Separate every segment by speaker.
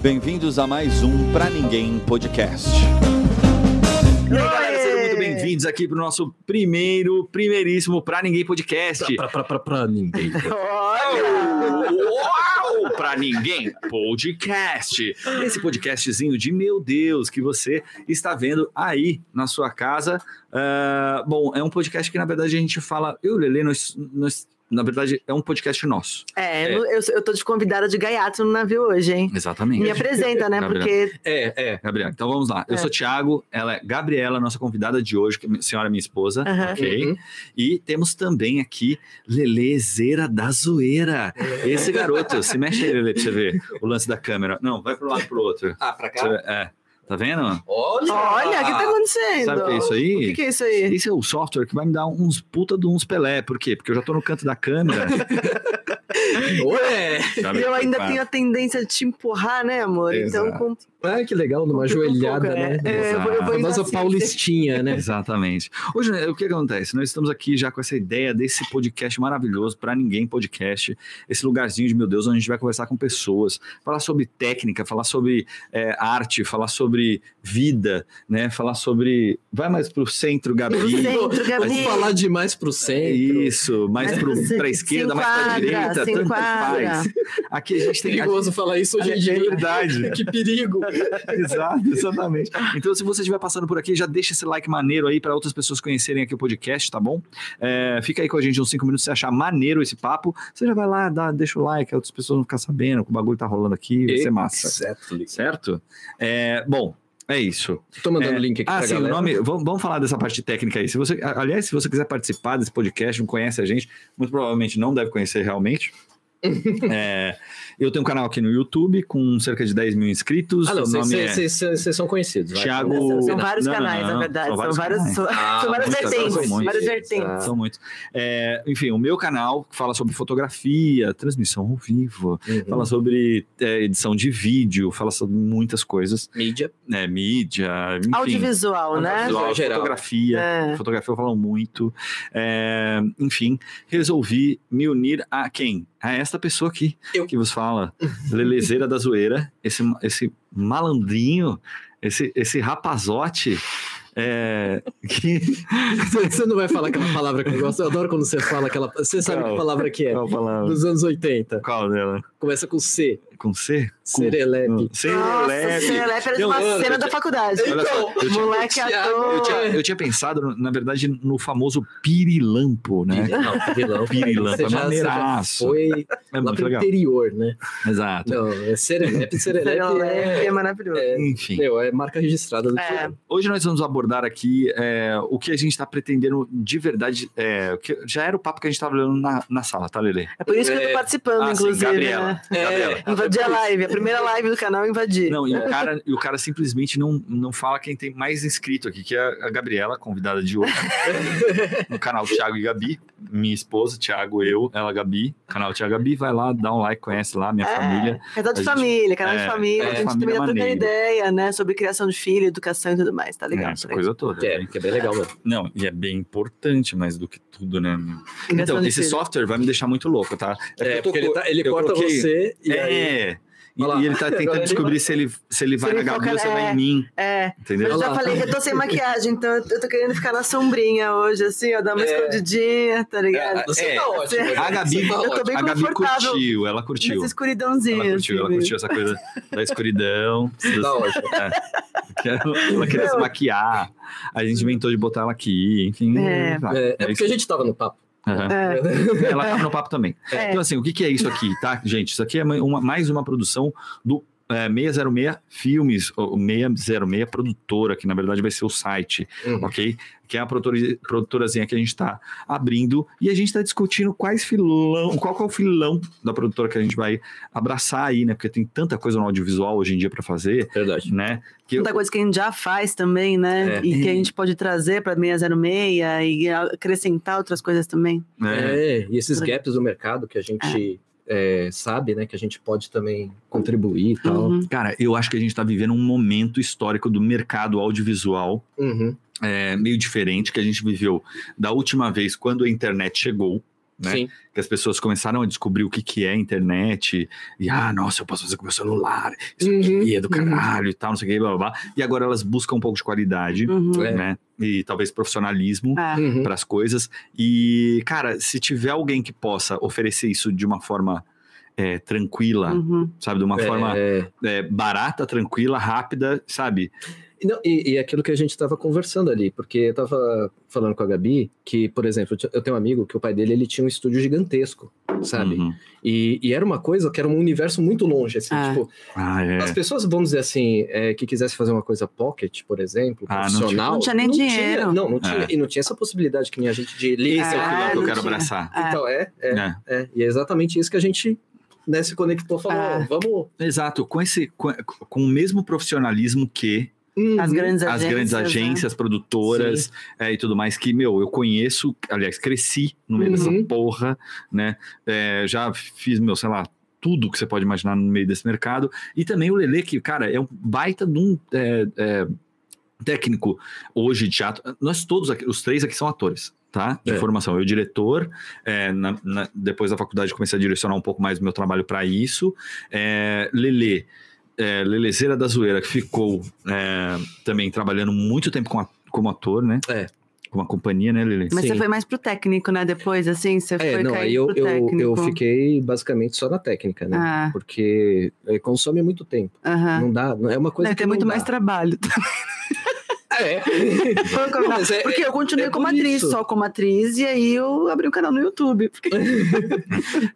Speaker 1: Bem-vindos a mais um Pra Ninguém Podcast.
Speaker 2: E aí, galera, sejam muito bem-vindos aqui para o nosso primeiro, primeiríssimo Pra Ninguém Podcast.
Speaker 3: Pra, pra, pra, pra ninguém.
Speaker 2: Uau! Pra Ninguém Podcast. Esse podcastzinho de meu Deus que você está vendo aí na sua casa. Ah, bom, é um podcast que na verdade a gente fala. Eu, Lele, nós. nós na verdade, é um podcast nosso.
Speaker 4: É,
Speaker 2: É.
Speaker 4: Eu, eu tô de convidada de gaiato no navio hoje, hein?
Speaker 2: Exatamente.
Speaker 4: Me apresenta, né? Porque
Speaker 3: É, é.
Speaker 2: Gabriela, então vamos lá. Eu
Speaker 4: É.
Speaker 2: sou Thiago, ela é Gabriela, nossa convidada de hoje, que é minha- senhora minha esposa.
Speaker 4: Aham.
Speaker 2: Ok.
Speaker 3: Uhum.
Speaker 2: E temos também aqui Lelezeira da Zoeira. Esse garoto, se mexe aí, Lele, pra você ver o lance da câmera. Não, vai pro lado pro outro.
Speaker 3: Ah, pra
Speaker 2: Pra você ver, É. Tá vendo?
Speaker 3: Olha!
Speaker 4: olha, o que tá acontecendo?
Speaker 2: Ah, Sabe o que é isso
Speaker 4: O que
Speaker 2: aí?
Speaker 4: que é isso aí?
Speaker 2: Esse é o software que vai me dar uns puta de uns Pelé. Por quê? Porque eu já tô no canto da câmera.
Speaker 3: Ah, Ué!
Speaker 2: Sabe? Ah.
Speaker 4: E eu ainda tenho a tendência de te empurrar, né, amor? Então,
Speaker 2: Exato.
Speaker 4: com,
Speaker 3: Ah, que legal, numa
Speaker 4: com-
Speaker 3: joelhada,
Speaker 4: com-
Speaker 3: né?
Speaker 4: É, eu vou, eu vou
Speaker 3: A
Speaker 4: indo
Speaker 3: nossa
Speaker 4: assim,
Speaker 3: paulistinha, né?
Speaker 2: Exatamente. Hoje, né, o que acontece? Nós estamos aqui já com essa ideia desse podcast maravilhoso, para ninguém podcast, esse lugarzinho de meu Deus, onde a gente vai conversar com pessoas, falar sobre técnica, falar sobre eh, arte, falar sobre vida, né? Falar sobre. Vai mais pro centro,
Speaker 4: No
Speaker 2: Gabi.
Speaker 4: centro,
Speaker 3: Vamos
Speaker 4: Gabi.
Speaker 3: falar demais pro
Speaker 2: É
Speaker 3: centro.
Speaker 2: isso, mais
Speaker 4: Mas
Speaker 2: pro,
Speaker 4: você
Speaker 2: pra
Speaker 4: se
Speaker 2: esquerda, mais pra
Speaker 4: enquadra,
Speaker 2: direita,
Speaker 4: se
Speaker 2: tanto
Speaker 4: enquadra.
Speaker 2: faz. Aqui a gente tem.
Speaker 3: É Perigoso falar isso hoje em
Speaker 2: É
Speaker 3: dia.
Speaker 2: verdade.
Speaker 3: Que perigo.
Speaker 2: Exato, exatamente. Então, se você estiver passando por aqui, já deixa esse like maneiro aí para outras pessoas conhecerem aqui o podcast, tá bom? É, fica aí com a gente uns 5 minutos se achar maneiro esse papo. Você já vai lá, dá, deixa o like, outras pessoas vão ficar sabendo que o bagulho tá rolando aqui, vai ser massa.
Speaker 3: Exactly.
Speaker 2: Certo? É, bom. É isso.
Speaker 3: Tô mandando o
Speaker 2: É.
Speaker 3: link aqui
Speaker 2: Ah,
Speaker 3: pra
Speaker 2: sim, o
Speaker 3: galera.
Speaker 2: nome. Vamos, vamos falar dessa parte técnica aí. Se você, a- aliás, se você quiser participar desse podcast, não conhece a gente, muito provavelmente não deve conhecer realmente. É, eu tenho um canal aqui no YouTube com cerca de 10 mil inscritos.
Speaker 3: Ah, não,
Speaker 2: o nome é-
Speaker 3: vocês são conhecidos. vai.
Speaker 2: Thiago-
Speaker 4: São, são
Speaker 2: Não,
Speaker 4: vários
Speaker 2: não,
Speaker 4: canais,
Speaker 2: não,
Speaker 4: na verdade.
Speaker 2: são
Speaker 4: São
Speaker 2: vários
Speaker 4: vários,
Speaker 2: canais. Ah,
Speaker 4: são, são várias
Speaker 2: muitas,
Speaker 4: vertentes.
Speaker 2: são muitas.
Speaker 4: Várias vertentes.
Speaker 3: Ah.
Speaker 2: São muitos. É, enfim, o meu canal que fala sobre fotografia, transmissão ao vivo,
Speaker 3: Uhum.
Speaker 2: fala sobre é, edição de vídeo, fala sobre muitas coisas,
Speaker 3: Mídia.
Speaker 2: né? Mídia, enfim.
Speaker 4: Audiovisual, né?
Speaker 3: Audiovisual.
Speaker 2: Visual,
Speaker 3: Geral.
Speaker 2: fotografia,
Speaker 4: É.
Speaker 2: fotografia eu falo muito. É, enfim, resolvi me unir a quem? A esta pessoa aqui
Speaker 3: Eu.
Speaker 2: que vos fala, Lelezeira da Zoeira, esse, esse malandrinho, esse, esse rapazote. é, que,
Speaker 3: Você não vai falar aquela palavra que eu gosto. Eu adoro quando você fala aquela. Você sabe
Speaker 2: Qual?
Speaker 3: que palavra que é.
Speaker 2: qual a palavra?
Speaker 3: Dos anos 80.
Speaker 2: Qual dela?
Speaker 3: Começa com C.
Speaker 2: Com C?
Speaker 3: Serelepe.
Speaker 4: Nossa, Serelepe era de
Speaker 2: Não,
Speaker 4: uma
Speaker 3: mano,
Speaker 4: cena
Speaker 3: eu
Speaker 4: da
Speaker 3: tinha-
Speaker 4: faculdade.
Speaker 2: Olha só,
Speaker 3: Então,
Speaker 2: eu tinha-
Speaker 4: Moleque
Speaker 3: eu tinha-
Speaker 4: ator.
Speaker 3: eu tinha-
Speaker 2: Eu tinha pensado, na verdade, no famoso pirilampo, né?
Speaker 3: Não, Pirilão.
Speaker 2: Pirilão,
Speaker 3: Você
Speaker 2: é
Speaker 3: já, você já
Speaker 2: maneiraço.
Speaker 3: foi
Speaker 2: É
Speaker 3: lá
Speaker 2: muito
Speaker 3: pro
Speaker 2: legal.
Speaker 3: interior, né?
Speaker 2: Exato.
Speaker 3: Não, é Serelepe, Serelepe
Speaker 4: Serelepe
Speaker 3: é,
Speaker 4: é maravilhoso.
Speaker 3: é,
Speaker 2: Enfim.
Speaker 3: meu, é marca registrada do
Speaker 4: É.
Speaker 3: programa.
Speaker 2: Hoje nós vamos abordar aqui é, o que a gente está pretendendo de verdade. é, o que já era o papo que a gente estava olhando na, na sala, tá, Lele?
Speaker 4: É por isso que eu tô
Speaker 3: É.
Speaker 2: Ah,
Speaker 4: participando, inclusive. né?
Speaker 3: É,
Speaker 4: Invadir a live, a primeira live do canal invadir.
Speaker 2: Não, e o cara, e o cara simplesmente não, não fala quem tem mais inscrito aqui, que é a Gabriela, convidada de hoje. no canal Thiago e Gabi, minha esposa, Thiago, eu, ela, Gabi. Canal Thiago e Gabi, vai lá, dá um like, conhece lá, minha
Speaker 4: É,
Speaker 2: família.
Speaker 4: Casal
Speaker 2: a
Speaker 4: de
Speaker 2: gente-
Speaker 4: família, canal
Speaker 2: é,
Speaker 4: de família,
Speaker 3: é,
Speaker 4: a gente
Speaker 2: família
Speaker 4: também tá trocando
Speaker 2: maneiro.
Speaker 4: ideia, né? Sobre criação de filho, educação e tudo mais, tá legal.
Speaker 2: né,
Speaker 4: isso
Speaker 2: essa
Speaker 4: aí.
Speaker 2: coisa toda.
Speaker 3: Que é, que é bem legal, mano.
Speaker 2: Não, e é bem importante, mais do que tudo, né? meu?
Speaker 4: Criação
Speaker 2: Então,
Speaker 4: de
Speaker 2: esse
Speaker 4: filho.
Speaker 2: software vai me deixar muito louco, tá? que
Speaker 3: É,
Speaker 2: eu tô
Speaker 3: porque ele,
Speaker 2: co-
Speaker 3: tá- ele
Speaker 2: eu
Speaker 3: corta
Speaker 2: coloquei-
Speaker 3: você e aí...
Speaker 2: É. E,
Speaker 3: Olha lá.
Speaker 2: e ele tá
Speaker 3: Agora
Speaker 2: tentando
Speaker 3: ele-
Speaker 2: descobrir se ele, se ele vai
Speaker 4: ele
Speaker 2: na Gabi
Speaker 4: foca-
Speaker 2: ou se vai
Speaker 4: é.
Speaker 2: em mim,
Speaker 4: É, mas
Speaker 2: entendeu?
Speaker 4: eu
Speaker 3: Olha
Speaker 4: já
Speaker 3: lá.
Speaker 4: falei que eu tô sem maquiagem, então eu tô querendo ficar na sombrinha hoje, assim, ó, dar uma
Speaker 3: É.
Speaker 4: escondidinha, tá ligado?
Speaker 3: Você
Speaker 2: É,
Speaker 3: tá ótimo.
Speaker 2: A Gabi,
Speaker 3: Você tá
Speaker 4: Eu tô
Speaker 3: ótimo.
Speaker 4: bem
Speaker 2: a Gabi
Speaker 4: confortável
Speaker 2: curtiu, ela curtiu.
Speaker 4: Nessa
Speaker 2: Ela
Speaker 4: escuridãozinha.
Speaker 2: curtiu, ela
Speaker 4: assim,
Speaker 2: curtiu essa coisa da escuridão.
Speaker 3: Tá ótimo.
Speaker 2: que Ela ela queria se maquiar. A gente inventou de botar ela aqui, enfim.
Speaker 4: É.
Speaker 2: tá.
Speaker 3: É, é
Speaker 2: É
Speaker 3: porque
Speaker 2: isso.
Speaker 3: a gente tava no papo. né?
Speaker 2: Aham.
Speaker 4: É,
Speaker 2: Ela tava no papo também.
Speaker 4: É.
Speaker 2: Então, assim, o que, que é isso aqui, tá, gente? Isso aqui é uma- mais uma produção do é, 606 Filmes, ou 606 Produtora, que na verdade vai ser o site,
Speaker 3: Uhum.
Speaker 2: ok? Que é a produtora, produtorazinha que a gente está abrindo e a gente está discutindo quais filão, qual que é o filão da produtora que a gente vai abraçar aí, né? Porque tem tanta coisa no audiovisual hoje em dia para fazer,
Speaker 3: Verdade.
Speaker 2: né? Que eu-
Speaker 4: Muita coisa que a gente já faz também, né?
Speaker 3: É.
Speaker 4: E que a gente pode trazer pra 606 e acrescentar outras coisas também.
Speaker 2: né?
Speaker 3: É, e esses gaps do mercado que a gente é, sabe, né? Que a gente pode também contribuir e tal.
Speaker 4: Uhum.
Speaker 2: Cara, eu acho que a gente está vivendo um momento histórico do mercado audiovisual
Speaker 3: Uhum.
Speaker 2: é, meio diferente que a gente viveu da última vez quando a internet chegou, né?
Speaker 3: Sim.
Speaker 2: que as pessoas começaram a descobrir o que, que é internet, e ah, nossa, eu posso fazer com meu celular, isso aqui é do caralho e tal, não sei o que, blá, blá, blá. E agora elas buscam um pouco de qualidade,
Speaker 4: Uhum.
Speaker 3: É.
Speaker 2: né? E talvez profissionalismo
Speaker 4: Ah,
Speaker 3: Uhum.
Speaker 2: para as coisas. E, cara, se tiver alguém que possa oferecer isso de uma forma é, tranquila,
Speaker 4: uhum.
Speaker 2: sabe? De uma
Speaker 3: É,
Speaker 2: forma
Speaker 3: é.
Speaker 2: é, barata, tranquila, rápida, sabe?
Speaker 3: E não- E, e aquilo que a gente estava conversando ali, porque eu estava falando com a Gabi que, por exemplo, eu ti- eu tenho um amigo que o pai dele ele tinha um estúdio gigantesco, sabe?
Speaker 2: Uhum.
Speaker 3: E, e era uma coisa que era um universo muito longe, assim,
Speaker 4: Ah.
Speaker 3: tipo,
Speaker 2: Ah, é.
Speaker 3: as pessoas, vamos dizer assim, é, que quisesse fazer uma coisa pocket, por exemplo,
Speaker 2: Ah, não tinha-
Speaker 3: profissional.
Speaker 4: Não tinha nem
Speaker 3: tinha-
Speaker 4: dinheiro.
Speaker 3: não, não tinha.
Speaker 2: É.
Speaker 3: E não tinha essa possibilidade que nem a gente de ler.
Speaker 2: Esse é o
Speaker 4: Ah,
Speaker 2: filão que eu
Speaker 4: não
Speaker 2: quero
Speaker 4: tinha.
Speaker 2: abraçar.
Speaker 4: Ah.
Speaker 3: Então, é, é,
Speaker 2: né?
Speaker 3: é. E é exatamente isso que a gente né, se conectou, falou,
Speaker 4: Ah.
Speaker 3: ó, vamos.
Speaker 2: É. Exato, com, esse, com, com o mesmo profissionalismo que
Speaker 3: uhum."
Speaker 4: As grandes
Speaker 2: as
Speaker 4: agências.
Speaker 2: grandes
Speaker 4: né?
Speaker 2: agências, produtoras é, e tudo mais, que, meu, eu conheço, aliás, cresci no meio dessa
Speaker 3: Uhum.
Speaker 2: porra, né? É, já fiz, meu, sei lá, tudo que você pode imaginar no meio desse mercado. E também o Lele, que, cara, é um baita de um. é, é, técnico hoje de teatro. Nós todos aqui, os três aqui são atores. Tá? De
Speaker 3: É.
Speaker 2: formação. Eu, diretor, é, na- na- depois da faculdade comecei a direcionar um pouco mais o meu trabalho para isso. É, Lele, é, Lelezeira da Zoeira, que ficou é, também trabalhando muito tempo com a- como ator, né?
Speaker 3: É.
Speaker 2: Com uma companhia, né, Lele?
Speaker 4: Mas você
Speaker 3: Sim.
Speaker 4: foi mais pro técnico, né? Depois, assim, você
Speaker 3: É,
Speaker 4: foi
Speaker 3: não,
Speaker 4: cair
Speaker 3: aí eu,
Speaker 4: pro
Speaker 3: eu,
Speaker 4: técnico.
Speaker 3: eu fiquei basicamente só na técnica, né?
Speaker 4: Ah,
Speaker 3: Porque é, consome muito tempo.
Speaker 4: aham.
Speaker 3: Não dá, não- é uma coisa
Speaker 4: Deve
Speaker 3: que
Speaker 4: ter Ah. muito
Speaker 3: não
Speaker 4: mais
Speaker 3: dá.
Speaker 4: trabalho.
Speaker 3: É. Não, mas é-
Speaker 4: Porque eu continuei
Speaker 3: é
Speaker 4: como
Speaker 3: por
Speaker 4: atriz,
Speaker 3: isso.
Speaker 4: só como atriz, e aí eu abri um canal no YouTube.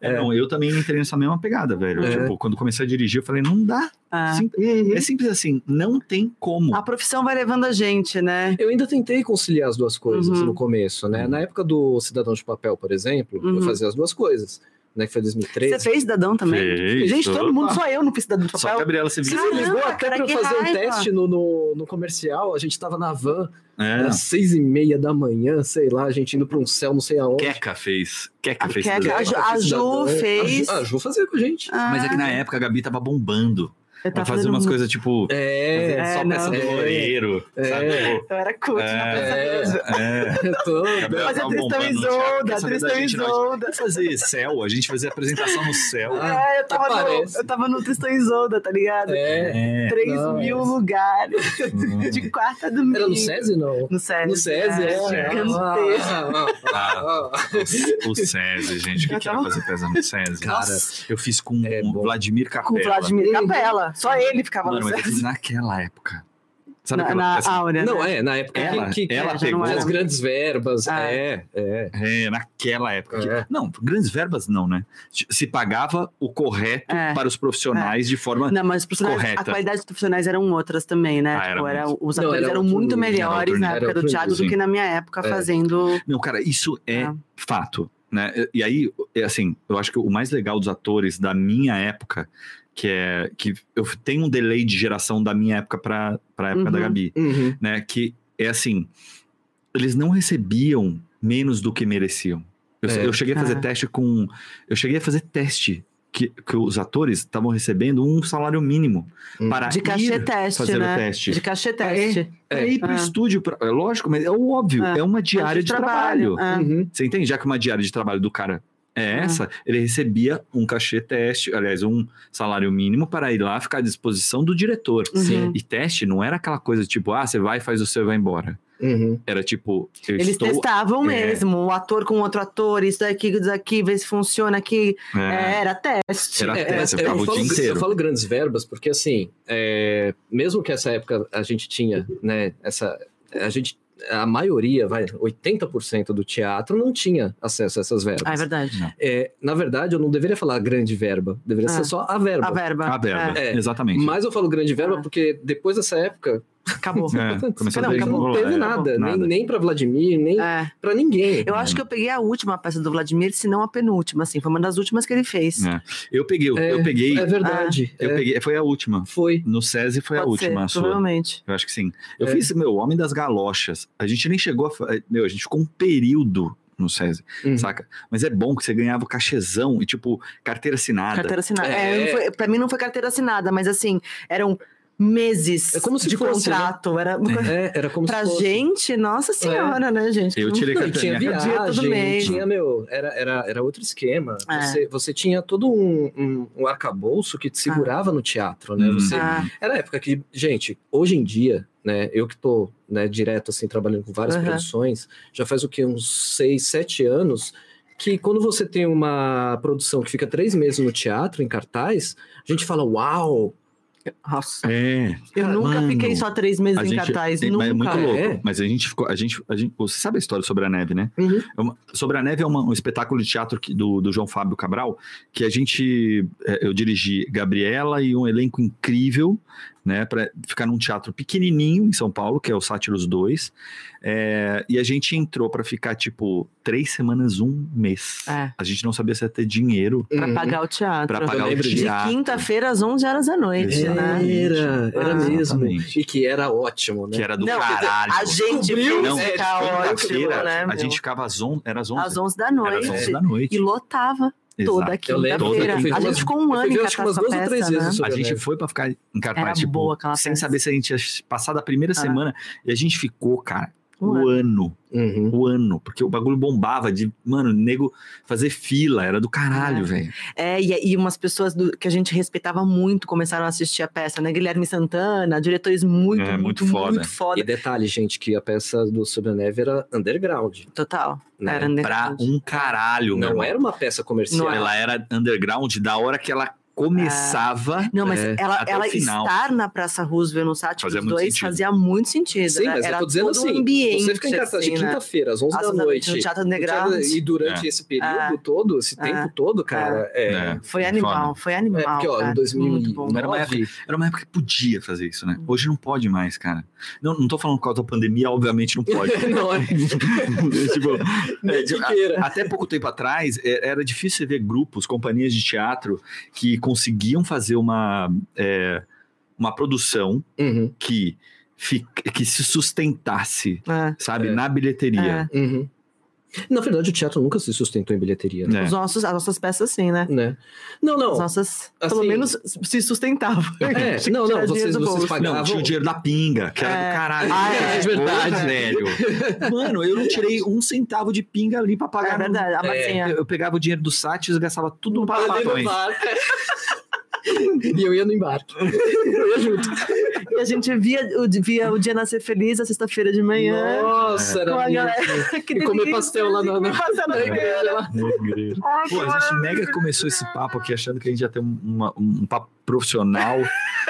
Speaker 2: É, não, eu também entrei nessa mesma pegada, velho.
Speaker 3: É.
Speaker 2: Tipo, quando comecei a dirigir, eu falei, não dá.
Speaker 4: Ah,
Speaker 2: Sim- É simples assim, não tem como.
Speaker 4: A profissão vai levando a gente, né?
Speaker 3: Eu ainda tentei conciliar as duas coisas
Speaker 4: Uhum.
Speaker 3: no começo, né? Na época do Cidadão de Papel, por exemplo,
Speaker 4: Uhum.
Speaker 3: eu fazia as duas coisas, né? Que foi 2013.
Speaker 4: Você fez cidadão também?
Speaker 2: Fez,
Speaker 4: gente, todo
Speaker 2: opa.
Speaker 4: mundo, só eu não fiz cidadão de
Speaker 2: Só a
Speaker 4: papel.
Speaker 2: Gabriela se
Speaker 3: Você
Speaker 2: viu.
Speaker 3: me ligou
Speaker 4: Caramba,
Speaker 3: até
Speaker 4: cara,
Speaker 3: pra eu
Speaker 4: que
Speaker 3: fazer um
Speaker 4: raiva.
Speaker 3: teste no, no, no comercial, a gente tava na van,
Speaker 2: É.
Speaker 3: era seis e meia da manhã, sei lá, a gente indo pra um céu, não sei aonde.
Speaker 2: Queca fez. Queca
Speaker 4: A
Speaker 2: fez.
Speaker 4: Queca-
Speaker 2: tudo.
Speaker 4: a Ju-
Speaker 3: Eu fiz
Speaker 4: Ju
Speaker 3: cidadão, é.
Speaker 4: fez.
Speaker 3: A Ju, a Ju fazia com a gente.
Speaker 4: Ah,
Speaker 2: Mas é que na época a Gabi tava bombando.
Speaker 4: eu
Speaker 2: Ela
Speaker 4: tava
Speaker 2: fazia
Speaker 4: tá fazendo
Speaker 2: umas
Speaker 4: muito.
Speaker 2: coisas tipo.
Speaker 3: É,
Speaker 4: É,
Speaker 2: só
Speaker 4: não.
Speaker 2: peça do Loureiro.
Speaker 3: É.
Speaker 2: Sabe? Tipo,
Speaker 4: Eu era cult na
Speaker 2: É.
Speaker 4: peça mesmo.
Speaker 2: é.
Speaker 3: toda.
Speaker 2: Gabriela
Speaker 4: Mas a
Speaker 2: tava
Speaker 4: atriz
Speaker 2: bombando
Speaker 4: também
Speaker 2: no teatro.
Speaker 4: zonda, a
Speaker 2: Essa
Speaker 4: atriz
Speaker 2: vez
Speaker 4: também
Speaker 2: gente não-
Speaker 4: zonda.
Speaker 2: fazer céu, a gente fazia apresentação no céu.
Speaker 3: Ah,
Speaker 4: É, eu tava, no,
Speaker 3: parece.
Speaker 4: eu tava no Tristão e Isolda, tá ligado?
Speaker 3: É.
Speaker 2: É.
Speaker 4: 3
Speaker 3: não,
Speaker 4: mil
Speaker 3: é.
Speaker 4: lugares,
Speaker 2: Hum.
Speaker 4: de quarta a domingo.
Speaker 3: Era no SESI, não?
Speaker 4: No SESI.
Speaker 3: No SESI, é.
Speaker 2: é.
Speaker 4: Cantei.
Speaker 3: Ah, ah,
Speaker 2: O SESI, gente, que
Speaker 4: Eu
Speaker 2: quer
Speaker 4: tava-
Speaker 2: fazer peça no SESI?
Speaker 3: Cara,
Speaker 2: Então, eu fiz com
Speaker 3: é
Speaker 2: o
Speaker 3: bom.
Speaker 2: Vladimir Capela.
Speaker 4: Com o Vladimir
Speaker 3: Uhum.
Speaker 4: Ah, Capela. Só ele ficava
Speaker 2: Mano,
Speaker 4: no
Speaker 2: mas eu
Speaker 4: SESI.
Speaker 2: fiz naquela época. Sabe
Speaker 4: Na,
Speaker 2: aquela
Speaker 4: na
Speaker 2: assim,
Speaker 3: ah.
Speaker 4: Áurea.
Speaker 3: Não,
Speaker 4: né?
Speaker 3: é, na época
Speaker 2: Ela,
Speaker 3: que, que,
Speaker 2: ela
Speaker 4: já
Speaker 2: pegou.
Speaker 4: não
Speaker 3: as grandes verbas.
Speaker 4: Ah.
Speaker 3: É, é.
Speaker 2: É, naquela época. que-
Speaker 3: É.
Speaker 2: Não, grandes verbas não, né? Se pagava o correto
Speaker 4: É.
Speaker 2: para os profissionais de forma.
Speaker 4: Não, mas os profissionais,
Speaker 2: Correta.
Speaker 4: a qualidade dos profissionais eram outras também, né?
Speaker 2: Ah, era
Speaker 4: Tipo, era- os
Speaker 3: Não,
Speaker 4: atores
Speaker 3: era
Speaker 4: eram
Speaker 3: outro
Speaker 4: muito
Speaker 3: nível,
Speaker 2: era
Speaker 4: melhores
Speaker 2: outro
Speaker 4: na
Speaker 3: nível,
Speaker 4: época
Speaker 3: era
Speaker 4: do
Speaker 3: outro
Speaker 4: teatro do
Speaker 2: nível,
Speaker 4: que na minha época
Speaker 3: É.
Speaker 4: fazendo.
Speaker 2: Não, cara, isso é,
Speaker 4: É.
Speaker 2: fato, né? E aí, é assim, eu acho que o mais legal dos atores da minha época, que é que eu tenho um delay de geração da minha época para para época da
Speaker 4: Uhum.
Speaker 2: Gabi,
Speaker 3: Uhum.
Speaker 2: né? Que é assim, eles não recebiam menos do que mereciam. Eu,
Speaker 3: É.
Speaker 2: eu cheguei a fazer
Speaker 4: Ah.
Speaker 2: teste com, eu cheguei a fazer teste que, que os atores estavam recebendo um salário mínimo
Speaker 3: Hum.
Speaker 2: para
Speaker 4: De cachê
Speaker 2: ir
Speaker 4: teste,
Speaker 2: fazer o
Speaker 4: né?
Speaker 2: teste.
Speaker 4: De cachê teste.
Speaker 2: Pra ir para o
Speaker 4: Ah.
Speaker 2: estúdio, pra- é lógico, mas é o óbvio,
Speaker 4: Ah.
Speaker 2: é uma diária de trabalho.
Speaker 4: Ah,
Speaker 3: Uhum.
Speaker 2: Você entende? Já que uma diária de trabalho do cara é essa, ele recebia um cachê teste, aliás, um salário mínimo para ir lá ficar à disposição do diretor.
Speaker 4: uhum.
Speaker 3: Sim.
Speaker 2: E teste não era aquela coisa tipo, ah, você vai, faz o seu e vai embora.
Speaker 3: Uhum.
Speaker 2: Era tipo, eu
Speaker 4: Eles
Speaker 2: estou.
Speaker 4: testavam
Speaker 2: é.
Speaker 4: mesmo, o ator com outro ator, isso daqui, isso daqui, vê se funciona aqui.
Speaker 2: É,
Speaker 4: É, era teste.
Speaker 2: Era
Speaker 3: É,
Speaker 2: teste,
Speaker 3: mas
Speaker 2: você
Speaker 3: eu
Speaker 2: ficava o
Speaker 3: falo-
Speaker 2: dia inteiro.
Speaker 3: Eu falo grandes verbas porque, assim, é, mesmo que essa época a gente tinha, né, essa... A gente, a maioria, vai, 80% do teatro não tinha acesso a essas verbas.
Speaker 4: Ah, é verdade.
Speaker 3: É, na verdade, eu não deveria falar grande verba, deveria
Speaker 4: Ah.
Speaker 3: ser só a
Speaker 4: A
Speaker 3: verba.
Speaker 4: verba.
Speaker 2: A verba,
Speaker 3: É.
Speaker 2: exatamente.
Speaker 3: Mas eu falo grande verba
Speaker 4: Ah.
Speaker 3: porque depois dessa época,
Speaker 4: É, acabou.
Speaker 2: É, começou
Speaker 4: Não,
Speaker 2: a ver que
Speaker 4: acabou.
Speaker 2: rolou,
Speaker 3: teve
Speaker 2: é,
Speaker 3: nada, nem,
Speaker 2: nada.
Speaker 3: nem para Vladimir, nem pra
Speaker 4: É.
Speaker 3: para ninguém.
Speaker 4: Eu acho que eu peguei a última peça do Vladimir, se não a penúltima, assim. Foi uma das últimas que ele fez.
Speaker 2: É. Eu peguei, eu,
Speaker 3: É,
Speaker 2: eu peguei,
Speaker 3: É verdade.
Speaker 2: ah, eu
Speaker 3: é,
Speaker 2: peguei, foi a última.
Speaker 3: Foi.
Speaker 2: No SESI foi a
Speaker 4: Pode ser,
Speaker 2: última, a sua.
Speaker 4: provavelmente.
Speaker 2: Eu acho que sim. Eu
Speaker 3: É.
Speaker 2: fiz, meu, Homem das Galochas. A gente nem chegou a. fa- Meu, a gente ficou um período no SESI,
Speaker 3: Uhum.
Speaker 2: saca? Mas é bom que você ganhava o cachezão e, tipo, carteira assinada.
Speaker 4: Carteira assinada.
Speaker 3: É.
Speaker 4: É, não foi- pra mim não foi carteira assinada, mas assim, eram meses
Speaker 3: É como se
Speaker 4: de
Speaker 3: fosse, né?
Speaker 4: contrato. Era uma coisa...
Speaker 3: É, era como
Speaker 4: Pra
Speaker 3: se fosse. É.
Speaker 4: gente, nossa senhora, né, gente?
Speaker 2: Eu
Speaker 4: Não-
Speaker 2: tirei
Speaker 3: Não, e tinha
Speaker 2: carteirinha.
Speaker 4: viagem, Dia todo
Speaker 3: viagem,
Speaker 4: mês.
Speaker 3: tinha, meu, era, era, era outro esquema.
Speaker 4: É.
Speaker 3: Você, você tinha todo um, um, um arcabouço que te segurava no teatro, né?
Speaker 2: Hum.
Speaker 3: Você,
Speaker 4: Ah,
Speaker 3: Era a época que, gente, hoje em dia, né? Eu que tô né, direto, assim, trabalhando com várias
Speaker 4: Aham.
Speaker 3: produções, já faz o quê? Uns seis, sete anos que quando você tem uma produção que fica três meses no teatro, em cartaz, a gente fala, uau!
Speaker 4: nossa.
Speaker 2: É,
Speaker 4: Eu
Speaker 3: Cara,
Speaker 4: nunca
Speaker 2: mano,
Speaker 4: fiquei só três meses
Speaker 2: a
Speaker 4: em
Speaker 2: gente-
Speaker 4: cartaz.
Speaker 2: tem- mas
Speaker 4: nunca.
Speaker 2: é muito louco.
Speaker 3: É.
Speaker 2: Mas a gente ficou. A gente, a gente, você sabe a história sobre a neve, né?
Speaker 3: Uhum.
Speaker 2: É uma- Sobre a Neve é uma- um espetáculo de teatro que- do, do João Fábio Cabral, que a gente, eh, eu dirigi Gabriela e um elenco incrível, né, para ficar num teatro pequenininho em São Paulo, que é o Sátiros 2, eh, e a gente entrou para ficar, tipo, três semanas, um mês.
Speaker 4: É.
Speaker 2: A gente não sabia se ia ter dinheiro
Speaker 3: Uhum.
Speaker 4: Pra pagar o teatro.
Speaker 2: para pagar o
Speaker 3: lembro disso.
Speaker 4: De
Speaker 2: teatro.
Speaker 4: quinta-feira às 11 horas da noite, né?
Speaker 3: Era, era
Speaker 4: Ah.
Speaker 3: mesmo.
Speaker 2: Exatamente.
Speaker 3: E que era ótimo, né?
Speaker 2: Que era do
Speaker 4: Não, quer dizer,
Speaker 2: caralho.
Speaker 4: A gente
Speaker 3: Cobriu,
Speaker 4: viu
Speaker 2: não,
Speaker 4: esse
Speaker 3: é,
Speaker 4: caótico,
Speaker 2: Quinta-feira,
Speaker 4: né?
Speaker 2: a
Speaker 4: meu?
Speaker 2: gente ficava às 11, era às 11,
Speaker 4: às 11 da
Speaker 2: era às
Speaker 4: noite.
Speaker 2: 11 da
Speaker 4: E
Speaker 2: noite.
Speaker 4: lotava toda
Speaker 2: Exato.
Speaker 3: Eu lembro,
Speaker 4: quinta-feira.
Speaker 2: toda quinta.
Speaker 4: A gente ficou um
Speaker 3: Eu
Speaker 4: ano
Speaker 3: vi,
Speaker 4: em
Speaker 3: acho que umas
Speaker 4: catar
Speaker 3: duas
Speaker 4: essa
Speaker 3: ou três
Speaker 4: peça,
Speaker 3: vezes
Speaker 4: né?
Speaker 3: isso.
Speaker 2: A
Speaker 3: Sobre a
Speaker 2: gente
Speaker 3: neve.
Speaker 2: foi pra ficar em cartaz,
Speaker 4: Era
Speaker 2: tipo,
Speaker 4: boa aquela
Speaker 2: sem
Speaker 4: peça.
Speaker 2: saber se a gente ia passar da primeira semana. E a gente ficou, cara, o
Speaker 4: Um ano.
Speaker 2: ano,
Speaker 3: Uhum.
Speaker 2: o ano. Porque o bagulho bombava de, mano, nego fazer fila, era do caralho,
Speaker 4: É.
Speaker 2: velho.
Speaker 4: É, e, e umas pessoas do- que a gente respeitava muito começaram a assistir a peça, né? Guilherme Santana, diretores muito,
Speaker 2: É, muito
Speaker 4: muito,
Speaker 2: foda.
Speaker 4: muito foda.
Speaker 3: E detalhe, gente, que a peça do Sobre a Neve era underground.
Speaker 4: Total.
Speaker 3: Né?
Speaker 4: Era
Speaker 2: Pra
Speaker 4: underground.
Speaker 2: um caralho, meu
Speaker 3: Não
Speaker 2: irmão.
Speaker 3: era um uma peça comercial.
Speaker 4: Não era.
Speaker 2: Ela era underground da hora que ela começava.
Speaker 4: Não, mas
Speaker 3: É,
Speaker 4: ela,
Speaker 2: até o
Speaker 4: ela
Speaker 2: final.
Speaker 4: estar na Praça Roosevelt, no Sátiro
Speaker 2: Fazia
Speaker 4: 2,
Speaker 2: muito sentido.
Speaker 4: fazia muito sentido.
Speaker 3: Sim,
Speaker 4: né?
Speaker 3: mas
Speaker 4: Era
Speaker 3: eu tô dizendo
Speaker 4: todo um
Speaker 3: assim,
Speaker 4: ambiente,
Speaker 3: você fica em cartaz de
Speaker 4: assim, né?
Speaker 3: quinta-feira, às 11
Speaker 4: Às
Speaker 3: da
Speaker 4: 11 da
Speaker 3: noite.
Speaker 4: no Teatro Underground.
Speaker 3: E durante esse período
Speaker 4: É.
Speaker 3: todo, esse
Speaker 4: É.
Speaker 3: tempo todo, cara, é...
Speaker 2: É.
Speaker 4: Foi
Speaker 2: Foda.
Speaker 4: animal, foi animal.
Speaker 3: é porque, ó,
Speaker 4: cara,
Speaker 3: em
Speaker 4: muito bom.
Speaker 3: 2009...
Speaker 2: Era uma época- Era uma época que podia fazer isso,
Speaker 4: Uhum.
Speaker 2: né? Hoje não pode mais, cara. Não, não tô falando por causa da pandemia, obviamente não pode.
Speaker 3: Não, é-
Speaker 2: tipo, é,
Speaker 3: nem
Speaker 2: tipo,
Speaker 3: que queira.
Speaker 2: Até pouco tempo atrás, é, era difícil você ver grupos, companhias de teatro que conseguiam fazer uma, é, uma produção
Speaker 3: Uhum,
Speaker 2: que, fi- que se sustentasse,
Speaker 4: É,
Speaker 2: sabe,
Speaker 3: É.
Speaker 2: na bilheteria.
Speaker 3: uhum. Na verdade, o teatro nunca se sustentou em bilheteria, né?
Speaker 2: É.
Speaker 4: Os nossos, as nossas peças, sim, né?
Speaker 3: Né? Não,
Speaker 4: As
Speaker 3: não.
Speaker 4: nossas, pelo
Speaker 3: assim- É,
Speaker 4: menos, se sustentavam. Tinha que
Speaker 3: não, não,
Speaker 4: tirar dinheiro
Speaker 3: vocês-
Speaker 4: do
Speaker 3: vocês
Speaker 4: bolso.
Speaker 3: pagavam.
Speaker 2: Não, tinha o dinheiro da pinga, que era
Speaker 4: É.
Speaker 2: do caralho.
Speaker 4: Ah, é.
Speaker 2: Essas
Speaker 3: Verdade.
Speaker 2: coisas, velho. Mano, eu não tirei um centavo de pinga ali pra pagar.
Speaker 4: É verdade, a massinha.
Speaker 2: Eu, eu pegava o dinheiro do Sátios e gastava tudo no
Speaker 3: Tava dentro do
Speaker 2: papel.
Speaker 3: bar. e eu ia no embarque. Eu ia junto.
Speaker 4: E a gente via o, via o dia nascer feliz, a sexta-feira de manhã.
Speaker 3: Nossa,
Speaker 4: é.
Speaker 3: era
Speaker 4: Com a
Speaker 3: muito.
Speaker 4: galera que
Speaker 3: E comer
Speaker 4: delícia,
Speaker 3: pastel lá na, na,
Speaker 4: comer pastel na
Speaker 3: na igreja. lá.
Speaker 2: Pô, a gente mega começou esse papo aqui achando que a gente ia ter um- uma- um papo profissional.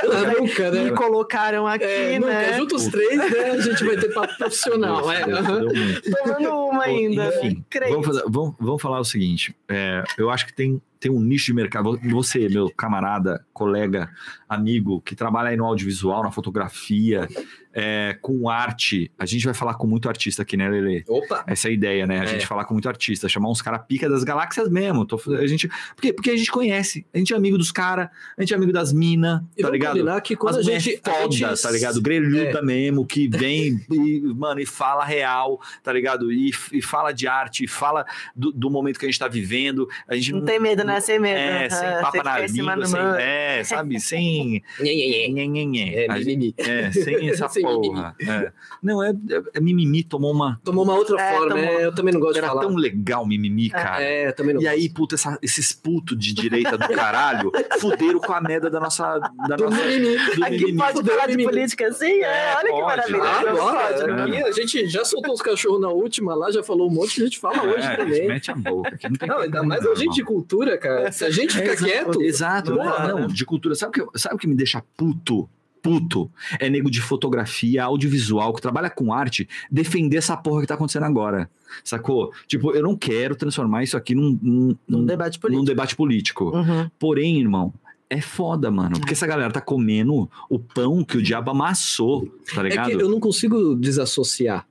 Speaker 3: Ah, Nunca, né?
Speaker 4: Me colocaram aqui,
Speaker 3: É, nunca.
Speaker 4: né?
Speaker 3: Junta os três, né? A gente vai ter papo profissional.
Speaker 2: Deus,
Speaker 3: é.
Speaker 2: Deus,
Speaker 3: aham.
Speaker 2: deu muito.
Speaker 4: Tomando uma ainda. né?
Speaker 2: Enfim,
Speaker 4: Creio.
Speaker 2: Vamos, fazer- vamos- vamos falar o seguinte: é, eu acho que tem, tem um nicho de mercado. Você, meu camarada, colega, amigo, que trabalha aí no audiovisual, na fotografia, é, com arte. A gente vai falar com muito artista aqui, né, Lele?
Speaker 3: Opa!
Speaker 2: Essa é a ideia, né? A
Speaker 3: É.
Speaker 2: gente falar com muito artista, chamar uns caras pica das galáxias mesmo. Tô- a gente, porque, porque a gente conhece, a gente é amigo dos caras, a gente é amigo das minas,
Speaker 3: E
Speaker 2: tá
Speaker 3: vamos
Speaker 2: ligado?
Speaker 3: combinar que quando
Speaker 2: Mas é
Speaker 3: a gente. É. a
Speaker 2: foda,
Speaker 3: gente-
Speaker 2: tá ligado? Grelhuda mesmo, que vem e, mano, e fala real, tá ligado? E, e fala de arte, e fala do, do momento que a gente tá vivendo. A gente
Speaker 4: Não tem medo, né? Sem medo.
Speaker 2: É, sem
Speaker 4: Aham,
Speaker 2: papa
Speaker 4: sem
Speaker 2: na
Speaker 4: ficar em cima
Speaker 2: língua,
Speaker 4: do
Speaker 2: sem,
Speaker 4: muro.
Speaker 2: é, sabe? Sem.
Speaker 3: Nhe, nhe, nhe.
Speaker 2: Nhe, nhe, nhe.
Speaker 3: É,
Speaker 2: A gente-
Speaker 3: mimimi.
Speaker 2: é, sem essa
Speaker 3: Sem mimimi.
Speaker 2: porra. é. Não, é, é- é mimimi, tomou uma.
Speaker 3: Tomou uma outra
Speaker 4: É,
Speaker 3: forma.
Speaker 4: tomou-
Speaker 3: é, eu também não gosto de
Speaker 2: Era
Speaker 3: falar.
Speaker 2: tão legal mimimi, cara.
Speaker 3: É, eu também não
Speaker 2: E
Speaker 3: gosto.
Speaker 2: aí, puta, essa- esses putos de direita do caralho fuderam com a merda da nossa. Da
Speaker 3: Do
Speaker 2: nossa
Speaker 3: mimimi.
Speaker 2: do
Speaker 4: Aqui
Speaker 2: mimimi.
Speaker 4: pode falar de
Speaker 3: Mimimi.
Speaker 4: política assim? É,
Speaker 2: É,
Speaker 4: olha que
Speaker 2: pode.
Speaker 4: maravilha.
Speaker 3: Ah,
Speaker 2: Não
Speaker 3: agora,
Speaker 2: pode,
Speaker 3: aqui a gente já soltou os cachorros na última lá, já falou um monte, a gente fala
Speaker 2: É,
Speaker 3: hoje também.
Speaker 2: Mete a boca. que não tem
Speaker 3: Não, ainda mais a
Speaker 2: problema,
Speaker 3: gente de cultura, cara. Se a gente fica
Speaker 2: Exato,
Speaker 3: quieto, é
Speaker 2: Exato. Não,
Speaker 3: não dá, né?
Speaker 2: não, de cultura. Sabe o que, eu- sabe o que me deixa puto? Puto. É nego de fotografia, audiovisual, que trabalha com arte, defender essa porra que tá acontecendo agora. Sacou? Tipo, eu não quero transformar isso aqui num, num,
Speaker 4: Um
Speaker 2: num-
Speaker 4: debate
Speaker 2: num
Speaker 4: político.
Speaker 2: debate político.
Speaker 4: Uhum.
Speaker 2: Porém, irmão. É foda, mano. Porque essa galera tá comendo o pão que o diabo amassou, tá
Speaker 3: é
Speaker 2: ligado?
Speaker 3: que eu não consigo desassociar.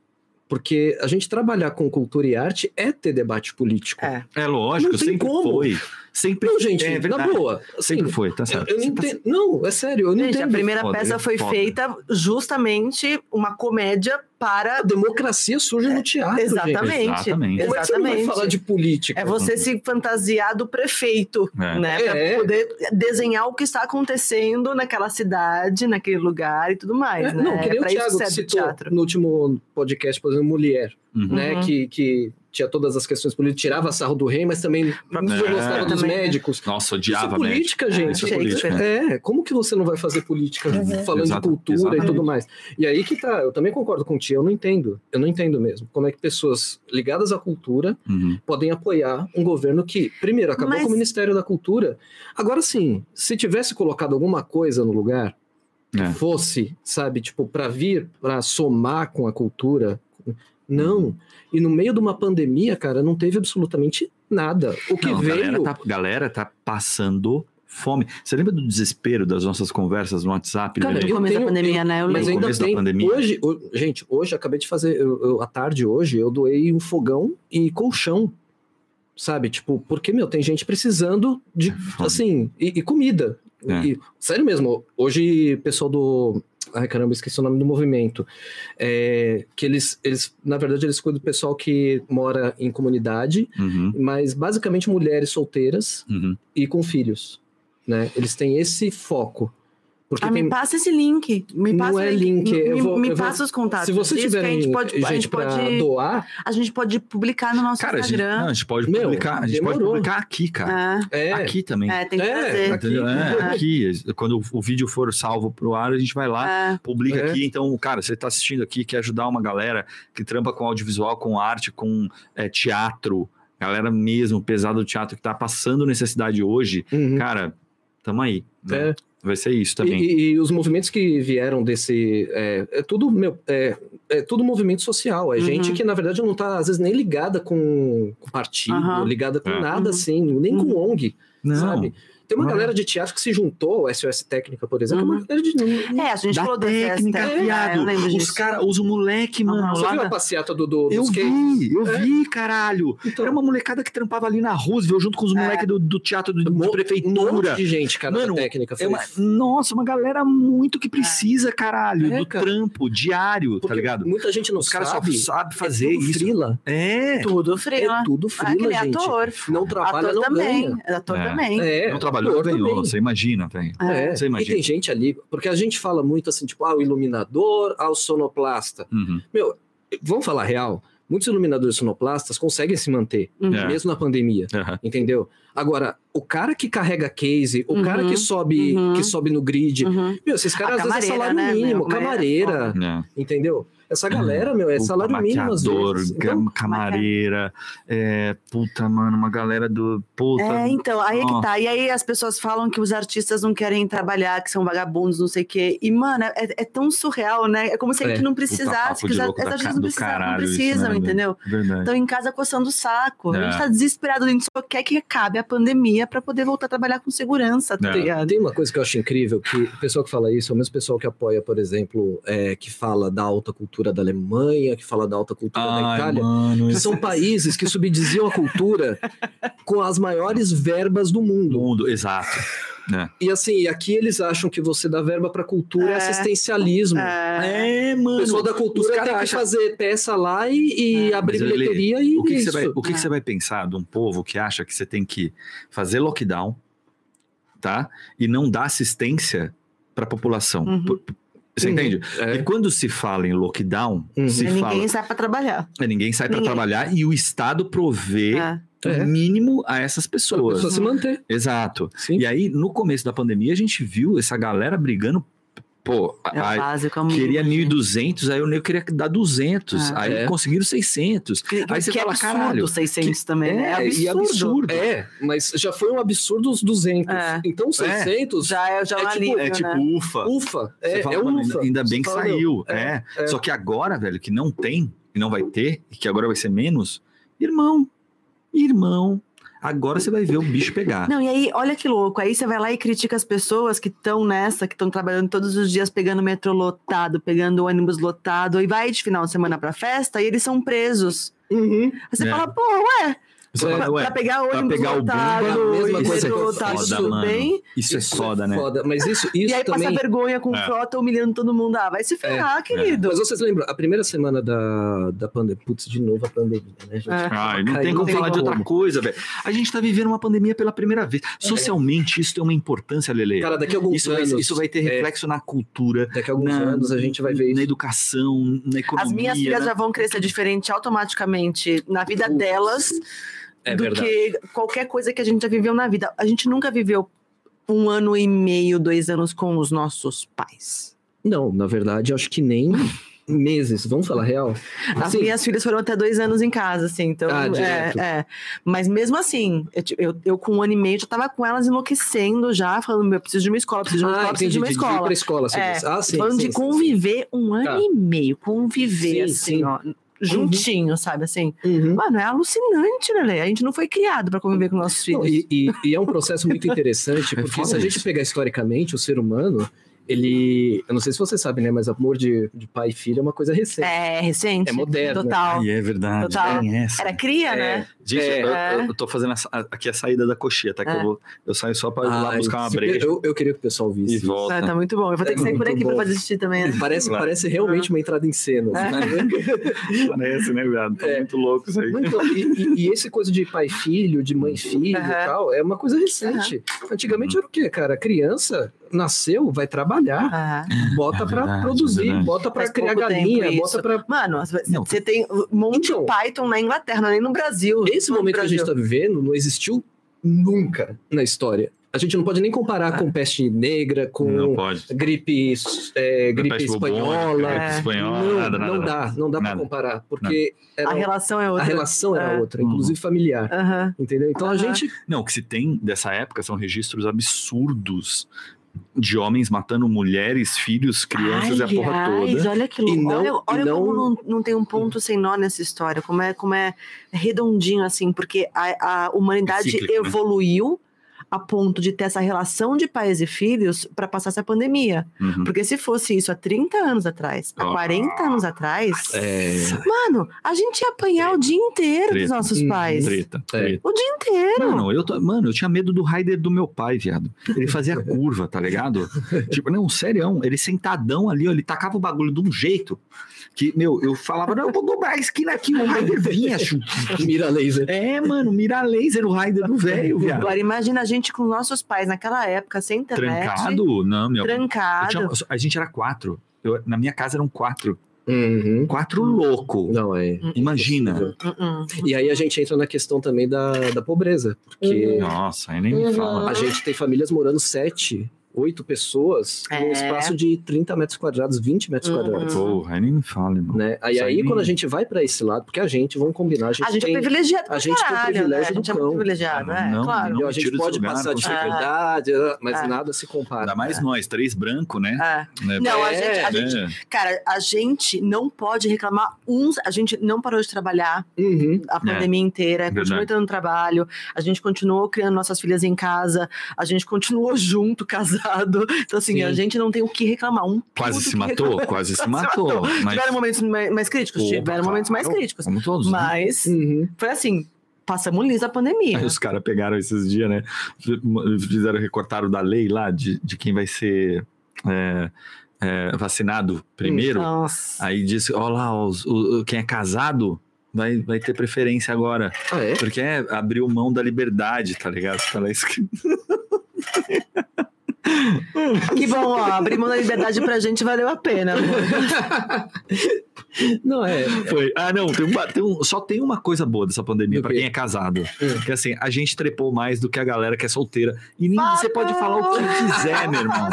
Speaker 3: Porque a gente trabalhar com cultura e arte é ter debate político.
Speaker 4: É.
Speaker 2: É lógico,
Speaker 3: Não tem
Speaker 2: sempre
Speaker 3: como.
Speaker 2: foi. Sempre
Speaker 3: Não, gente,
Speaker 2: é
Speaker 3: na
Speaker 2: verdade.
Speaker 3: boa. Assim,
Speaker 2: Sempre foi, tá
Speaker 3: eu,
Speaker 2: certo.
Speaker 3: eu não
Speaker 2: Você tá
Speaker 3: entendo. Não, é sério, eu não
Speaker 4: Gente, a
Speaker 3: entendo.
Speaker 4: primeira
Speaker 2: Foda,
Speaker 4: peça
Speaker 2: né?
Speaker 4: foi
Speaker 2: Foda.
Speaker 4: feita justamente uma comédia para.
Speaker 3: A democracia surge no teatro. gente.
Speaker 4: É, Exatamente.
Speaker 2: Exatamente.
Speaker 3: Como é que você não vai
Speaker 4: Exatamente.
Speaker 3: falar de política?
Speaker 4: É você se fantasiar do prefeito,
Speaker 2: É.
Speaker 4: né? Pra
Speaker 3: É.
Speaker 4: poder desenhar o que está acontecendo naquela cidade, naquele lugar e tudo mais,
Speaker 3: É,
Speaker 4: né?
Speaker 3: Não, que nem
Speaker 4: é
Speaker 3: o
Speaker 4: pra isso
Speaker 3: Thiago que
Speaker 4: serve o
Speaker 3: citou
Speaker 4: teatro.
Speaker 3: no último podcast, por exemplo, Mulher,
Speaker 2: Uhum.
Speaker 3: né?
Speaker 4: Uhum.
Speaker 3: Que, que tinha todas as questões políticas, tirava sarro do rei, mas também não
Speaker 2: É.
Speaker 3: gostava dos
Speaker 4: Também. né?
Speaker 3: médicos.
Speaker 2: Nossa,
Speaker 3: Isso é
Speaker 2: odiava médico.
Speaker 3: política, gente.
Speaker 2: Isso é
Speaker 4: política.
Speaker 3: É, como que você não vai fazer política
Speaker 4: Uhum.
Speaker 3: falando
Speaker 2: Exato,
Speaker 3: de cultura
Speaker 2: exatamente.
Speaker 3: e tudo mais? E aí que tá, eu também concordo com o Tia, eu não entendo. Eu não entendo mesmo. Como é que pessoas ligadas à cultura
Speaker 2: Uhum.
Speaker 3: podem apoiar um governo que, primeiro, acabou
Speaker 4: Mas-
Speaker 3: com o Ministério da Cultura. Agora sim, se tivesse colocado alguma coisa no lugar que
Speaker 2: É.
Speaker 3: fosse, sabe, tipo, para vir, para somar com a cultura. Não. E no meio de uma pandemia, cara, não teve absolutamente nada. O que
Speaker 2: Não, a galera
Speaker 3: veio.
Speaker 2: tá, galera tá passando fome. Você lembra do desespero das nossas conversas no WhatsApp?
Speaker 3: Cara,
Speaker 2: Lelê?
Speaker 4: No começo da
Speaker 3: tenho-
Speaker 4: pandemia, né? Eu
Speaker 3: um- Mas
Speaker 2: No
Speaker 4: lembro.
Speaker 3: ainda
Speaker 2: começo da
Speaker 3: tem.
Speaker 2: pandemia.
Speaker 3: Hoje, ho- gente, hoje acabei de fazer. Eu, eu- à tarde hoje, eu doei um fogão e colchão. Sabe? Tipo, porque, meu, tem gente precisando de.
Speaker 2: Fome.
Speaker 3: Assim, e, e comida.
Speaker 2: É.
Speaker 3: E- sério mesmo, hoje, pessoal do. Ai, caramba, esqueci o nome do movimento. É, que eles, eles, na verdade, eles cuidam do pessoal que mora em comunidade,
Speaker 2: Uhum,
Speaker 3: mas basicamente mulheres solteiras
Speaker 2: uhum.
Speaker 3: e com filhos. Né? Eles têm esse foco. Porque
Speaker 4: Ah,
Speaker 3: tem...
Speaker 4: me passa esse link. Me
Speaker 3: Não
Speaker 4: passa o
Speaker 3: é link,
Speaker 4: Me,
Speaker 3: eu vou-
Speaker 4: me
Speaker 3: eu vou-
Speaker 4: passa os contatos.
Speaker 3: Se você
Speaker 4: Isso que
Speaker 3: tiver
Speaker 4: a gente pode, a gente
Speaker 3: pra
Speaker 4: pode,
Speaker 3: doar,
Speaker 4: a gente pode publicar no nosso
Speaker 2: Cara, a gente, não,
Speaker 4: Instagram. Ah,
Speaker 2: a gente pode
Speaker 3: Meu,
Speaker 2: publicar, a gente pode
Speaker 3: demorou.
Speaker 2: publicar aqui, cara.
Speaker 3: é.
Speaker 2: Aqui também.
Speaker 4: É, é, tem que
Speaker 3: É,
Speaker 4: fazer.
Speaker 3: aqui.
Speaker 2: Entendeu? É, aqui. Quando o vídeo for salvo pro ar, a gente vai lá,
Speaker 4: É.
Speaker 2: publica
Speaker 3: É.
Speaker 2: aqui. Então, cara, você tá assistindo aqui, quer ajudar uma galera que trampa com audiovisual, com arte, com é, teatro, galera mesmo pesada do teatro que tá passando necessidade hoje,
Speaker 3: Uhum.
Speaker 2: cara, tamo aí. né?
Speaker 3: É.
Speaker 2: Vai ser isso
Speaker 3: E,
Speaker 2: também.
Speaker 3: e- e os movimentos que vieram desse. É, é tudo, meu, é, é tudo movimento social. É
Speaker 4: Uhum.
Speaker 3: gente que, na verdade, não tá, às vezes, nem ligada com, com partido,
Speaker 4: Aham.
Speaker 3: ligada com
Speaker 2: É.
Speaker 3: nada
Speaker 4: Uhum.
Speaker 3: assim, nem com ONG,
Speaker 2: Não,
Speaker 3: sabe? Tem uma
Speaker 2: Não é.
Speaker 3: galera de teatro que se juntou, SOS Técnica, por exemplo, é
Speaker 4: Uhum.
Speaker 3: uma galera de. Não,
Speaker 4: É, a gente
Speaker 2: da
Speaker 4: falou desse
Speaker 2: técnica,
Speaker 4: STF,
Speaker 3: né?
Speaker 2: viado.
Speaker 4: eu lembro
Speaker 2: Os
Speaker 4: disso.
Speaker 2: caras, os moleque,
Speaker 4: Aham.
Speaker 2: mano.
Speaker 4: Você
Speaker 2: lá
Speaker 3: Você viu
Speaker 2: na-
Speaker 3: a passeata do, do,
Speaker 2: Eu
Speaker 3: dos gays?
Speaker 2: vi, eu
Speaker 3: É.
Speaker 2: vi, caralho.
Speaker 3: Então,
Speaker 2: Era uma molecada que trampava ali na Roosevelt junto com os
Speaker 4: É.
Speaker 2: moleques do, do teatro do,
Speaker 3: um
Speaker 2: de
Speaker 3: monte- Um monte
Speaker 2: prefeitura.
Speaker 3: de gente, cara,
Speaker 2: Mano,
Speaker 3: da técnica.
Speaker 2: É
Speaker 3: fez.
Speaker 2: uma- nossa, uma galera muito que precisa, caralho,
Speaker 3: É,
Speaker 2: do
Speaker 3: cara.
Speaker 2: trampo diário, tá
Speaker 3: É. Porque
Speaker 2: ligado?
Speaker 3: Muita gente não
Speaker 2: Os
Speaker 3: sabe.
Speaker 2: caras só sabem fazer
Speaker 3: é tudo
Speaker 2: isso.
Speaker 3: Frila.
Speaker 2: É.
Speaker 4: Tudo frila.
Speaker 3: É tudo frila,
Speaker 4: Ah, que nem
Speaker 3: gente.
Speaker 4: ator.
Speaker 3: Não trabalha,
Speaker 4: Ator
Speaker 3: não
Speaker 4: também.
Speaker 3: ganha.
Speaker 4: Ator
Speaker 2: É.
Speaker 4: também.
Speaker 3: É,
Speaker 2: Não trabalhou,
Speaker 3: ator
Speaker 2: ganhou.
Speaker 3: também.
Speaker 2: Você imagina, tem.
Speaker 4: É.
Speaker 3: É.
Speaker 2: Você
Speaker 3: E
Speaker 2: imagina.
Speaker 3: tem gente ali, porque a gente fala muito assim, tipo, ah, o iluminador, ah, o sonoplasta.
Speaker 2: Uhum.
Speaker 3: Vamos falar real, muitos iluminadores e sonoplastas conseguem se manter,
Speaker 4: Uhum.
Speaker 2: É.
Speaker 3: mesmo na pandemia,
Speaker 2: Aham.
Speaker 3: entendeu? Agora, o cara que carrega case, o
Speaker 4: Uhum.
Speaker 3: cara que sobe,
Speaker 4: Uhum.
Speaker 3: que sobe no grid,
Speaker 4: Uhum.
Speaker 3: meu, esses caras
Speaker 4: A
Speaker 3: às vezes é
Speaker 4: camareira,
Speaker 3: salário
Speaker 4: né, meu?
Speaker 3: mínimo,
Speaker 4: Camareira é
Speaker 3: camareira,
Speaker 2: É.
Speaker 3: entendeu?
Speaker 2: Uhum.
Speaker 3: Essa galera, meu, é
Speaker 2: Puta,
Speaker 3: salário mínimo às
Speaker 2: maquiador,
Speaker 3: vezes. Então,
Speaker 2: cam- camareira, é, puta, mano, uma galera do. Puta.
Speaker 4: É, então, aí é que
Speaker 2: Ó.
Speaker 4: tá. E aí as pessoas falam que os artistas não querem trabalhar, que são vagabundos, não sei o quê. E, mano, é, é tão surreal, né? É como se a
Speaker 3: É,
Speaker 4: gente não
Speaker 2: papo
Speaker 4: precisasse,
Speaker 2: de
Speaker 4: que os ar-
Speaker 2: louco
Speaker 4: os
Speaker 2: da
Speaker 4: artistas
Speaker 2: ca-
Speaker 4: não
Speaker 2: do
Speaker 4: precisam, não
Speaker 2: caralho isso,
Speaker 4: precisam,
Speaker 2: né,
Speaker 4: entendeu?
Speaker 3: então,
Speaker 2: Verdade.
Speaker 4: Estão em casa coçando o saco. A
Speaker 2: É.
Speaker 4: gente tá desesperado, a gente só quer que acabe a pandemia pra poder voltar a trabalhar com segurança, tá
Speaker 2: É.
Speaker 4: ligado?
Speaker 3: Tem uma coisa que eu acho incrível, que o pessoal que fala isso é o mesmo pessoal que apoia, por exemplo, é, que fala da alta cultura da Alemanha, que fala da alta cultura da
Speaker 2: Ai,
Speaker 3: Itália,
Speaker 2: mano,
Speaker 3: que
Speaker 2: esse
Speaker 3: são países que subdiziam a cultura com as maiores verbas do mundo.
Speaker 2: mundo, exato.
Speaker 3: E assim, aqui eles acham que você dá verba pra cultura é
Speaker 4: É.
Speaker 3: assistencialismo.
Speaker 4: É.
Speaker 2: É,
Speaker 3: O
Speaker 2: mano.
Speaker 3: pessoal da
Speaker 2: os
Speaker 3: cultura
Speaker 2: cara
Speaker 3: tem que
Speaker 2: acha-
Speaker 3: fazer peça lá e, e
Speaker 4: É.
Speaker 3: abrir
Speaker 2: Mas, Lelê,
Speaker 3: bilheteria e
Speaker 2: O que, que
Speaker 3: isso.
Speaker 2: você vai, o que, que
Speaker 4: É.
Speaker 2: você vai pensar de um povo que acha que você tem que fazer lockdown, tá? E não dar assistência para a população.
Speaker 4: Uhum.
Speaker 2: Por- Você
Speaker 3: Uhum.
Speaker 2: entende? E
Speaker 3: É.
Speaker 2: quando se fala em lockdown,
Speaker 3: Uhum.
Speaker 2: se
Speaker 4: E
Speaker 2: fala.
Speaker 4: ninguém sai pra trabalhar.
Speaker 2: É, Ninguém sai para
Speaker 4: Ninguém.
Speaker 2: trabalhar e o Estado provê
Speaker 4: É.
Speaker 2: o
Speaker 3: É.
Speaker 2: mínimo a essas
Speaker 3: Pra
Speaker 2: pessoas.
Speaker 3: pessoa se manter.
Speaker 2: Exato.
Speaker 3: Sim.
Speaker 2: E aí, no começo da pandemia, a gente viu essa galera brigando. Pô,
Speaker 4: É o
Speaker 2: ai,
Speaker 4: básico, é o
Speaker 2: queria
Speaker 4: mínimo, gente.
Speaker 2: 1.200, aí o Neo queria dar 200,
Speaker 4: Ah.
Speaker 2: aí
Speaker 3: É.
Speaker 2: conseguiram 600.
Speaker 4: Que,
Speaker 2: Aí você
Speaker 4: que
Speaker 2: fala,
Speaker 4: absurdo, assim,
Speaker 2: caralho,
Speaker 4: 600 também. né? É,
Speaker 2: e
Speaker 4: absurdo.
Speaker 2: absurdo.
Speaker 3: É, mas já foi um absurdo os 200.
Speaker 4: É.
Speaker 3: Então, 600
Speaker 4: Já é, já é, um
Speaker 3: É tipo-
Speaker 4: alívio,
Speaker 2: É tipo,
Speaker 4: né?
Speaker 2: ufa.
Speaker 3: Ufa,
Speaker 2: Você
Speaker 3: é,
Speaker 2: fala,
Speaker 3: é um
Speaker 2: mano,
Speaker 3: ufa.
Speaker 2: Ainda
Speaker 3: Você
Speaker 2: bem que
Speaker 3: fala,
Speaker 2: saiu.
Speaker 3: não,
Speaker 2: É,
Speaker 3: é.
Speaker 2: Só que agora, velho, que não tem, e não vai ter, e que agora vai ser menos, irmão, irmão, agora você vai ver o bicho pegar.
Speaker 4: Não, e aí, olha que louco. Aí você vai lá e critica as pessoas que estão nessa, que estão trabalhando todos os dias, pegando metrô lotado, pegando ônibus lotado, e vai de final de semana pra festa, e eles são presos.
Speaker 3: Uhum.
Speaker 4: Aí você
Speaker 2: É.
Speaker 4: fala, pô, ué,
Speaker 2: Você fala,
Speaker 4: Pra,
Speaker 2: ué,
Speaker 4: pra pegar o
Speaker 2: pra
Speaker 4: ônibus
Speaker 2: pegar o
Speaker 4: lotado,
Speaker 3: Bumba, é a mesma coisa
Speaker 4: metrô,
Speaker 3: que
Speaker 4: tá
Speaker 2: foda,
Speaker 4: tudo
Speaker 2: mano.
Speaker 4: bem.
Speaker 2: isso, é foda, né?
Speaker 3: Foda. Mas isso, isso
Speaker 4: e aí
Speaker 3: também.
Speaker 4: passa vergonha com
Speaker 2: É.
Speaker 4: o Frota humilhando todo mundo. Ah, vai se ferrar, querido.
Speaker 3: Mas vocês lembram, a primeira semana da, da pandemia. Putz, de novo a pandemia, né, gente?
Speaker 4: É.
Speaker 2: Ai, não
Speaker 3: Cara,
Speaker 2: tem
Speaker 3: não
Speaker 2: como
Speaker 3: tem
Speaker 2: falar de
Speaker 3: como. É.
Speaker 2: outra coisa, velho. A gente tá vivendo uma pandemia pela primeira vez. Socialmente, isso tem uma importância, Lele.
Speaker 3: Cara, daqui a alguns
Speaker 2: É. Isso vai,
Speaker 3: anos. É,
Speaker 2: isso vai ter reflexo na cultura,
Speaker 3: Daqui a alguns
Speaker 2: na-
Speaker 3: anos a gente vai ver
Speaker 2: na
Speaker 3: isso.
Speaker 2: educação, na economia.
Speaker 4: As minhas filhas
Speaker 2: né?
Speaker 4: já vão crescer diferente automaticamente na vida
Speaker 3: Putz.
Speaker 4: delas
Speaker 3: É
Speaker 4: do
Speaker 3: verdade.
Speaker 4: que qualquer coisa que a gente já viveu na vida. A gente nunca viveu um ano e meio, dois anos com os nossos pais.
Speaker 3: Não, na verdade, acho que nem meses. Vamos falar real?
Speaker 4: As
Speaker 3: Assim,
Speaker 4: minhas filhas foram até dois anos em casa, assim, então.
Speaker 3: Ah,
Speaker 4: é,
Speaker 3: direto.
Speaker 4: é. Mas mesmo assim, eu, ti- eu, eu com um ano e meio já tava com elas enlouquecendo já, falando: meu, eu preciso de uma escola, preciso de uma escola, preciso de uma
Speaker 3: Ah, ir
Speaker 4: escola.
Speaker 3: pra escola. você
Speaker 4: É,
Speaker 3: disse. Ah, sim,
Speaker 4: falando
Speaker 3: sim,
Speaker 4: de
Speaker 3: sim,
Speaker 4: conviver um ano
Speaker 3: Tá.
Speaker 4: e meio, conviver
Speaker 3: Sim,
Speaker 4: assim,
Speaker 3: sim.
Speaker 4: ó, juntinho, sabe assim?
Speaker 3: sim. Uhum.
Speaker 4: Mano, é alucinante, né, Lê? A gente não foi criado pra conviver com nossos
Speaker 3: Não,
Speaker 4: filhos.
Speaker 3: e, e- e é um processo muito interessante,
Speaker 2: É
Speaker 3: porque
Speaker 2: foda
Speaker 3: se a gente
Speaker 2: isso.
Speaker 3: pegar historicamente o ser humano, ele. Eu não sei se você sabe, né? Mas amor de, de pai e filho é uma coisa recente.
Speaker 4: É, recente.
Speaker 3: É moderno.
Speaker 4: Total.
Speaker 2: Ai, é verdade.
Speaker 4: Total.
Speaker 2: tem essa.
Speaker 4: Era cria, né?
Speaker 2: Gente,
Speaker 3: É.
Speaker 2: eu, eu- eu tô fazendo essa- aqui a saída da coxinha, tá? Que
Speaker 4: É.
Speaker 2: eu, vou, eu saio só pra ir lá
Speaker 3: Ah,
Speaker 2: buscar é uma
Speaker 3: se-
Speaker 2: breja
Speaker 3: eu, eu queria que o pessoal
Speaker 2: e
Speaker 3: visse. isso.
Speaker 4: Ah,
Speaker 2: volta.
Speaker 4: tá muito bom. Eu vou ter
Speaker 3: É
Speaker 4: que sair por
Speaker 3: muito
Speaker 4: aqui
Speaker 3: bom.
Speaker 4: pra fazer xixi também. né?
Speaker 3: Parece,
Speaker 2: Claro.
Speaker 3: parece realmente uma entrada em né? cena.
Speaker 2: Parece, né, viado? Tá
Speaker 3: É.
Speaker 2: muito louco isso aí.
Speaker 3: Então, e, e- e esse coisa de pai e filho, de mãe e filho
Speaker 4: Aham.
Speaker 3: e tal, é uma coisa recente. Antigamente era o quê, cara? A criança nasceu, vai trabalhar,
Speaker 4: Ah.
Speaker 3: bota
Speaker 2: É
Speaker 3: pra
Speaker 2: verdade,
Speaker 3: produzir,
Speaker 2: é verdade.
Speaker 3: bota pra
Speaker 4: Faz
Speaker 3: criar
Speaker 4: pouco tempo
Speaker 3: galinha,
Speaker 4: isso.
Speaker 3: bota pra.
Speaker 4: Mano, as-
Speaker 2: Não.
Speaker 4: você tem um monte
Speaker 3: Então.
Speaker 4: de Python na Inglaterra, não é nem no Brasil.
Speaker 3: Esse
Speaker 4: Só no
Speaker 3: momento que a gente
Speaker 4: Brasil.
Speaker 3: tá vivendo não existiu nunca na história. A gente não pode nem comparar com peste negra, com
Speaker 2: É. pode.
Speaker 3: gripe, é, gripe
Speaker 2: peste
Speaker 3: espanhola.
Speaker 2: bubônica,
Speaker 4: É.
Speaker 2: gripe espanhola,
Speaker 3: Não,
Speaker 2: nada, nada,
Speaker 3: não
Speaker 2: nada.
Speaker 3: dá, não dá pra
Speaker 2: Nada.
Speaker 3: comparar, porque era-
Speaker 4: A relação é
Speaker 3: tá a
Speaker 4: outra.
Speaker 3: relação era
Speaker 4: É.
Speaker 3: outra,
Speaker 2: Uhum.
Speaker 3: inclusive familiar.
Speaker 4: Aham.
Speaker 3: Entendeu? Então a
Speaker 4: Aham.
Speaker 3: gente
Speaker 2: Não, o que se tem dessa época são registros absurdos de homens matando mulheres, filhos,
Speaker 3: é
Speaker 2: crianças e a porra
Speaker 4: Aliás,
Speaker 2: toda.
Speaker 4: Olha que
Speaker 3: E
Speaker 4: louco.
Speaker 3: não-
Speaker 4: olha olha
Speaker 3: e não-
Speaker 4: como não, não tem um ponto sem nó nessa história. Como é, como é redondinho, assim, porque a, a humanidade
Speaker 2: É cíclico, né?
Speaker 4: evoluiu a ponto de ter essa relação de pais e filhos para passar essa pandemia.
Speaker 2: Uhum.
Speaker 4: Porque se fosse isso há 30 anos atrás, há
Speaker 2: Ó.
Speaker 4: 40 anos atrás,
Speaker 3: É.
Speaker 4: mano, a gente ia apanhar o dia inteiro dos
Speaker 2: Treta.
Speaker 4: nossos
Speaker 3: Hum,
Speaker 4: pais.
Speaker 2: Treta,
Speaker 3: É.
Speaker 2: treta.
Speaker 4: O dia inteiro.
Speaker 2: Mano, eu, tô- mano, eu tinha medo do Raider do meu pai, viado. Ele fazia curva, tá ligado? tipo, não, sério, ele sentadão ali, ó, ele tacava o bagulho de um jeito que, meu, eu falava, não, eu vou dobrar a esquina aqui, o Raider vinha. chu-
Speaker 3: mira laser.
Speaker 2: É, mano, mira laser o Raider do velho, viado.
Speaker 4: Agora imagina a gente com nossos pais naquela época, sem internet.
Speaker 2: Trancado? Não, meu. eu
Speaker 4: né? Trancado.
Speaker 2: tinha- a gente era quatro. Eu- na minha casa eram quatro.
Speaker 3: Uhum.
Speaker 2: Quatro louco.
Speaker 3: Não, é.
Speaker 2: Imagina.
Speaker 4: Uh-uh.
Speaker 3: E aí a gente entra na questão também da, da pobreza, porque
Speaker 4: Uhum.
Speaker 2: Nossa, aí nem me fala.
Speaker 3: a gente tem famílias morando sete, oito pessoas num
Speaker 4: É.
Speaker 3: espaço de 30 metros quadrados, 20 metros
Speaker 4: Uhum.
Speaker 3: quadrados.
Speaker 2: Porra, aí nem me fala, irmão.
Speaker 3: Né? Aí,
Speaker 2: Isso
Speaker 3: aí
Speaker 2: aí-
Speaker 3: quando a gente vai pra esse lado, porque a gente, vamos combinar, a gente,
Speaker 4: A gente é
Speaker 3: tem.
Speaker 4: privilegiado
Speaker 3: a
Speaker 4: pra
Speaker 3: gente tem o
Speaker 4: caralho,
Speaker 3: privilégio
Speaker 4: né? A
Speaker 3: do
Speaker 4: gente é
Speaker 3: cão.
Speaker 4: muito privilegiado,
Speaker 2: Ah,
Speaker 4: é,
Speaker 2: não,
Speaker 4: claro.
Speaker 2: não.
Speaker 3: a
Speaker 2: tira
Speaker 3: gente
Speaker 2: esse
Speaker 3: pode
Speaker 2: lugar,
Speaker 3: passar
Speaker 2: com certeza.
Speaker 3: dificuldade, mas
Speaker 4: Ah. É.
Speaker 3: nada se compara.
Speaker 2: Ainda mais nós, três branco, né?
Speaker 4: É.
Speaker 2: Né,
Speaker 4: Não, a
Speaker 3: É,
Speaker 4: gente, a
Speaker 2: né?
Speaker 4: gente- cara, a gente não pode reclamar uns, a gente não parou de trabalhar
Speaker 3: Uhum.
Speaker 4: a pandemia inteira,
Speaker 2: É, verdade.
Speaker 4: continuou entrando no trabalho, a gente continuou criando nossas filhas em casa, a gente continuou junto, casado. Então assim,
Speaker 3: Sim.
Speaker 4: a gente não tem o que reclamar, um
Speaker 2: Quase
Speaker 4: puto
Speaker 2: se
Speaker 4: que
Speaker 2: matou,
Speaker 4: reclamar.
Speaker 2: quase se
Speaker 4: Se
Speaker 2: matou. Mas...
Speaker 4: Tiveram momentos mais mais críticos,
Speaker 2: Opa,
Speaker 4: tiveram momentos mais
Speaker 2: claro.
Speaker 4: críticos,
Speaker 2: Como todos, né?
Speaker 4: mas
Speaker 3: Uhum.
Speaker 4: foi assim, passamos liso a pandemia.
Speaker 2: Aí os caras pegaram esses dias, né? Fizeram, recortaram da lei lá de, de quem vai ser é, é, vacinado primeiro.
Speaker 4: Nossa.
Speaker 2: Aí disse, ó lá, os- o- o- quem é casado vai, vai ter preferência agora.
Speaker 3: Ah, é?
Speaker 2: Porque é, abriu mão da liberdade, tá ligado? Tá lá escrito.
Speaker 4: Que bom, ó, abrir mão da liberdade pra gente valeu a pena. amor.
Speaker 3: Não, é.
Speaker 2: Foi. Ah, não, tem uma- tem um- só tem uma coisa boa dessa pandemia
Speaker 3: Do
Speaker 2: pra
Speaker 3: quê?
Speaker 2: quem é casado. Que assim, a gente trepou mais do que a galera que é solteira. E nem você pode falar o que quiser, meu irmão.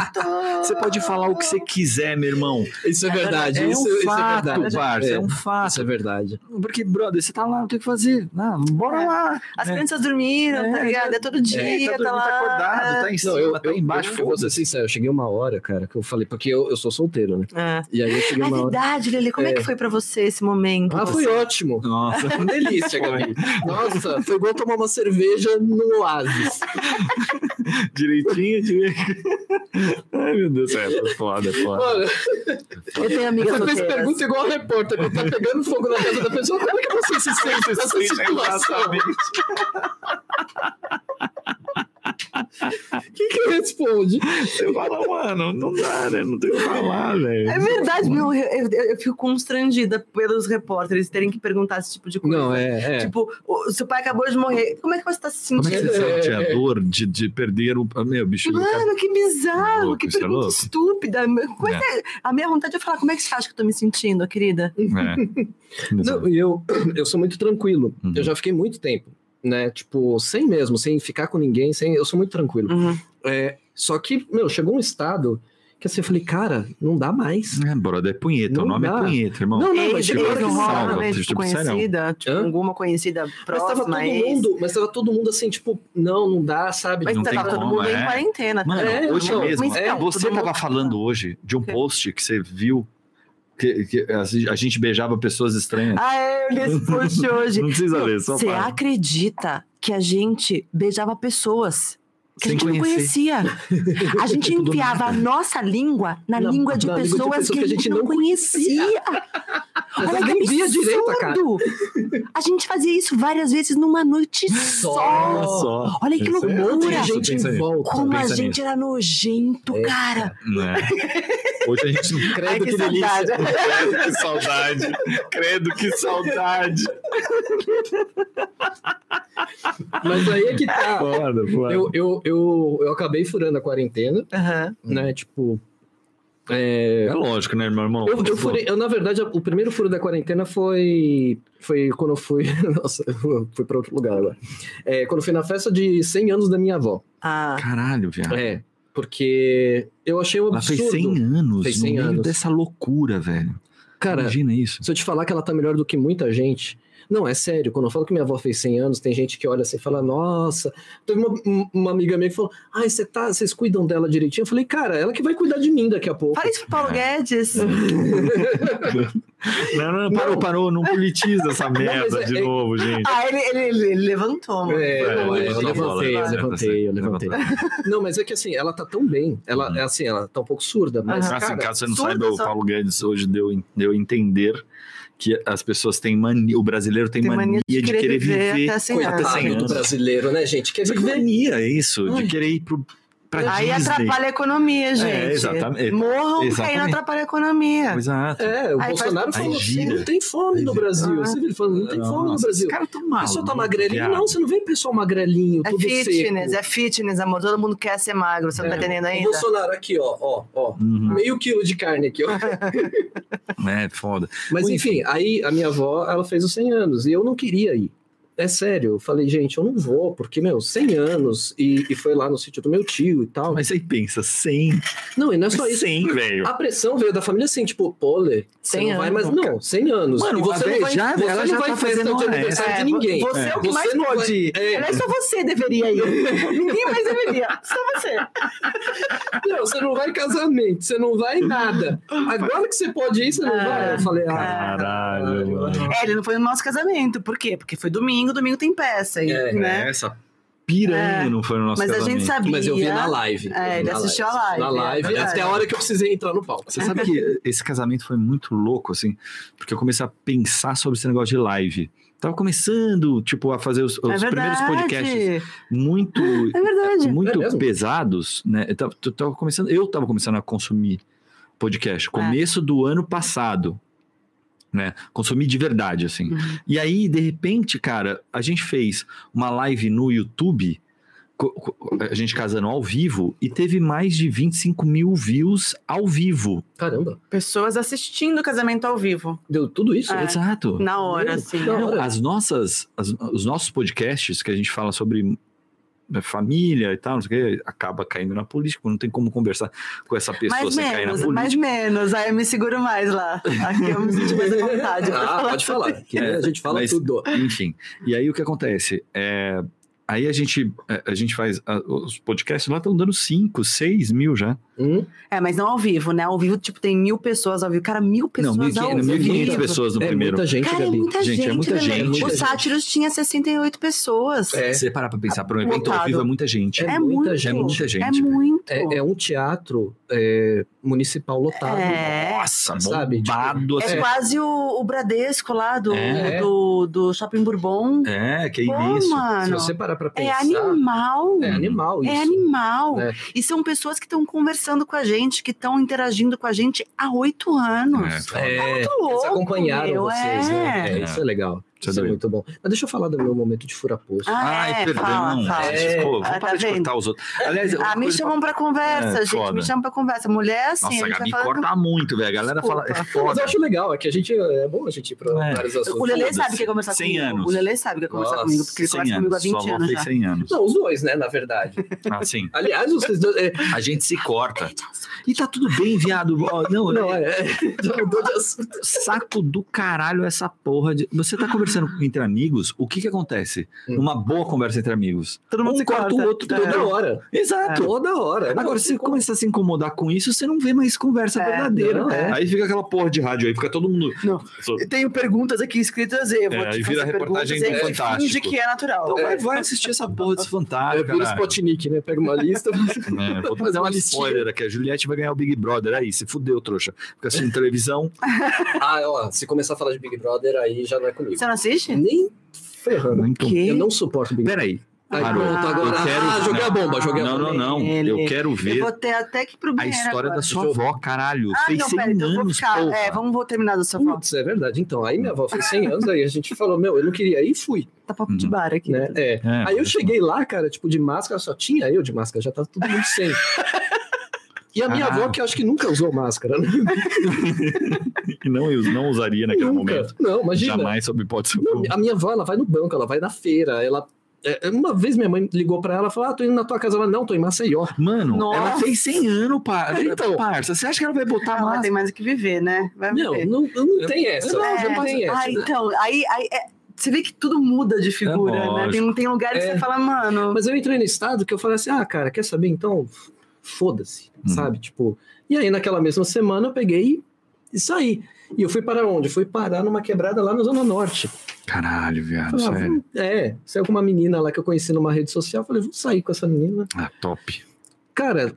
Speaker 2: Você pode falar o que você quiser, meu irmão.
Speaker 3: Isso é verdade.
Speaker 2: É um
Speaker 3: isso, isso é
Speaker 2: fato,
Speaker 3: verdade.
Speaker 2: parça, é um
Speaker 3: Isso é
Speaker 2: fato.
Speaker 3: verdade.
Speaker 2: Porque, brother, você tá lá, não tem o que fazer. Ah, bora
Speaker 4: É.
Speaker 2: lá.
Speaker 4: As
Speaker 2: né?
Speaker 4: crianças dormiram,
Speaker 2: É,
Speaker 4: tá ligado? É todo
Speaker 2: É,
Speaker 4: dia,
Speaker 2: tá,
Speaker 4: tá
Speaker 2: dormindo, tá
Speaker 4: lá.
Speaker 2: acordado, tá em cima,
Speaker 3: eu-
Speaker 2: tá
Speaker 3: eu-
Speaker 2: embaixo.
Speaker 3: eu vou vou ser sincero, eu cheguei uma hora, cara, que eu falei, porque eu, eu sou solteiro, né?
Speaker 4: É.
Speaker 3: E aí eu cheguei
Speaker 4: É
Speaker 3: uma hora.
Speaker 4: verdade, Lili, como é.
Speaker 3: É.
Speaker 4: que foi pra você esse momento?
Speaker 3: Ah, foi
Speaker 4: Você-
Speaker 3: ótimo.
Speaker 2: Nossa.
Speaker 3: Uma delícia, Gabi. Nossa, foi igual tomar uma cerveja no Oasis.
Speaker 2: Direitinho, direitinho. Ai, meu Deus, é é foda, é foda.
Speaker 3: Mano,
Speaker 4: Eu tenho amigas
Speaker 3: você fez
Speaker 4: solteiras.
Speaker 3: pergunta igual a repórter, que tá pegando fogo na casa da pessoa. Como é que você se sente nessa situação? Quem que responde?
Speaker 2: Você fala, mano, não dá, né? Não tem o que falar, velho.
Speaker 4: É verdade, meu, eu, eu- eu fico constrangida pelos repórteres terem que perguntar esse tipo de coisa.
Speaker 3: Não, é. é.
Speaker 4: Tipo, o seu pai acabou de morrer. Como é que você tá se
Speaker 2: Como é que
Speaker 4: sentindo?
Speaker 2: você
Speaker 3: É,
Speaker 2: sente
Speaker 3: é,
Speaker 2: a
Speaker 3: é.
Speaker 2: dor de, de perder o. ah, Meu, bicho. cara-
Speaker 4: Mano, que bizarro,
Speaker 2: Louco,
Speaker 4: que
Speaker 2: isso é
Speaker 4: pergunta
Speaker 2: louco.
Speaker 4: estúpida. Como é que- A minha vontade é falar, como é que você acha que eu tô me sentindo, querida?
Speaker 2: É.
Speaker 3: Não, e eu, eu sou muito tranquilo.
Speaker 2: Uhum.
Speaker 3: Eu já fiquei muito tempo, né? Tipo, sem mesmo, sem ficar com ninguém, sem. Eu sou muito tranquilo.
Speaker 2: Uhum.
Speaker 3: É, só que, meu, chegou um estado que assim, eu falei, cara, não dá mais.
Speaker 2: É, brother, é punheta. o
Speaker 3: Não
Speaker 2: nome
Speaker 3: dá.
Speaker 2: é punheta, irmão.
Speaker 3: não,
Speaker 4: Ex,
Speaker 3: mas
Speaker 4: ex,
Speaker 3: chegou hora que
Speaker 4: rola
Speaker 2: salva,
Speaker 4: também, tipo,
Speaker 2: tipo, sério.
Speaker 4: conhecida, tipo,
Speaker 3: Hã?
Speaker 4: alguma conhecida
Speaker 3: Mas
Speaker 4: próxima. é
Speaker 3: tava, todo
Speaker 4: ex.
Speaker 3: mundo, mas tava todo mundo assim, tipo, não, não dá, sabe?
Speaker 4: Mas
Speaker 2: Não tem
Speaker 4: tava todo
Speaker 2: como,
Speaker 4: mundo
Speaker 2: é.
Speaker 4: em quarentena.
Speaker 2: Mano,
Speaker 4: também.
Speaker 3: É,
Speaker 2: hoje
Speaker 3: não,
Speaker 2: mesmo.
Speaker 4: mas então,
Speaker 2: você
Speaker 4: todo
Speaker 2: tava
Speaker 4: mundo-
Speaker 2: falando hoje de um
Speaker 4: Quê?
Speaker 2: post que você viu que, que a gente beijava pessoas estranhas.
Speaker 4: Ah, é, eu li esse post hoje.
Speaker 2: não precisa ler, só
Speaker 4: Você
Speaker 2: para.
Speaker 4: acredita que a gente beijava pessoas que
Speaker 2: Sem
Speaker 4: a gente não conhecia? A gente
Speaker 2: Do
Speaker 4: enfiava a nossa língua na,
Speaker 3: Na-
Speaker 4: língua de
Speaker 3: na língua de
Speaker 4: pessoas que, a gente não conhecia.
Speaker 3: Mas
Speaker 4: Olha
Speaker 3: eu
Speaker 4: que
Speaker 3: nem via direito a cara.
Speaker 4: absurdo! A gente fazia isso várias vezes numa noite
Speaker 3: Só.
Speaker 4: só.
Speaker 2: Olha só.
Speaker 4: Olha que
Speaker 2: Isso é-
Speaker 4: loucura!
Speaker 3: Tem gente
Speaker 2: Pensa
Speaker 3: em
Speaker 2: nisso.
Speaker 3: volta.
Speaker 4: Como a
Speaker 2: Pensa
Speaker 4: gente era nojento,
Speaker 3: É,
Speaker 4: cara.
Speaker 2: Né? Hoje a gente.
Speaker 3: Credo,
Speaker 4: Ai,
Speaker 3: que,
Speaker 4: que
Speaker 3: delícia.
Speaker 4: saudade.
Speaker 2: Credo que saudade! Credo que saudade!
Speaker 3: Mas aí é que tá.
Speaker 2: Foda, foda.
Speaker 3: Eu, eu, eu, eu acabei furando a quarentena,
Speaker 4: Aham.
Speaker 3: né? Tipo. é,
Speaker 2: É lógico, né, meu irmão?
Speaker 3: Eu, eu furei- eu, na verdade, o primeiro furo da quarentena foi. Foi quando eu fui. Nossa, eu fui pra outro lugar agora. É, quando eu fui na festa de 100 anos da minha avó.
Speaker 4: Ah,
Speaker 2: Caralho, viado.
Speaker 3: É. Porque eu achei um
Speaker 2: Ela fez
Speaker 3: absurdo.
Speaker 2: 100 anos.
Speaker 3: Fez
Speaker 2: no
Speaker 3: 100
Speaker 2: meio
Speaker 3: anos.
Speaker 2: dessa loucura, velho.
Speaker 3: Cara,
Speaker 2: Imagina isso.
Speaker 3: se eu te falar que ela tá melhor do que muita gente. Não, é sério. Quando eu falo que minha avó fez 100 anos, tem gente que olha assim e fala, nossa. Teve uma, um- uma amiga minha que falou, ai, você tá, vocês cuidam dela direitinho? Eu falei, cara, ela que vai cuidar de mim daqui a pouco.
Speaker 4: fala isso pro Paulo
Speaker 2: É.
Speaker 4: Guedes.
Speaker 2: Não, não,
Speaker 3: Não.
Speaker 2: parou, parou. Não politiza essa merda
Speaker 3: mas é-
Speaker 2: de
Speaker 3: é-
Speaker 2: novo, gente.
Speaker 4: Ah, ele, ele- ele levantou. mano.
Speaker 3: É,
Speaker 2: É,
Speaker 3: não, é, eu
Speaker 2: levantou a bola,
Speaker 3: levantei, eu
Speaker 2: né?
Speaker 3: levantei, eu
Speaker 2: Levantou.
Speaker 3: levantei. Não, mas é que assim, ela tá tão bem. Ela
Speaker 2: Uhum.
Speaker 3: é assim, ela tá um pouco surda, mas.
Speaker 4: Aham.
Speaker 2: Nossa,
Speaker 3: cara,
Speaker 2: assim, caso você não
Speaker 4: surda
Speaker 2: saiba, o
Speaker 4: só.
Speaker 2: Paulo Guedes hoje deu, deu a entender que as pessoas têm mania, o brasileiro tem,
Speaker 4: Tem
Speaker 2: mania, de querer, viver.
Speaker 4: até 100
Speaker 3: coitado
Speaker 4: anos.
Speaker 2: até 100
Speaker 3: do
Speaker 2: anos.
Speaker 3: brasileiro, né, gente? Quer
Speaker 2: Só que
Speaker 3: viver.
Speaker 2: mania é isso, de
Speaker 3: Ai.
Speaker 2: querer ir pro, pra
Speaker 4: Aí
Speaker 2: Disney.
Speaker 4: atrapalha a economia, gente.
Speaker 2: exatamente.
Speaker 4: Morram porque aí não
Speaker 2: É, Exatamente.
Speaker 4: atrapalha a economia.
Speaker 2: Exato.
Speaker 3: É, o
Speaker 4: Aí faz-
Speaker 3: Bolsonaro
Speaker 4: Aí
Speaker 3: falou assim:
Speaker 2: gira.
Speaker 3: não tem fome
Speaker 2: Aí
Speaker 3: no
Speaker 2: gira.
Speaker 3: Brasil.
Speaker 4: Ah.
Speaker 3: Você viu ele falando, não tem fome no
Speaker 2: Nossa,
Speaker 3: Brasil.
Speaker 2: Esse cara tá
Speaker 3: O
Speaker 2: mal.
Speaker 3: pessoal tá magrelinho. Não, você não vê pessoal magrelinho,
Speaker 4: É
Speaker 3: tudo
Speaker 4: fitness,
Speaker 3: seco.
Speaker 4: é fitness, amor. Todo mundo quer ser magro, você não
Speaker 2: É.
Speaker 4: tá entendendo
Speaker 3: O
Speaker 4: ainda?
Speaker 3: Bolsonaro aqui, ó, ó, ó.
Speaker 2: Uhum.
Speaker 3: Meio quilo de carne aqui, ó.
Speaker 2: É, foda.
Speaker 3: Mas
Speaker 2: Ui.
Speaker 3: enfim, aí a minha avó, ela fez os 100 anos e eu não queria ir. É sério, eu falei, gente, eu não vou, porque, meu, 100 anos e, e foi lá no sítio do meu tio e tal.
Speaker 2: Mas aí pensa, 100.
Speaker 3: Não, e não é só isso.
Speaker 2: 100, velho.
Speaker 3: A pressão veio da família assim, tipo, pole, você
Speaker 4: 100
Speaker 3: não vai
Speaker 4: anos,
Speaker 3: mais, não, 100 anos.
Speaker 2: Mano,
Speaker 3: e
Speaker 2: a
Speaker 3: você não
Speaker 2: velha
Speaker 3: vai,
Speaker 2: já-
Speaker 3: você
Speaker 2: ela
Speaker 3: não
Speaker 2: já
Speaker 3: vai
Speaker 2: tá
Speaker 3: em festa
Speaker 2: fazendo
Speaker 3: de
Speaker 2: uma-
Speaker 3: aniversário
Speaker 4: É,
Speaker 3: de ninguém.
Speaker 4: Você é, o que
Speaker 3: Você
Speaker 4: mais
Speaker 3: não
Speaker 4: pode ir. é
Speaker 3: vai- é.
Speaker 4: Aliás, só você deveria ir. Ninguém mais deveria. Só você.
Speaker 3: Não, você não vai em casamento, você não vai em nada. Agora que você pode ir, você não
Speaker 4: Ah,
Speaker 3: vai. Eu falei, ah,
Speaker 2: Caralho, mano.
Speaker 4: É, ele não foi no nosso casamento. Por quê? Porque foi domingo, domingo tem peça. e-
Speaker 3: É,
Speaker 4: né?
Speaker 2: Essa piranha
Speaker 4: É.
Speaker 2: não foi no nosso
Speaker 4: Mas a
Speaker 2: casamento.
Speaker 4: gente sabia. É,
Speaker 3: mas eu vi na live. eu vi
Speaker 4: ele
Speaker 3: na
Speaker 4: assistiu a live,
Speaker 3: Na
Speaker 4: é
Speaker 3: live,
Speaker 4: verdade.
Speaker 3: até a hora que eu precisei entrar no palco.
Speaker 2: Você sabe que esse casamento foi muito louco, assim, porque eu comecei a pensar sobre esse negócio de live. Tava começando, tipo, a fazer os, os
Speaker 4: é
Speaker 2: primeiros
Speaker 4: verdade.
Speaker 2: podcasts muito,
Speaker 4: É verdade.
Speaker 2: muito
Speaker 3: É mesmo?
Speaker 2: pesados, né? Eu tava, eu tava começando, eu tava começando a consumir
Speaker 4: É.
Speaker 2: podcast, começo do ano passado, né? Consumi de verdade, assim.
Speaker 4: Uhum.
Speaker 2: E aí, de repente, cara, a gente fez uma live no YouTube, co- co- a gente casando ao vivo, e teve mais de 25 mil views ao vivo.
Speaker 3: Caramba,
Speaker 4: Pessoas assistindo o casamento ao vivo.
Speaker 3: deu tudo isso?
Speaker 4: É.
Speaker 2: Exato.
Speaker 4: Na hora,
Speaker 3: Meu,
Speaker 4: assim.
Speaker 3: da hora.
Speaker 2: As nossas, as- os nossos podcasts que a gente fala sobre né, família e tal, não sei o que, acaba caindo na política, não tem como conversar com essa pessoa
Speaker 4: Mais
Speaker 2: sem cair na
Speaker 4: menos,
Speaker 2: política.
Speaker 4: mais menos. Aí eu me seguro mais lá. Aqui eu me sinto mais à vontade. pra
Speaker 3: Ah, pode falar. que
Speaker 2: É,
Speaker 3: a gente fala
Speaker 2: mas-
Speaker 3: tudo.
Speaker 2: Enfim. E aí o que acontece? É, Aí a gente, a- a gente faz. a- os podcasts lá estão dando 5, 6 mil já.
Speaker 3: Hum?
Speaker 4: É, mas não ao vivo, né? Ao vivo, tipo, tem mil pessoas ao vivo. Cara, mil pessoas
Speaker 2: não,
Speaker 4: ao
Speaker 2: 1.500
Speaker 4: vivo.
Speaker 2: 1.500 pessoas no
Speaker 3: É
Speaker 2: primeiro.
Speaker 3: muita gente,
Speaker 4: Cara, é
Speaker 3: Gabi.
Speaker 4: muita
Speaker 2: Gente,
Speaker 4: gente,
Speaker 2: é muita
Speaker 4: né?
Speaker 2: gente.
Speaker 4: O
Speaker 3: Muita
Speaker 4: Sátiros tinha 68 pessoas.
Speaker 3: É,
Speaker 2: Se você parar pra pensar, para um evento ao
Speaker 4: Lotado.
Speaker 2: vivo é muita gente.
Speaker 3: É
Speaker 4: É
Speaker 3: muita
Speaker 4: muito.
Speaker 2: É
Speaker 3: gente.
Speaker 2: muita gente.
Speaker 4: É muito.
Speaker 3: É, é um teatro é, municipal lotado.
Speaker 4: É.
Speaker 2: Nossa,
Speaker 3: Sabe, tipo,
Speaker 2: bombado
Speaker 4: É
Speaker 2: assim.
Speaker 4: quase o, o Bradesco lá do,
Speaker 2: É.
Speaker 4: do, do Shopping Bourbon.
Speaker 2: É, que
Speaker 4: Pô,
Speaker 2: isso.
Speaker 3: Se
Speaker 4: mano.
Speaker 3: você parar pra
Speaker 4: É
Speaker 3: pensar.
Speaker 4: animal.
Speaker 3: É animal isso.
Speaker 4: É animal.
Speaker 3: É.
Speaker 4: E são pessoas que estão conversando com a gente, que estão interagindo com a gente há oito anos.
Speaker 2: É,
Speaker 3: É,
Speaker 4: Tá Muito louco,
Speaker 3: eles acompanharam
Speaker 4: meu,
Speaker 3: vocês, né?
Speaker 4: é.
Speaker 3: É, isso é legal.
Speaker 2: Isso é
Speaker 3: Isso, é
Speaker 2: doido.
Speaker 3: muito bom. Mas deixa eu falar do meu momento de furaposto.
Speaker 4: Ah,
Speaker 2: Ai,
Speaker 4: é,
Speaker 2: perdão.
Speaker 4: fala, fala.
Speaker 2: É, Pô, vou
Speaker 4: Ah, tá
Speaker 2: parar de
Speaker 4: vendo?
Speaker 2: cortar os outros. Aliás, é uma
Speaker 4: Ah, me
Speaker 2: coisa-
Speaker 4: chamam pra conversa,
Speaker 2: É,
Speaker 4: gente.
Speaker 2: foda.
Speaker 4: Me chamam pra conversa. Mulher, assim,
Speaker 2: Nossa,
Speaker 4: a
Speaker 2: a
Speaker 4: gente
Speaker 2: Gabi
Speaker 4: vai falando.
Speaker 2: corta muito, velho. A galera fala. É
Speaker 4: Desculpa.
Speaker 3: Mas
Speaker 2: foda.
Speaker 3: eu acho legal, é que a gente é bom a gente ir pra
Speaker 2: É.
Speaker 3: vários
Speaker 4: O
Speaker 3: assuntos.
Speaker 4: Lelê
Speaker 2: Foda-se.
Speaker 4: sabe o que é conversar
Speaker 2: 100
Speaker 4: comigo.
Speaker 2: anos.
Speaker 4: O Lelê sabe o que é conversar
Speaker 3: Nossa,
Speaker 4: comigo, porque ele
Speaker 2: 100
Speaker 4: conversa comigo há
Speaker 2: anos,
Speaker 4: 20
Speaker 2: só
Speaker 4: anos
Speaker 2: voltei
Speaker 4: já.
Speaker 2: 100 anos.
Speaker 3: Não, os dois, né, na verdade.
Speaker 2: Ah, sim.
Speaker 3: Aliás, vocês dois. é,
Speaker 2: A gente se corta. E tá tudo bem, viado. Ó, não,
Speaker 3: não,
Speaker 2: é-
Speaker 3: é. é mudou de assunto.
Speaker 2: Saco do caralho essa porra de. Você tá conversando entre amigos, o que que acontece?
Speaker 3: Hum.
Speaker 2: Uma boa conversa entre amigos.
Speaker 4: Todo mundo
Speaker 2: um
Speaker 4: se
Speaker 2: corta,
Speaker 4: corta.
Speaker 2: o outro
Speaker 3: Toda
Speaker 2: toda hora.
Speaker 3: hora.
Speaker 2: Exato.
Speaker 3: Toda hora.
Speaker 2: Agora, se você começar a se incomodar com isso, você não vê mais conversa
Speaker 4: É,
Speaker 2: verdadeira.
Speaker 3: não, é.
Speaker 2: Aí fica aquela porra de rádio aí, fica todo mundo.
Speaker 4: Não.
Speaker 2: Só-
Speaker 4: Eu tenho perguntas aqui escritas e eu vou
Speaker 2: É,
Speaker 4: te
Speaker 2: aí
Speaker 4: fazer
Speaker 2: vira a reportagem
Speaker 4: perguntas
Speaker 2: do
Speaker 4: e a gente
Speaker 2: Fantástico.
Speaker 4: finge que é natural.
Speaker 2: Então vai, vai assistir essa porra desse
Speaker 3: É
Speaker 2: fantástico.
Speaker 3: pelo
Speaker 2: caralho.
Speaker 3: Spotnik, né? Pega uma lista.
Speaker 2: É, vou fazer uma spoiler aqui. A Juliette vai ganhar o Big Brother. Aí, se fudeu, trouxa. Fica assistindo televisão.
Speaker 3: ah, ó, se começar a falar de Big Brother, aí já não é comigo.
Speaker 4: Você não assiste?
Speaker 3: Nem ferrando.
Speaker 2: Então,
Speaker 4: Que?
Speaker 3: Eu não suporto Big Brother.
Speaker 2: Peraí.
Speaker 3: Aí
Speaker 2: Parou.
Speaker 3: pronto, Tá agora.
Speaker 2: Eu quero-
Speaker 3: Ah, joguei a bomba, joguei a
Speaker 2: Não,
Speaker 3: bomba.
Speaker 2: não, não.
Speaker 4: Ele-
Speaker 2: Eu quero
Speaker 4: Eu
Speaker 2: ver
Speaker 4: vou ter até que ir pro
Speaker 2: a
Speaker 4: banheiro
Speaker 2: história
Speaker 4: agora.
Speaker 2: da sua avó, caralho.
Speaker 4: Ah,
Speaker 2: Fez
Speaker 4: não,
Speaker 2: 100
Speaker 4: pera, então eu vou
Speaker 2: anos,
Speaker 4: ficar.
Speaker 2: porra. Hum.
Speaker 4: É, vamos vou terminar da sua avó.
Speaker 3: Putz, é verdade. Então, aí minha avó fez 100 anos, aí a gente falou, meu, eu não queria ir e fui,
Speaker 4: Tá papo de
Speaker 2: Uhum.
Speaker 4: bar aqui.
Speaker 3: né? É.
Speaker 2: É,
Speaker 3: Aí eu cheguei lá, cara, tipo, de máscara, só tinha eu de máscara, já tava todo mundo sem. E a minha
Speaker 2: Caralho.
Speaker 3: avó, que eu acho que nunca usou máscara, né?
Speaker 2: E não, eu não usaria naquele
Speaker 3: nunca.
Speaker 2: momento.
Speaker 3: Não, imagina.
Speaker 2: Jamais, sob hipótese
Speaker 3: Não,
Speaker 2: alguma.
Speaker 3: a minha avó, ela vai no banco, ela vai na feira, ela... é, Uma vez minha mãe ligou pra ela e falou, ah, tô indo na tua casa. Ela, não, tô em Maceió.
Speaker 2: Mano,
Speaker 4: Nossa.
Speaker 2: ela fez 100 anos, par...
Speaker 3: Então.
Speaker 2: parça. Você acha que ela vai
Speaker 4: Ah,
Speaker 2: botar
Speaker 4: mas tem
Speaker 2: máscara?
Speaker 4: mais o que viver, né? Vai
Speaker 3: Não,
Speaker 4: viver.
Speaker 3: não, não tem essa.
Speaker 4: É.
Speaker 3: Não, tem essa.
Speaker 4: Ah, então, aí, aí é, você vê que tudo muda de figura,
Speaker 2: É
Speaker 4: né? Tem, tem lugar que
Speaker 3: É.
Speaker 4: você fala, mano.
Speaker 3: Mas eu entrei no estado que eu falei assim, ah, cara, quer saber? Então, foda-se,
Speaker 2: Uhum.
Speaker 3: sabe? Tipo, e aí naquela mesma semana eu peguei e saí. E eu fui para onde? Fui parar numa quebrada lá na Zona Norte.
Speaker 2: Caralho, viado,
Speaker 3: Falei, ah,
Speaker 2: sério.
Speaker 3: vou- é, saiu com uma menina lá que eu conheci numa rede social, falei, vou sair com essa menina.
Speaker 2: Ah, top.
Speaker 3: Cara,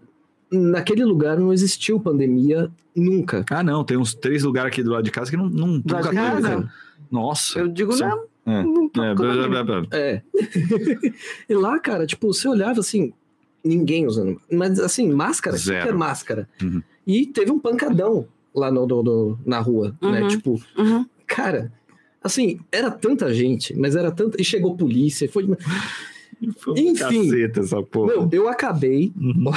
Speaker 3: naquele lugar não existiu pandemia nunca.
Speaker 2: Ah, não, tem uns três lugares aqui do lado de casa que não, não
Speaker 4: Do lado
Speaker 2: nunca
Speaker 4: de
Speaker 2: teve,
Speaker 4: casa?
Speaker 2: cara. Nossa.
Speaker 4: Eu digo,
Speaker 2: Sim.
Speaker 4: não. um
Speaker 2: É.
Speaker 4: não tô
Speaker 2: É,
Speaker 4: com
Speaker 2: blá,
Speaker 4: medo.
Speaker 2: blá, blá, blá.
Speaker 3: É. e lá, cara, tipo, você olhava assim, ninguém usando. Mas assim, máscara,
Speaker 2: Zero.
Speaker 3: super máscara.
Speaker 2: Uhum.
Speaker 3: E teve um pancadão lá no, no- no- na rua, né?
Speaker 4: Uhum.
Speaker 3: Tipo,
Speaker 4: Uhum.
Speaker 3: cara, assim, era tanta gente, mas era tanta. E chegou polícia, foi.
Speaker 2: Foi um
Speaker 3: Enfim.
Speaker 2: Caceta essa porra.
Speaker 3: Meu, eu acabei,
Speaker 2: Uhum.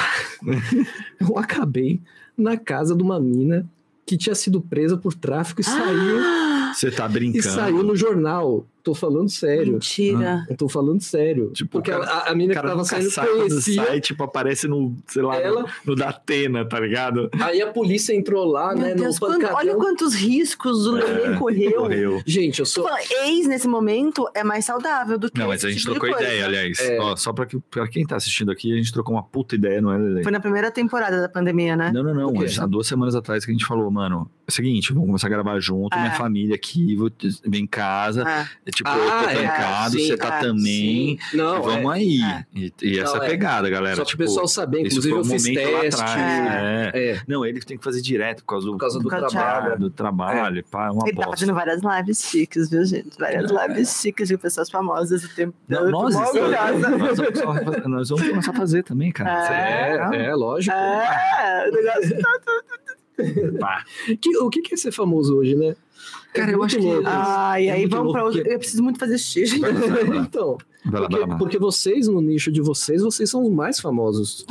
Speaker 3: eu acabei na casa de uma mina que tinha sido presa por tráfico e saiu.
Speaker 4: Ah,
Speaker 2: Você tá
Speaker 3: E
Speaker 2: brincando.
Speaker 3: saiu no jornal. Tô falando sério.
Speaker 4: Mentira.
Speaker 3: Eu tô falando sério.
Speaker 2: Tipo,
Speaker 3: Porque
Speaker 2: o cara-
Speaker 3: a, a mina que tava saindo conhecia
Speaker 2: sai, tipo, aparece no, sei lá,
Speaker 3: ela.
Speaker 2: no Datena, tá ligado?
Speaker 3: Aí a polícia entrou lá, né?
Speaker 4: Meu Deus,
Speaker 3: no
Speaker 4: quanto-
Speaker 3: pancadão.
Speaker 4: olha quantos riscos o Lelê correu.
Speaker 2: É. Correu.
Speaker 3: Gente, eu sou.
Speaker 4: Fã, Ex, nesse momento, é mais saudável do que.
Speaker 2: Não, mas
Speaker 4: esse
Speaker 2: a gente
Speaker 4: tipo de
Speaker 2: trocou
Speaker 4: coisa.
Speaker 2: ideia, aliás.
Speaker 3: É.
Speaker 2: Ó, só pra, que, pra quem tá assistindo aqui, a gente trocou uma puta ideia, não é, Lelê?
Speaker 4: Foi na primeira temporada da pandemia, né?
Speaker 2: Não, não, não.
Speaker 3: O quê?
Speaker 2: Há duas semanas atrás que a gente falou, mano, é o seguinte, vamos começar a gravar junto, minha
Speaker 3: É.
Speaker 4: Ah.
Speaker 2: família aqui, vou te- vem em casa,
Speaker 4: Ah,
Speaker 2: é tipo,
Speaker 3: Ah,
Speaker 2: eu tô
Speaker 3: é,
Speaker 2: trancado,
Speaker 3: sim,
Speaker 2: você tá
Speaker 4: ah,
Speaker 2: também.
Speaker 3: Sim. Não, é.
Speaker 2: vamos aí.
Speaker 4: é.
Speaker 2: E, e
Speaker 3: Não,
Speaker 2: essa
Speaker 3: é.
Speaker 2: pegada, galera.
Speaker 3: só pro
Speaker 2: tipo,
Speaker 3: pessoal saber.
Speaker 2: isso
Speaker 3: Inclusive,
Speaker 2: foi
Speaker 3: eu
Speaker 2: um
Speaker 3: fiz
Speaker 2: momento lá
Speaker 3: teste.
Speaker 2: atrás. É.
Speaker 3: É,
Speaker 2: Não, ele tem que fazer direto por causa do,
Speaker 3: por causa do
Speaker 4: Por causa do
Speaker 3: trabalho.
Speaker 2: do trabalho, pá, é uma
Speaker 4: ele tá
Speaker 2: bosta.
Speaker 4: fazendo várias lives chiques, viu, gente? Várias lives chiques de pessoas famosas o tempo
Speaker 2: Não,
Speaker 4: todo.
Speaker 2: nós,
Speaker 4: Mó
Speaker 3: é
Speaker 4: orgulhosa.
Speaker 2: estamos, né? nós, vamos só refazer- nós vamos começar a fazer também, cara.
Speaker 3: É, é, lógico.
Speaker 4: É, o negócio tá
Speaker 2: Pá.
Speaker 3: Que- o que que é ser famoso hoje, né?
Speaker 2: Cara, eu
Speaker 3: muito
Speaker 2: acho que-
Speaker 3: louco.
Speaker 4: Ai,
Speaker 2: É
Speaker 4: aí
Speaker 2: muito
Speaker 4: vamos pra
Speaker 2: louco
Speaker 4: outro. Eu preciso muito fazer xixi.
Speaker 2: Vai lá, vai lá.
Speaker 3: então,
Speaker 2: Vai lá, vai
Speaker 3: porque,
Speaker 2: lá, vai lá.
Speaker 3: porque vocês, no nicho de vocês, vocês são os mais famosos.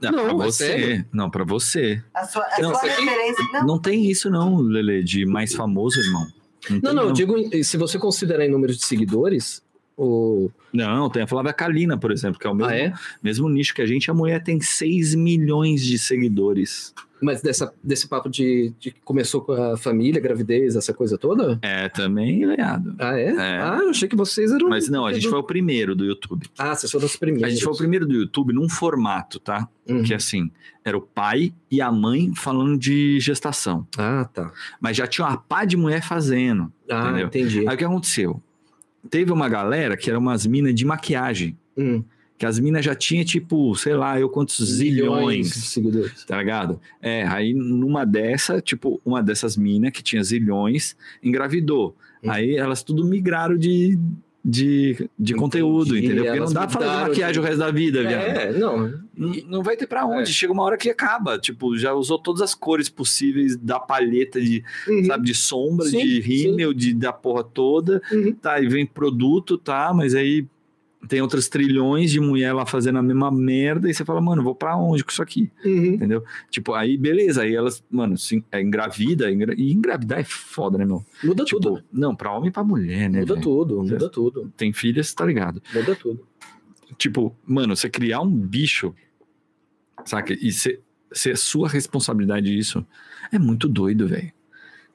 Speaker 2: Não,
Speaker 3: Não,
Speaker 2: pra
Speaker 3: é
Speaker 2: você.
Speaker 3: sério.
Speaker 2: Não, pra você.
Speaker 4: A sua, a
Speaker 2: Não,
Speaker 4: sua
Speaker 2: isso aqui-
Speaker 4: referência. Não,
Speaker 2: Não. tem isso, não, Lele, de mais famoso, irmão. tem,
Speaker 3: Não, não, eu digo, em- se você considerar em número de seguidores, Ou...
Speaker 2: Não, tem a Flávia Kalina, por exemplo, que é o mesmo,
Speaker 3: Ah, é?
Speaker 2: mesmo nicho que a gente. A mulher tem 6 milhões de seguidores.
Speaker 3: Mas dessa, desse papo de, de que começou com a família, gravidez, essa coisa toda?
Speaker 2: É, também veado.
Speaker 3: Ah, é?
Speaker 2: É.
Speaker 3: Ah, eu achei que vocês eram.
Speaker 2: Mas não, a gente foi o primeiro do YouTube.
Speaker 3: Ah, vocês foram os
Speaker 2: A
Speaker 3: primeiros.
Speaker 2: gente foi o primeiro do YouTube num formato, tá?
Speaker 3: Uhum.
Speaker 2: Que assim, era o pai e a mãe falando de gestação.
Speaker 3: Ah, tá.
Speaker 2: Mas já tinha uma pá de mulher fazendo.
Speaker 3: Ah,
Speaker 2: Entendeu?
Speaker 3: entendi.
Speaker 2: Aí o que aconteceu? Teve uma galera que era umas minas de maquiagem.
Speaker 3: Hum,
Speaker 2: Que as minas já tinha, tipo, sei lá, eu quantos
Speaker 3: milhões de
Speaker 2: zilhões.
Speaker 3: seguidores.
Speaker 2: Tá ligado? É, aí numa dessa, tipo, uma dessas minas que tinha zilhões, engravidou.
Speaker 3: Hum.
Speaker 2: Aí elas tudo migraram de, de, de conteúdo,
Speaker 3: Entendi,
Speaker 2: entendeu? Porque não
Speaker 3: elas
Speaker 2: dá pra fazer
Speaker 3: mudaram
Speaker 2: maquiagem
Speaker 3: de-
Speaker 2: o resto da vida, viado.
Speaker 3: É, não.
Speaker 2: N- Não vai ter pra
Speaker 3: É.
Speaker 2: onde. Chega uma hora que acaba. Tipo, já usou todas as cores possíveis da palheta de,
Speaker 3: Uhum,
Speaker 2: sabe, de sombra,
Speaker 3: Sim,
Speaker 2: de
Speaker 3: sim.
Speaker 2: rímel, de, da porra toda.
Speaker 3: uhum.
Speaker 2: Tá, e vem produto, tá, mas aí tem outras trilhões de mulher lá fazendo a mesma merda. E você fala, mano, vou pra onde com isso aqui?
Speaker 3: Uhum.
Speaker 2: Entendeu? Tipo, aí beleza, aí elas, mano, sim, é engravida, engra- e engravidar é foda, né, meu?
Speaker 3: Muda
Speaker 2: Tipo,
Speaker 3: tudo.
Speaker 2: não, pra homem e pra mulher, né?
Speaker 3: Muda
Speaker 2: velho?
Speaker 3: tudo, muda tudo,
Speaker 2: Tem filhas, tá ligado?
Speaker 3: muda tudo.
Speaker 2: Tipo, mano, você criar um bicho, saca? E ser, ser sua responsabilidade isso é muito doido, velho.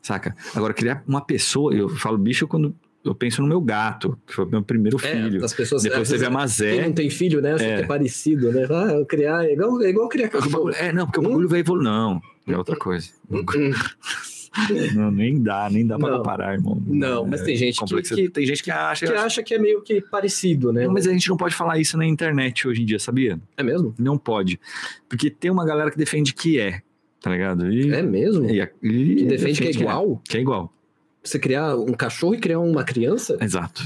Speaker 2: Saca? Agora, criar uma pessoa, eu falo bicho quando eu penso no meu gato, que foi meu primeiro filho.
Speaker 3: É, as pessoas.
Speaker 2: Depois
Speaker 3: às
Speaker 2: teve a
Speaker 3: vezes, Quem
Speaker 2: Mazé.
Speaker 3: não tem filho, né? Acha
Speaker 2: É.
Speaker 3: que é parecido, né? Ah, criar é igual, é igual criar
Speaker 2: Porque o
Speaker 3: cachorro.
Speaker 2: bagulho- É, não, porque o bagulho vai evoluir. Não, é outra coisa.
Speaker 3: Hum,
Speaker 2: Não, nem dá, nem dá pra
Speaker 3: Não.
Speaker 2: comparar, irmão. É
Speaker 3: Não, mas tem gente que-
Speaker 2: complexo.
Speaker 3: que-
Speaker 2: tem gente que acha,
Speaker 3: que acha que é meio que parecido, né?
Speaker 2: mas a gente não pode falar isso na internet hoje em dia, sabia?
Speaker 3: É mesmo?
Speaker 2: Não pode. Porque tem uma galera que defende que é, tá ligado? E,
Speaker 3: É mesmo?
Speaker 2: e, e-
Speaker 3: Que defende que é igual?
Speaker 2: Que é igual,
Speaker 3: Você criar um cachorro e criar uma
Speaker 2: É.
Speaker 3: criança?
Speaker 2: exato.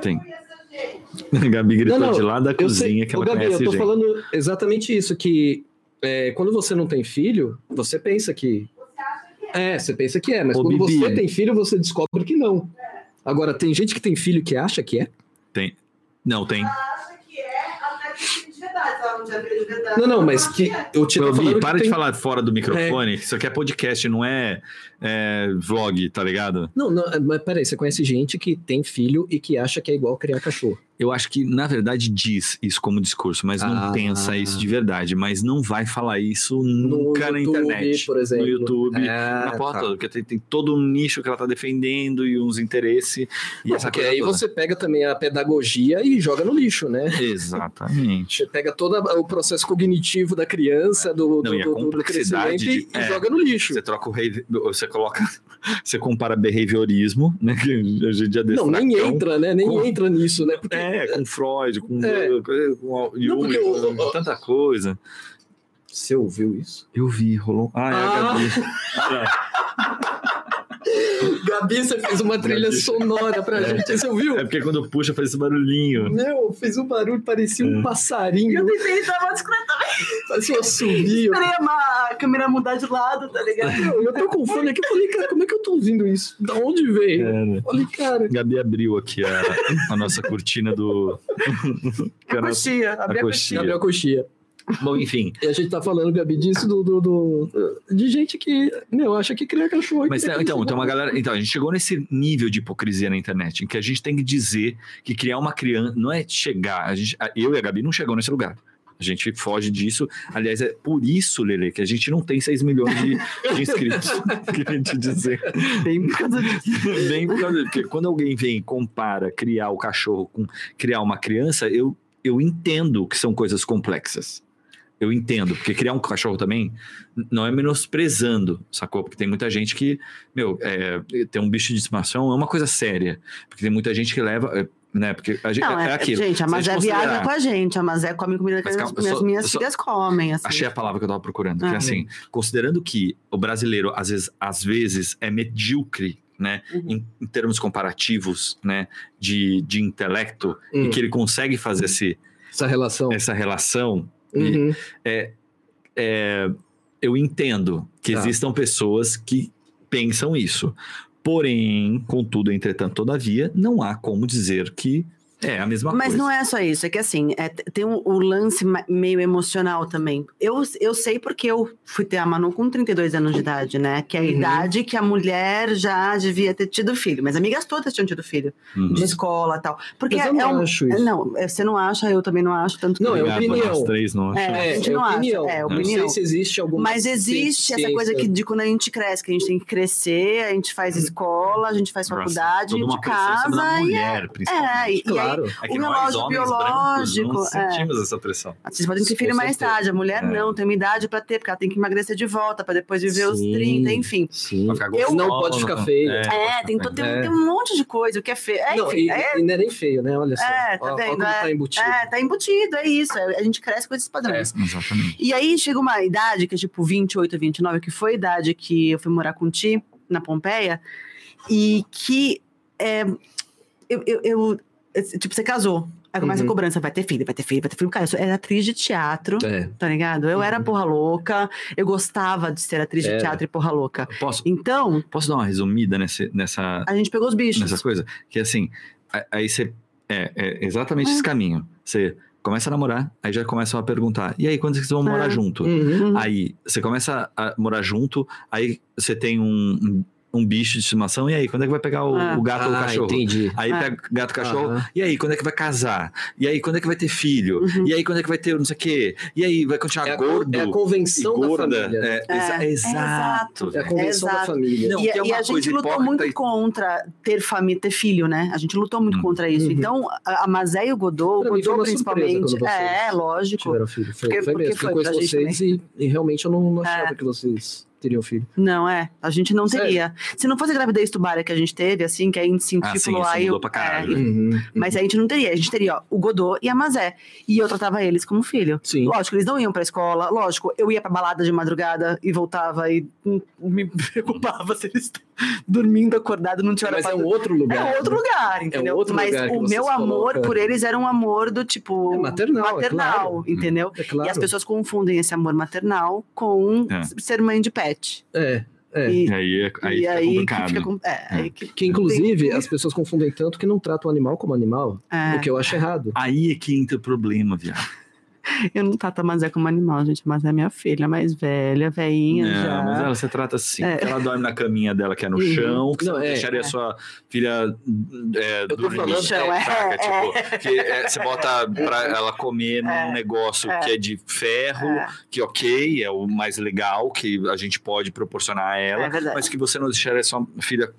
Speaker 2: Tem. Gabi gritou
Speaker 3: Não, não,
Speaker 2: de lá da
Speaker 3: Eu sei-
Speaker 2: cozinha que ela
Speaker 3: Ô, Gabi,
Speaker 2: conhece
Speaker 3: eu tô
Speaker 2: gente.
Speaker 3: falando exatamente isso, que é, quando você não tem filho, você pensa que... É, você pensa que é, mas
Speaker 2: Ô,
Speaker 3: quando
Speaker 2: Bibi.
Speaker 3: você tem filho, você descobre que não. Agora, tem gente que tem filho que acha que é?
Speaker 2: Não, tem.
Speaker 5: acha que é
Speaker 4: tá
Speaker 5: até que filho de verdade. Se ela não tiver filho de verdade.
Speaker 3: Não, não,
Speaker 5: ela
Speaker 3: mas
Speaker 5: acha
Speaker 3: que...
Speaker 5: é.
Speaker 3: Eu te
Speaker 2: Ô,
Speaker 3: tô
Speaker 2: Bi,
Speaker 3: falando
Speaker 2: para
Speaker 3: que
Speaker 2: de
Speaker 3: tem-
Speaker 2: falar fora do microfone. Isso aqui é podcast, não é, é vlog, tá ligado?
Speaker 3: Não, não, mas peraí, você conhece gente que tem filho e que acha que é igual criar cachorro.
Speaker 2: Eu acho que, na verdade, diz isso como discurso, mas não
Speaker 3: Ah.
Speaker 2: pensa isso de verdade. Mas não vai falar isso nunca na
Speaker 3: YouTube,
Speaker 2: internet.
Speaker 3: por exemplo.
Speaker 2: No YouTube.
Speaker 3: Ah,
Speaker 2: na porta,
Speaker 3: tá.
Speaker 2: porque tem, tem todo um nicho que ela tá defendendo e uns interesses. E
Speaker 3: Não,
Speaker 2: essa
Speaker 3: porque
Speaker 2: coisa
Speaker 3: aí
Speaker 2: toda.
Speaker 3: você pega também a pedagogia e joga no lixo, né?
Speaker 2: Exatamente.
Speaker 3: Você pega todo o processo cognitivo da criança, do,
Speaker 2: Não,
Speaker 3: do,
Speaker 2: e a
Speaker 3: do- do
Speaker 2: complexidade
Speaker 3: crescimento e
Speaker 2: de- é.
Speaker 3: joga no lixo.
Speaker 2: Você troca o rei, você coloca, você compara behaviorismo, né? Que a gente já
Speaker 3: Não, nem
Speaker 2: destracão,
Speaker 3: entra, né? Nem
Speaker 2: Com-
Speaker 3: entra nisso, né? Porque
Speaker 2: É, com Freud, com,
Speaker 3: É.
Speaker 2: com, com Jung,
Speaker 3: porque o-
Speaker 2: com tanta coisa.
Speaker 3: você ouviu isso?
Speaker 2: Eu vi, rolou. Ah, é,
Speaker 3: Ah.
Speaker 2: Gabi. Olha lá.
Speaker 3: Gabi, você fez uma trilha
Speaker 2: Gabi.
Speaker 3: sonora pra
Speaker 2: É.
Speaker 3: gente, você ouviu?
Speaker 2: É porque quando puxa faz esse barulhinho.
Speaker 3: Meu, fez um barulho, parecia um
Speaker 2: É.
Speaker 3: passarinho,
Speaker 4: Eu tentei dar uma discreta,
Speaker 3: parecia um assobio.
Speaker 4: esperei a a câmera mudar de lado, tá ligado?
Speaker 3: Meu, eu tô com fone aqui, eu falei, cara, como é que eu tô ouvindo isso? Da onde veio?
Speaker 2: Cara.
Speaker 3: Falei, cara,
Speaker 2: É, né. Gabi abriu aqui a, a nossa cortina do. que é
Speaker 4: A
Speaker 2: a nossa-
Speaker 4: coxinha,
Speaker 2: a
Speaker 4: abri a coxinha.
Speaker 2: coxinha.
Speaker 3: abriu a coxinha.
Speaker 2: Bom, enfim.
Speaker 3: E a gente tá falando, Gabi, disso do, do- do- de gente que, meu, acha que cria cachorro. e
Speaker 2: Mas
Speaker 3: cria
Speaker 2: tá, então,
Speaker 3: cachorro.
Speaker 2: tem uma galera. Então, a gente chegou nesse nível de hipocrisia na internet, em que a gente tem que dizer que criar uma criança. Não é chegar. A gente, a- eu e a Gabi não chegamos nesse lugar. A gente foge disso. Aliás, é por isso, Lele, que a gente não tem 6 milhões de, de inscritos. Queria te dizer.
Speaker 4: Bem por causa disso.
Speaker 2: Bem, por causa- porque quando alguém vem e compara criar o cachorro com criar uma criança, eu, eu entendo que são coisas complexas. Eu entendo, porque criar um cachorro também não é menosprezando, sacou? Porque tem muita gente que, meu, é, ter um bicho de estimação é uma coisa séria. Porque tem muita gente que leva, é, né? Porque a gente,
Speaker 4: Não,
Speaker 2: é,
Speaker 4: é,
Speaker 2: aquilo.
Speaker 4: gente, a
Speaker 2: Se a gente
Speaker 4: Mazé
Speaker 2: considerar-
Speaker 4: viaja com a gente, a Mazé come comida que
Speaker 2: Mas
Speaker 4: as,
Speaker 2: calma, eu
Speaker 4: minhas-
Speaker 2: só-
Speaker 4: minhas
Speaker 2: eu só-
Speaker 4: filhas comem, assim.
Speaker 2: Achei a palavra que eu tava procurando. Que
Speaker 4: Ah.
Speaker 2: é assim, considerando que o brasileiro, às vezes, às vezes é medíocre, né?
Speaker 4: Uhum.
Speaker 2: Em, em termos comparativos, né? De, de intelecto, então, e
Speaker 3: Hum,
Speaker 2: que É, ele consegue fazer esse,
Speaker 3: Essa relação.
Speaker 2: essa relação.
Speaker 3: Uhum.
Speaker 2: Eu entendo que
Speaker 3: Tá.
Speaker 2: existam pessoas que pensam isso. Porém, contudo, entretanto, todavia, não há como dizer que É a mesma
Speaker 4: Mas
Speaker 2: coisa.
Speaker 4: não é só isso, é que assim, é, t- tem o, o lance ma- meio emocional também. Eu, eu sei porque eu fui ter a Manu com 32 anos de idade, né?
Speaker 2: Uhum.
Speaker 4: Que é a idade que a mulher já devia ter tido filho. Mas amigas todas tinham tido filho,
Speaker 2: Uhum.
Speaker 4: de escola e tal. Porque
Speaker 3: Mas
Speaker 4: é,
Speaker 3: eu não
Speaker 4: é um.
Speaker 3: acho isso.
Speaker 4: Não, é, você não acha, eu também não acho tanto.
Speaker 3: Não,
Speaker 4: que-
Speaker 3: é
Speaker 2: Obrigado,
Speaker 3: opinião.
Speaker 2: nós três, não
Speaker 4: É,
Speaker 2: achamos.
Speaker 4: a
Speaker 3: É,
Speaker 4: gente
Speaker 3: é
Speaker 4: não acha,
Speaker 3: opinião.
Speaker 4: é
Speaker 3: não
Speaker 4: opinião.
Speaker 3: sei se existe alguma
Speaker 4: Mas existe essa
Speaker 3: ciência.
Speaker 4: coisa que de quando a gente cresce, que a gente tem que crescer, a gente faz escola, a gente faz
Speaker 2: Uhum. Nossa,
Speaker 4: faculdade,
Speaker 2: toda
Speaker 4: a gente
Speaker 2: uma pressão em cima da
Speaker 4: casa e é.
Speaker 2: mulher, né?
Speaker 4: É,
Speaker 2: principalmente.
Speaker 4: e, e aí
Speaker 3: Claro.
Speaker 2: É que
Speaker 4: o
Speaker 2: nós,
Speaker 4: relógio
Speaker 2: homens brancos, não
Speaker 4: biológico, é.
Speaker 2: sentimos essa pressão.
Speaker 4: Vocês podem ter
Speaker 3: Com
Speaker 4: filho mais
Speaker 3: certeza.
Speaker 4: tarde, a mulher
Speaker 2: É.
Speaker 4: não tem uma idade pra ter, porque ela tem que emagrecer de volta, pra depois viver os
Speaker 3: Sim.
Speaker 4: 30, enfim.
Speaker 3: Sim.
Speaker 2: Vai ficar
Speaker 4: Eu-
Speaker 2: gostosa,
Speaker 3: Não pode ficar
Speaker 2: não-
Speaker 3: feio.
Speaker 2: É,
Speaker 4: É, tem, to- tem,
Speaker 3: É.
Speaker 4: tem um monte de coisa, o que é feio. É,
Speaker 3: não,
Speaker 4: enfim,
Speaker 3: e,
Speaker 4: é,
Speaker 3: e não é nem feio, né? Olha só.
Speaker 4: É, tá
Speaker 3: Ó, ó
Speaker 4: vendo?
Speaker 3: como tá embutido.
Speaker 4: é, tá embutido, é isso. é- a gente cresce com esses padrões.
Speaker 2: Exatamente.
Speaker 4: E aí chega uma idade, que é tipo 28, 29, que foi a idade que eu fui morar com o Ti, na Pompeia, e que é, eu, eu- eu- esse- Tipo, você casou. Aí começa
Speaker 3: Uhum.
Speaker 4: a cobrança, vai ter filho, vai ter filho, vai ter filho. Cara, eu sou- era atriz de teatro.
Speaker 3: É.
Speaker 4: tá ligado? Eu era
Speaker 3: Uhum.
Speaker 4: porra louca, eu gostava de ser atriz
Speaker 3: Era.
Speaker 4: de teatro e porra louca.
Speaker 2: Posso,
Speaker 4: Então,
Speaker 2: posso dar uma resumida nesse, nessa,
Speaker 4: a gente pegou os bichos.
Speaker 2: nessa coisa? Que assim, a- aí você. É, é exatamente esse caminho. Você começa a namorar, aí já começam a perguntar: e aí, quando vocês vão morar
Speaker 4: É.
Speaker 2: junto?
Speaker 3: Uhum.
Speaker 4: Uhum.
Speaker 2: Aí você começa a morar junto, aí você tem um, um- um bicho de estimação, e aí, quando é que vai pegar o,
Speaker 4: Ah.
Speaker 2: o gato ou o
Speaker 3: Ah,
Speaker 2: cachorro?
Speaker 3: entendi.
Speaker 2: Aí
Speaker 4: Ah.
Speaker 2: pega o gato e o cachorro,
Speaker 3: Aham.
Speaker 2: e aí, quando é que vai casar? E aí, quando é que vai ter filho?
Speaker 4: Uhum.
Speaker 2: E aí, quando é que vai ter não sei o quê? E aí, vai continuar
Speaker 3: É, a,
Speaker 2: gordo?
Speaker 3: é a
Speaker 2: e
Speaker 3: convenção da
Speaker 2: gorda?
Speaker 3: família. né?
Speaker 2: É, exa-
Speaker 4: É, é
Speaker 2: exato.
Speaker 4: exato.
Speaker 3: É, a
Speaker 2: velho.
Speaker 3: convenção da
Speaker 4: Exato.
Speaker 3: família.
Speaker 2: Não,
Speaker 4: e
Speaker 2: que é
Speaker 4: e
Speaker 2: uma
Speaker 4: a gente
Speaker 2: coisa
Speaker 4: lutou
Speaker 2: hipócrita
Speaker 4: muito
Speaker 2: e-
Speaker 4: contra ter família, ter filho, né? A gente lutou muito
Speaker 2: Hum.
Speaker 4: contra isso.
Speaker 3: Uhum.
Speaker 4: Então, a, a Mazé e o Godot, o
Speaker 3: Pra mim foi
Speaker 4: Godot
Speaker 3: uma surpresa
Speaker 4: principalmente.
Speaker 3: quando
Speaker 4: É,
Speaker 3: vocês
Speaker 4: lógico.
Speaker 3: tiveram filho. Foi,
Speaker 4: Porque-
Speaker 3: foi
Speaker 4: porque
Speaker 3: mesmo.
Speaker 4: foi
Speaker 3: eu conheço
Speaker 4: pra gente É.
Speaker 3: vocês e, e realmente eu não, não achava que vocês teriam filho.
Speaker 4: Não, é. A gente não
Speaker 3: Sério?
Speaker 4: teria. Se não fosse a gravidez tubária que a gente teve, assim, que a gente sentiu
Speaker 3: tipo,
Speaker 2: Ah, sim,
Speaker 4: falou,
Speaker 2: isso
Speaker 4: aí eu-
Speaker 2: mudou pra caralho. Uhum.
Speaker 4: é,
Speaker 3: Uhum.
Speaker 4: Mas a gente não teria. A gente teria ó, o Godot e a Mazé. E eu tratava eles como filho.
Speaker 3: Sim.
Speaker 4: Lógico, eles não iam pra escola, lógico, eu ia pra balada de madrugada e voltava e hum, me preocupava se eles estão dormindo, acordado, não tinha hora
Speaker 3: Mas
Speaker 4: pra
Speaker 3: é um outro lugar.
Speaker 4: É outro lugar, entendeu?
Speaker 3: outro
Speaker 4: Mas
Speaker 3: lugar que
Speaker 4: o
Speaker 3: vocês
Speaker 4: meu amor
Speaker 3: colocam.
Speaker 4: por eles era um amor do tipo
Speaker 3: É maternal, é
Speaker 4: maternal,
Speaker 3: claro.
Speaker 4: entendeu?
Speaker 3: É
Speaker 4: E
Speaker 3: claro.
Speaker 4: as pessoas confundem esse amor maternal com
Speaker 2: É.
Speaker 4: ser mãe de pet.
Speaker 3: É, é.
Speaker 4: E,
Speaker 2: E aí, é- aí
Speaker 4: e
Speaker 2: fica
Speaker 4: aí que
Speaker 2: complicado.
Speaker 4: fica com- é, aí que-
Speaker 3: Que inclusive as pessoas confundem tanto que não tratam o animal como animal,
Speaker 4: é.
Speaker 3: o que eu acho errado.
Speaker 2: Aí é que entra o problema, viado.
Speaker 4: Eu não trato a Mazé como animal, gente. Mas é minha filha mais velha, veinha
Speaker 2: Não,
Speaker 4: já.
Speaker 2: É, mas ela se trata assim.
Speaker 4: É.
Speaker 2: que Ela dorme na caminha dela, que é no
Speaker 3: Uhum.
Speaker 2: chão. Que
Speaker 3: Não,
Speaker 2: você
Speaker 3: é.
Speaker 2: deixaria
Speaker 4: É.
Speaker 2: sua filha é,
Speaker 3: tô
Speaker 2: dormir
Speaker 3: falando-
Speaker 2: no chão.
Speaker 4: É,
Speaker 2: saca?
Speaker 4: é.
Speaker 2: Tipo, que é, você bota pra ela comer num
Speaker 4: É.
Speaker 2: negócio
Speaker 4: É.
Speaker 2: que é de ferro,
Speaker 4: É,
Speaker 2: que ok, é o mais legal que a gente pode proporcionar a ela.
Speaker 4: é verdade.
Speaker 2: mas que você não deixaria sua filha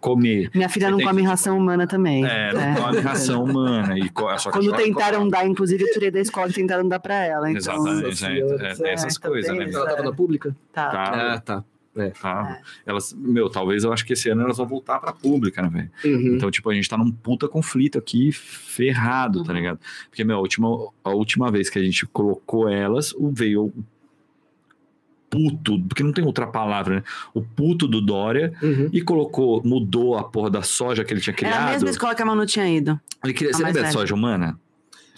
Speaker 2: comer.
Speaker 4: Minha filha
Speaker 2: Você
Speaker 4: não
Speaker 2: tem
Speaker 4: come
Speaker 2: que-
Speaker 4: ração humana também.
Speaker 2: É, não
Speaker 4: É.
Speaker 2: come ração humana. E co- é a sua
Speaker 4: Quando
Speaker 2: cachorra
Speaker 4: tentaram
Speaker 2: come.
Speaker 4: dar, inclusive, eu tirei da escola e tentaram dar pra ela. Então,
Speaker 2: Exatamente,
Speaker 3: Nossa
Speaker 2: é,
Speaker 3: Senhora.
Speaker 2: é, tem essas
Speaker 4: É, então
Speaker 2: coisas,
Speaker 4: tem
Speaker 2: né?
Speaker 4: isso.
Speaker 2: meu?
Speaker 3: Ela
Speaker 4: Ela
Speaker 3: tava
Speaker 4: tava
Speaker 3: na pública?
Speaker 4: tá.
Speaker 2: Tá,
Speaker 3: tá.
Speaker 2: tá.
Speaker 4: É.
Speaker 2: Elas, meu, talvez eu acho que esse ano elas vão voltar pra pública, né, velho?
Speaker 3: Uhum.
Speaker 2: Então, tipo, a gente tá num puta conflito aqui, ferrado, tá
Speaker 4: Uhum.
Speaker 2: ligado? Porque, meu, a última, a última vez que a gente colocou elas, o veio o puto, porque não tem outra palavra, né? O puto do Dória
Speaker 3: Uhum.
Speaker 2: e colocou, mudou a porra da soja que ele tinha
Speaker 4: Era É a
Speaker 2: criado.
Speaker 4: mesma Ah, escola que a Manu tinha ido.
Speaker 2: Ele queria,
Speaker 4: A
Speaker 2: você
Speaker 4: mais
Speaker 2: lembra da
Speaker 4: velha.
Speaker 2: soja humana?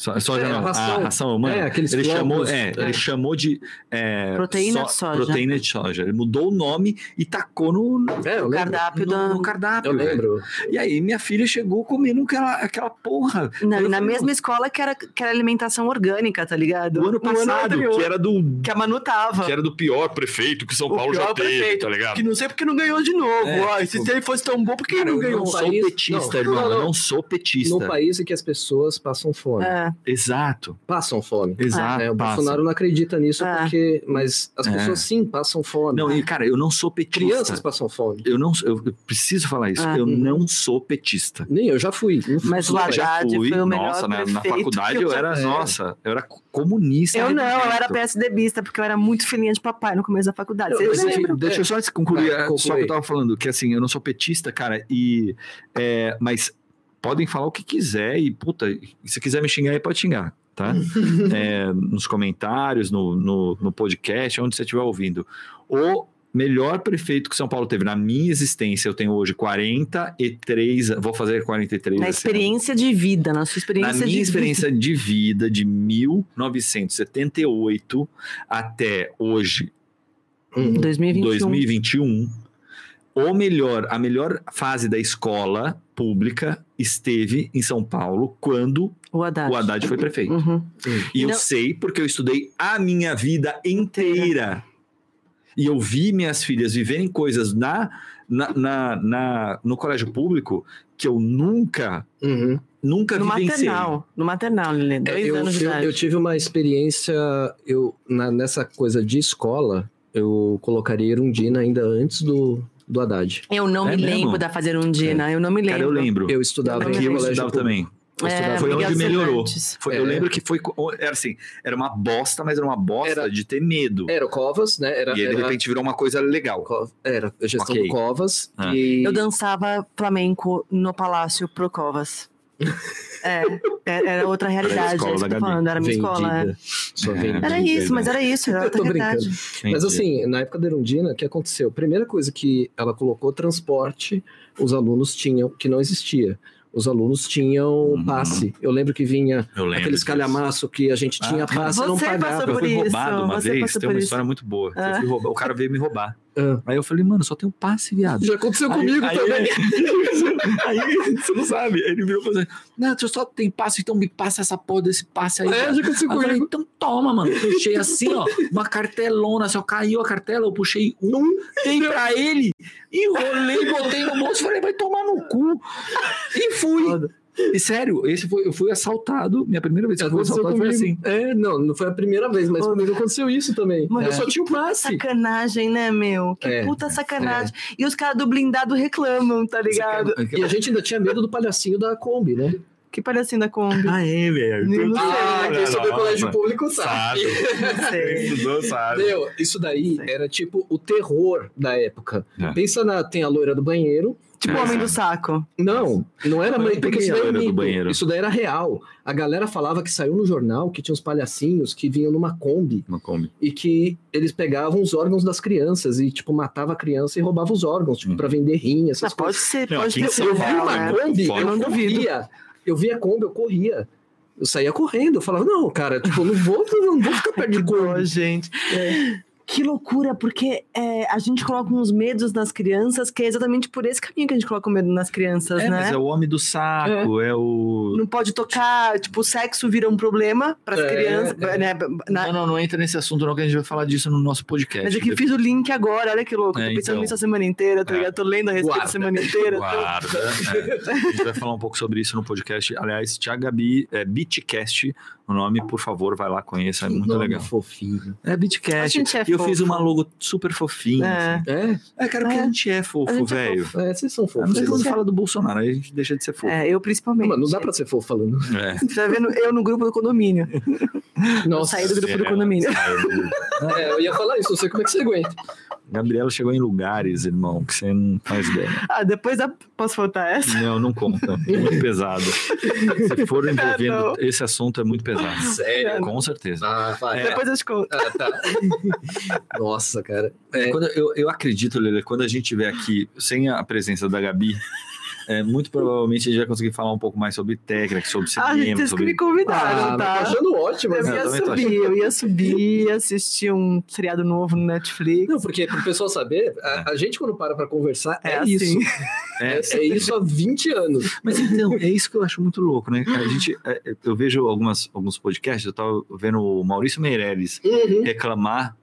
Speaker 2: So- Soja
Speaker 3: É,
Speaker 2: não, a
Speaker 3: ração.
Speaker 2: ração, humana.
Speaker 3: É, aqueles
Speaker 2: ele
Speaker 3: flocos.
Speaker 2: chamou, é,
Speaker 3: É.
Speaker 2: ele chamou de é,
Speaker 4: Proteína de soja.
Speaker 2: Proteína de soja. Ele mudou o nome e tacou no, no
Speaker 3: É, eu
Speaker 4: O
Speaker 3: lembro.
Speaker 4: cardápio né? da.
Speaker 2: no cardápio.
Speaker 3: Eu lembro.
Speaker 2: velho. E aí minha filha chegou comendo aquela, aquela porra
Speaker 4: Não,
Speaker 2: Eu
Speaker 4: na
Speaker 2: falei,
Speaker 4: mesma escola que era, que era alimentação orgânica, tá ligado?
Speaker 2: do ano
Speaker 4: O
Speaker 2: passado,
Speaker 4: anterior,
Speaker 2: que
Speaker 4: que,
Speaker 2: era do
Speaker 4: a Manu tava.
Speaker 2: que era do pior prefeito que São
Speaker 4: O
Speaker 2: Paulo já
Speaker 4: pior
Speaker 2: teve,
Speaker 4: prefeito,
Speaker 2: tá ligado?
Speaker 4: Que não sei porque não ganhou de novo.
Speaker 2: É,
Speaker 4: Ai, se
Speaker 2: tipo,
Speaker 4: ele fosse tão bom, por que
Speaker 3: cara,
Speaker 4: ele não
Speaker 3: eu
Speaker 4: ganhou?
Speaker 3: num
Speaker 2: sou
Speaker 3: país-
Speaker 2: petista,
Speaker 3: não,
Speaker 2: irmão.
Speaker 3: não,
Speaker 2: eu
Speaker 3: não.
Speaker 2: não sou petista.
Speaker 3: No país em que as pessoas passam fome.
Speaker 4: É, Ah,
Speaker 2: Exato,
Speaker 3: Passam fome.
Speaker 2: exato.
Speaker 3: É, o
Speaker 2: passa.
Speaker 3: Bolsonaro não acredita nisso
Speaker 4: É.
Speaker 3: porque. Mas as
Speaker 2: É.
Speaker 3: pessoas sim passam fome.
Speaker 2: Não, e cara, eu não sou petista.
Speaker 3: Crianças passam fome.
Speaker 2: eu não eu eu preciso falar isso.
Speaker 4: Ah.
Speaker 2: eu não sou petista.
Speaker 3: Nem eu já fui.
Speaker 4: mas o
Speaker 2: Eu já
Speaker 4: Haddad
Speaker 2: fui,
Speaker 4: foi o melhor
Speaker 2: nossa, na, na
Speaker 4: prefeito
Speaker 2: faculdade
Speaker 4: que
Speaker 2: eu era,
Speaker 3: era.
Speaker 2: nossa, eu era comunista.
Speaker 4: Eu não, eu era
Speaker 2: arrebentado.
Speaker 4: PSDBista, porque eu era muito filhinha de papai no começo da faculdade.
Speaker 3: Eu-
Speaker 4: Vocês
Speaker 3: eu-
Speaker 4: lembram?
Speaker 2: Deixa eu só concluir, é, só
Speaker 3: Vai,
Speaker 2: que
Speaker 3: conclui.
Speaker 2: eu tava falando, que assim, eu não sou petista, cara, e. é, mas podem falar o que quiser, e puta, e se quiser me xingar aí, pode xingar, tá? É, nos comentários, no, no, no podcast, onde você estiver ouvindo. O melhor prefeito que São Paulo teve na minha existência, eu tenho hoje 43, vou fazer 43
Speaker 4: Na
Speaker 2: esse ano.
Speaker 4: experiência de vida, na sua experiência
Speaker 2: Na minha
Speaker 4: de vida.
Speaker 2: experiência de vida, de 1978 até hoje,
Speaker 3: Uhum.
Speaker 4: 2021.
Speaker 2: 2021, ou melhor, a melhor fase da escola pública esteve em São Paulo quando
Speaker 6: O Haddad.
Speaker 2: o Haddad foi prefeito.
Speaker 6: Uhum.
Speaker 2: E eu
Speaker 6: Não.
Speaker 2: sei porque eu estudei a minha vida inteira. E eu vi minhas filhas viverem coisas na, na, na- na- no colégio público que eu nunca,
Speaker 3: Uhum.
Speaker 2: nunca
Speaker 4: No
Speaker 2: vivenciei.
Speaker 4: maternal. No maternal, Lili. Dois
Speaker 3: eu,
Speaker 4: anos de
Speaker 3: eu-
Speaker 4: idade.
Speaker 3: eu tive uma experiência eu na- nessa coisa de escola, eu colocaria Erundina ainda antes do, do Haddad.
Speaker 4: Eu não
Speaker 2: É
Speaker 4: me
Speaker 2: mesmo? É.
Speaker 4: lembro da Fazer Undina. Eu não me
Speaker 2: Cara, eu
Speaker 4: lembro.
Speaker 2: lembro.
Speaker 3: Eu estudava
Speaker 4: Não,
Speaker 3: no
Speaker 2: Aqui eu
Speaker 3: colégio
Speaker 2: estudava
Speaker 3: público.
Speaker 2: também.
Speaker 3: Eu estudava-
Speaker 4: É,
Speaker 2: Foi
Speaker 4: Miguel
Speaker 2: onde melhorou.
Speaker 4: Cervantes.
Speaker 2: Foi-
Speaker 3: É.
Speaker 2: Eu lembro que foi. co- Era assim, era uma bosta, mas era uma bosta
Speaker 3: Era-
Speaker 2: de ter medo.
Speaker 3: Era o Covas, né? Era,
Speaker 2: e aí, de
Speaker 3: era-
Speaker 2: repente, virou uma coisa legal.
Speaker 3: Co- Era a gestão
Speaker 2: Ok.
Speaker 3: do Covas.
Speaker 2: Ah.
Speaker 3: E...
Speaker 4: Eu dançava flamenco no Palácio Procovas. é, era era outra
Speaker 2: escola
Speaker 4: realidade. é isso que eu
Speaker 2: da
Speaker 4: tô
Speaker 2: Gabi.
Speaker 4: falando, era minha escola. é.
Speaker 3: Vendida. Sua
Speaker 2: É.
Speaker 3: vendida.
Speaker 4: Era isso, mas era isso, era
Speaker 3: Eu
Speaker 4: outra
Speaker 3: tô brincando.
Speaker 4: realidade.
Speaker 3: Mas assim, na época da Erundina, o que aconteceu? Primeira coisa que ela colocou transporte, os alunos tinham, que não existia. Os alunos tinham
Speaker 2: Uhum.
Speaker 3: passe. Eu lembro que vinha
Speaker 2: eu lembro
Speaker 3: aqueles
Speaker 2: disso.
Speaker 3: calhamaço que a gente tinha
Speaker 2: Ah,
Speaker 3: passe e não
Speaker 4: você
Speaker 3: pagava.
Speaker 4: passou
Speaker 2: Eu fui
Speaker 4: Por
Speaker 2: roubado
Speaker 4: isso,
Speaker 2: uma
Speaker 4: você
Speaker 2: vez,
Speaker 4: passou
Speaker 2: tem uma
Speaker 4: por isso.
Speaker 2: história muito boa. que eu
Speaker 4: Ah.
Speaker 2: fui roubar- o cara veio me roubar.
Speaker 3: Ah.
Speaker 2: Aí eu falei, mano, só tem um passe, viado.
Speaker 3: Já aconteceu
Speaker 2: Aí-
Speaker 3: comigo
Speaker 2: aí, é.
Speaker 3: também.
Speaker 2: Aí, aí, você não sabe. Ele virou e falou assim: Não, tu só tem passe, então me passa essa porra desse passe aí.
Speaker 3: É,
Speaker 2: cara."
Speaker 3: já aconteceu
Speaker 2: Aí eu falei,
Speaker 3: comigo.
Speaker 2: então toma, mano. Eu Puxei assim, ó, uma cartelona, só caiu a cartela, eu puxei um, dei pra ele, enrolei, botei no bolso, falei, vai tomar no cu. E fui. E sério, esse foi, eu fui assaltado, minha primeira vez que eu fui
Speaker 3: Aconteceu
Speaker 2: assaltado
Speaker 3: comigo.
Speaker 2: foi assim.
Speaker 3: É, não, não foi a primeira vez, mas comigo aconteceu isso também. É.
Speaker 4: Mas
Speaker 3: Eu só tinha o passe.
Speaker 4: Sacanagem, né, meu? Que
Speaker 3: É,
Speaker 4: puta sacanagem. E os caras do blindado reclamam, tá ligado?
Speaker 3: E a gente ainda tinha medo do palhacinho da Kombi, né?
Speaker 4: Que palhacinho da Kombi.
Speaker 3: tá
Speaker 2: Ah, é,
Speaker 4: Não sei.
Speaker 2: né,
Speaker 3: Ah, quem soube o colégio público
Speaker 2: Sabe. É.
Speaker 3: sabe.
Speaker 4: Não sei.
Speaker 2: Estudou, sabe?
Speaker 3: Meu, isso daí
Speaker 4: Sim.
Speaker 3: era tipo o terror da época.
Speaker 2: É.
Speaker 3: Pensa na. Tem a loira do banheiro.
Speaker 4: Tipo o homem do saco.
Speaker 3: Não, não era.
Speaker 2: Mas
Speaker 3: mãe-
Speaker 2: por
Speaker 3: Porque
Speaker 2: que
Speaker 3: isso
Speaker 2: a
Speaker 3: daí é
Speaker 2: loira do
Speaker 3: mito.
Speaker 2: banheiro?
Speaker 3: Isso daí era real. A galera falava que saiu no jornal que tinha uns palhacinhos que vinham numa Kombi
Speaker 2: Uma Kombi.
Speaker 3: e que eles pegavam os órgãos das crianças e, tipo, matava a criança e roubava os órgãos, tipo,
Speaker 2: Hum.
Speaker 3: pra vender rim, essas
Speaker 4: Mas
Speaker 3: coisas.
Speaker 4: Ah, pode ser,
Speaker 2: Não,
Speaker 4: pode
Speaker 2: aqui em
Speaker 4: ter.
Speaker 2: São
Speaker 3: Eu vi
Speaker 2: Paulo, é
Speaker 3: uma
Speaker 4: né?
Speaker 3: Kombi,
Speaker 2: Foda.
Speaker 3: eu não corria. Eu vi a Kombi, eu corria. Eu saía correndo, eu falava, não, cara, tipo, eu não vou, não vou ficar perto de
Speaker 4: Pô,
Speaker 3: Kombi.
Speaker 4: gente.
Speaker 3: É.
Speaker 4: Que loucura, porque é, a gente coloca uns medos nas crianças, que é exatamente por esse caminho que a gente coloca o medo nas crianças,
Speaker 2: É,
Speaker 4: né?
Speaker 2: mas é o homem do saco, é, o.
Speaker 4: Não pode tocar, tipo, o sexo vira um problema pras
Speaker 3: É,
Speaker 4: crianças,
Speaker 3: é.
Speaker 4: né? Na-
Speaker 2: Não, não, não entra nesse assunto, não, que a gente vai falar disso no nosso podcast.
Speaker 4: Mas é que fiz o link agora, olha que louco.
Speaker 2: É,
Speaker 4: tô pensando
Speaker 2: então.
Speaker 4: nisso a semana inteira, tá
Speaker 2: É.
Speaker 4: ligado? Tô lendo a respeito
Speaker 3: Guarda.
Speaker 4: a semana inteira. né?
Speaker 2: Guarda. É. A gente vai falar um pouco sobre isso no podcast. Aliás, Tia Gabi, é Bitcast, o nome, por favor, vai lá, conheça, é muito
Speaker 3: Nome
Speaker 2: legal.
Speaker 3: Fofinho.
Speaker 2: É
Speaker 4: A
Speaker 2: Bitcast.
Speaker 4: gente é
Speaker 2: E eu
Speaker 4: fofo.
Speaker 2: fiz uma logo super fofinha.
Speaker 4: É.
Speaker 2: assim.
Speaker 3: É,
Speaker 2: É, cara, porque
Speaker 4: É.
Speaker 2: a gente é
Speaker 4: A
Speaker 2: fofo,
Speaker 4: gente é
Speaker 2: velho.
Speaker 3: é, vocês são
Speaker 4: Ah,
Speaker 2: A não
Speaker 3: fofos.
Speaker 2: ser quando
Speaker 3: Vocês-
Speaker 2: fala do Bolsonaro, aí a gente deixa de ser fofo.
Speaker 4: É, eu principalmente.
Speaker 3: Não, mas não dá pra ser fofo falando.
Speaker 2: É.
Speaker 4: Você tá vendo? Eu no grupo do condomínio. Eu
Speaker 3: Nossa,
Speaker 4: saí do grupo do
Speaker 2: É.
Speaker 4: condomínio.
Speaker 3: é, eu ia falar isso, não sei como é que você aguenta.
Speaker 2: Gabriela chegou em lugares, irmão, que você não faz ideia.
Speaker 4: Ah, depois da... posso faltar essa?
Speaker 2: Não, não conta. É Muito pesado. Se for envolvendo,
Speaker 4: Ah, não.
Speaker 2: esse assunto é muito pesado.
Speaker 3: Sério?
Speaker 2: Com certeza.
Speaker 3: Ah, vai.
Speaker 4: Depois eu te conto.
Speaker 3: Ah, tá. Nossa, cara. É.
Speaker 2: Quando eu, eu acredito, Lele, quando a gente tiver aqui sem a presença da Gabi, é, muito provavelmente a gente vai conseguir falar um pouco mais sobre técnica, sobre
Speaker 4: Ah, gente,
Speaker 2: cinema,
Speaker 4: vocês que
Speaker 2: sobre.
Speaker 4: me convidaram,
Speaker 3: Ah, tá
Speaker 4: tá?
Speaker 3: achando ótimo.
Speaker 4: Eu
Speaker 2: Não,
Speaker 3: né?
Speaker 4: ia
Speaker 2: também tô
Speaker 4: subir, eu ia subir, assistir um seriado novo no Netflix.
Speaker 3: Não, porque pro pessoal saber, a, a gente quando para pra conversar, é,
Speaker 4: É
Speaker 3: isso.
Speaker 4: assim.
Speaker 3: É,
Speaker 2: É,
Speaker 3: é isso há 20 anos.
Speaker 2: mas então, é isso que eu acho muito louco, né? A gente, é, eu vejo algumas, alguns podcasts, eu tava vendo o Maurício Meirelles
Speaker 4: Uhum.
Speaker 2: reclamar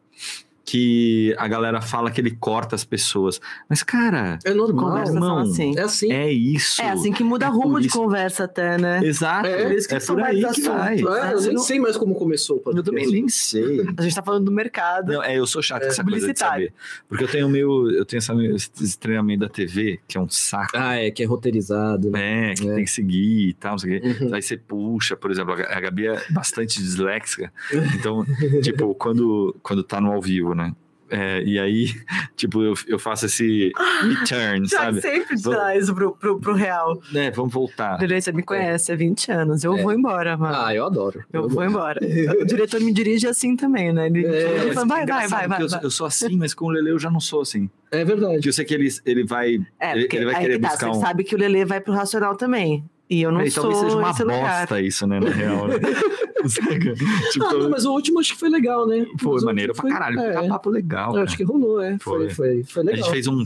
Speaker 2: que a galera fala que ele corta as pessoas. Mas, cara,
Speaker 3: É normal.
Speaker 4: Conversas
Speaker 2: Não,
Speaker 4: são
Speaker 2: irmão.
Speaker 4: assim.
Speaker 3: É assim.
Speaker 2: é isso.
Speaker 4: É assim que muda
Speaker 2: É
Speaker 4: rumo
Speaker 2: por
Speaker 4: de
Speaker 2: isso.
Speaker 4: conversa até, né?
Speaker 2: Exato.
Speaker 3: É,
Speaker 2: É,
Speaker 3: por
Speaker 4: isso que são
Speaker 2: por aí
Speaker 4: mais
Speaker 2: que
Speaker 4: assuntos.
Speaker 2: vai.
Speaker 3: Ah, eu
Speaker 4: Você
Speaker 3: nem
Speaker 4: não-
Speaker 3: sei mais como começou. o
Speaker 2: Eu
Speaker 3: podcast.
Speaker 2: também nem sei.
Speaker 4: A gente tá falando do mercado.
Speaker 2: Não, é, eu sou chato com
Speaker 3: É.
Speaker 2: essa coisa de
Speaker 4: Publicitário.
Speaker 2: saber. Porque eu tenho meu, eu tenho essa, esse treinamento da TV, que é um saco,
Speaker 3: Ah, é que é roteirizado, né?
Speaker 2: né? Que
Speaker 3: É.
Speaker 2: tem que seguir e tal, não sei o quê.
Speaker 3: Uhum.
Speaker 2: Aí você puxa, por exemplo, a Gabi é bastante disléxica. Então, tipo, quando, quando tá no ao vivo, né? É, e aí, tipo, eu, eu faço esse return,
Speaker 4: Ah, Já
Speaker 2: sabe?
Speaker 4: sempre
Speaker 2: Vamos-
Speaker 4: traz pro, pro, pro real.
Speaker 2: Né, vamos voltar.
Speaker 4: Direito, Ah, você me conhece há 20 anos. Eu
Speaker 3: É.
Speaker 4: vou embora, mano.
Speaker 3: Ah, eu adoro.
Speaker 4: Eu vou embora. O diretor me dirige assim também, né? Ele
Speaker 3: É,
Speaker 4: ele
Speaker 2: Mas
Speaker 4: fala, vai, vai,
Speaker 2: engraçado
Speaker 4: vai, vai.
Speaker 2: que eu,
Speaker 4: vai.
Speaker 2: eu sou assim, mas com o Lele eu já não sou assim.
Speaker 3: É verdade.
Speaker 2: Porque eu sei que ele, ele vai
Speaker 4: É,
Speaker 2: ele-
Speaker 4: porque
Speaker 2: ele vai
Speaker 4: aí
Speaker 2: querer
Speaker 4: que tá,
Speaker 2: buscar
Speaker 4: você
Speaker 2: um-
Speaker 4: sabe que o Lelê vai pro racional também. E eu não
Speaker 2: É, e
Speaker 4: sou
Speaker 2: talvez seja uma
Speaker 4: esse
Speaker 2: bosta
Speaker 4: lugar.
Speaker 2: isso, né? Na real. Né? Saca? tipo,
Speaker 3: Ah, não, mas o último acho que foi legal, né?
Speaker 2: foi
Speaker 3: Mas o
Speaker 2: maneiro
Speaker 3: último
Speaker 2: pra caralho.
Speaker 3: é,
Speaker 2: Tá papo legal.
Speaker 3: eu
Speaker 2: cara.
Speaker 3: acho que rolou, é.
Speaker 2: Foi.
Speaker 3: Foi, foi, foi
Speaker 2: A
Speaker 3: legal.
Speaker 2: gente fez um.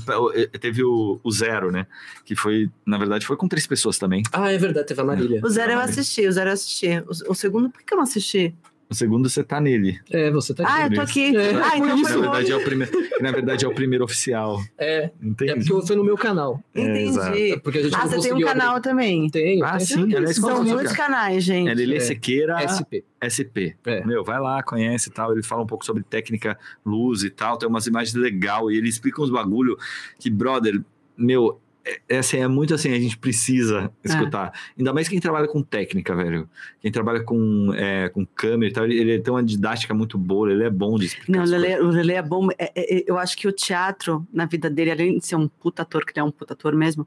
Speaker 2: Teve o, o Zero, né? Que foi, na verdade, foi com três pessoas também.
Speaker 3: Ah, é verdade, teve a Marília.
Speaker 4: O zero eu assisti, o zero eu assisti. O, o segundo, por que eu não assisti?
Speaker 2: O segundo você tá nele.
Speaker 3: É, você tá
Speaker 4: ah,
Speaker 3: aqui.
Speaker 4: eu tô
Speaker 2: isso.
Speaker 4: aqui.
Speaker 3: É,
Speaker 4: ah,
Speaker 3: por
Speaker 4: então
Speaker 3: isso,
Speaker 2: Na
Speaker 4: foi bom.
Speaker 2: verdade, é o primeiro, na verdade, é o primeiro oficial.
Speaker 3: É, é
Speaker 2: Entende?
Speaker 3: porque foi no meu canal.
Speaker 2: É, exato.
Speaker 4: Entendi.
Speaker 3: Porque a gente
Speaker 4: ah,
Speaker 3: não
Speaker 4: você tem um
Speaker 3: conseguiu abrir.
Speaker 4: canal também.
Speaker 3: Tenho.
Speaker 2: Ah,
Speaker 3: tenho
Speaker 2: sim, ela é
Speaker 4: São
Speaker 2: Qual o seu
Speaker 4: muitos
Speaker 2: canal?
Speaker 4: canais,
Speaker 2: É
Speaker 4: gente.
Speaker 2: Lelê
Speaker 3: É.
Speaker 2: Sequeira
Speaker 3: SP.
Speaker 2: SP.
Speaker 3: É.
Speaker 2: Meu, vai lá, conhece e tal. Ele fala um pouco sobre técnica, luz e tal. Tem umas imagens legal e ele explica uns bagulho que, brother, meu, é, é assim, é muito assim, a gente precisa escutar. Ainda mais quem trabalha com técnica, velho. Quem trabalha com, é, com câmera e tal, ele, ele tem uma didática muito boa, ele é bom de explicar.
Speaker 4: Não, o
Speaker 2: as coisas.
Speaker 4: Lelê, o Lelê é bom. é- é- é- eu acho que o teatro, na vida dele, além de ser um puta ator, que ele é um puta ator mesmo,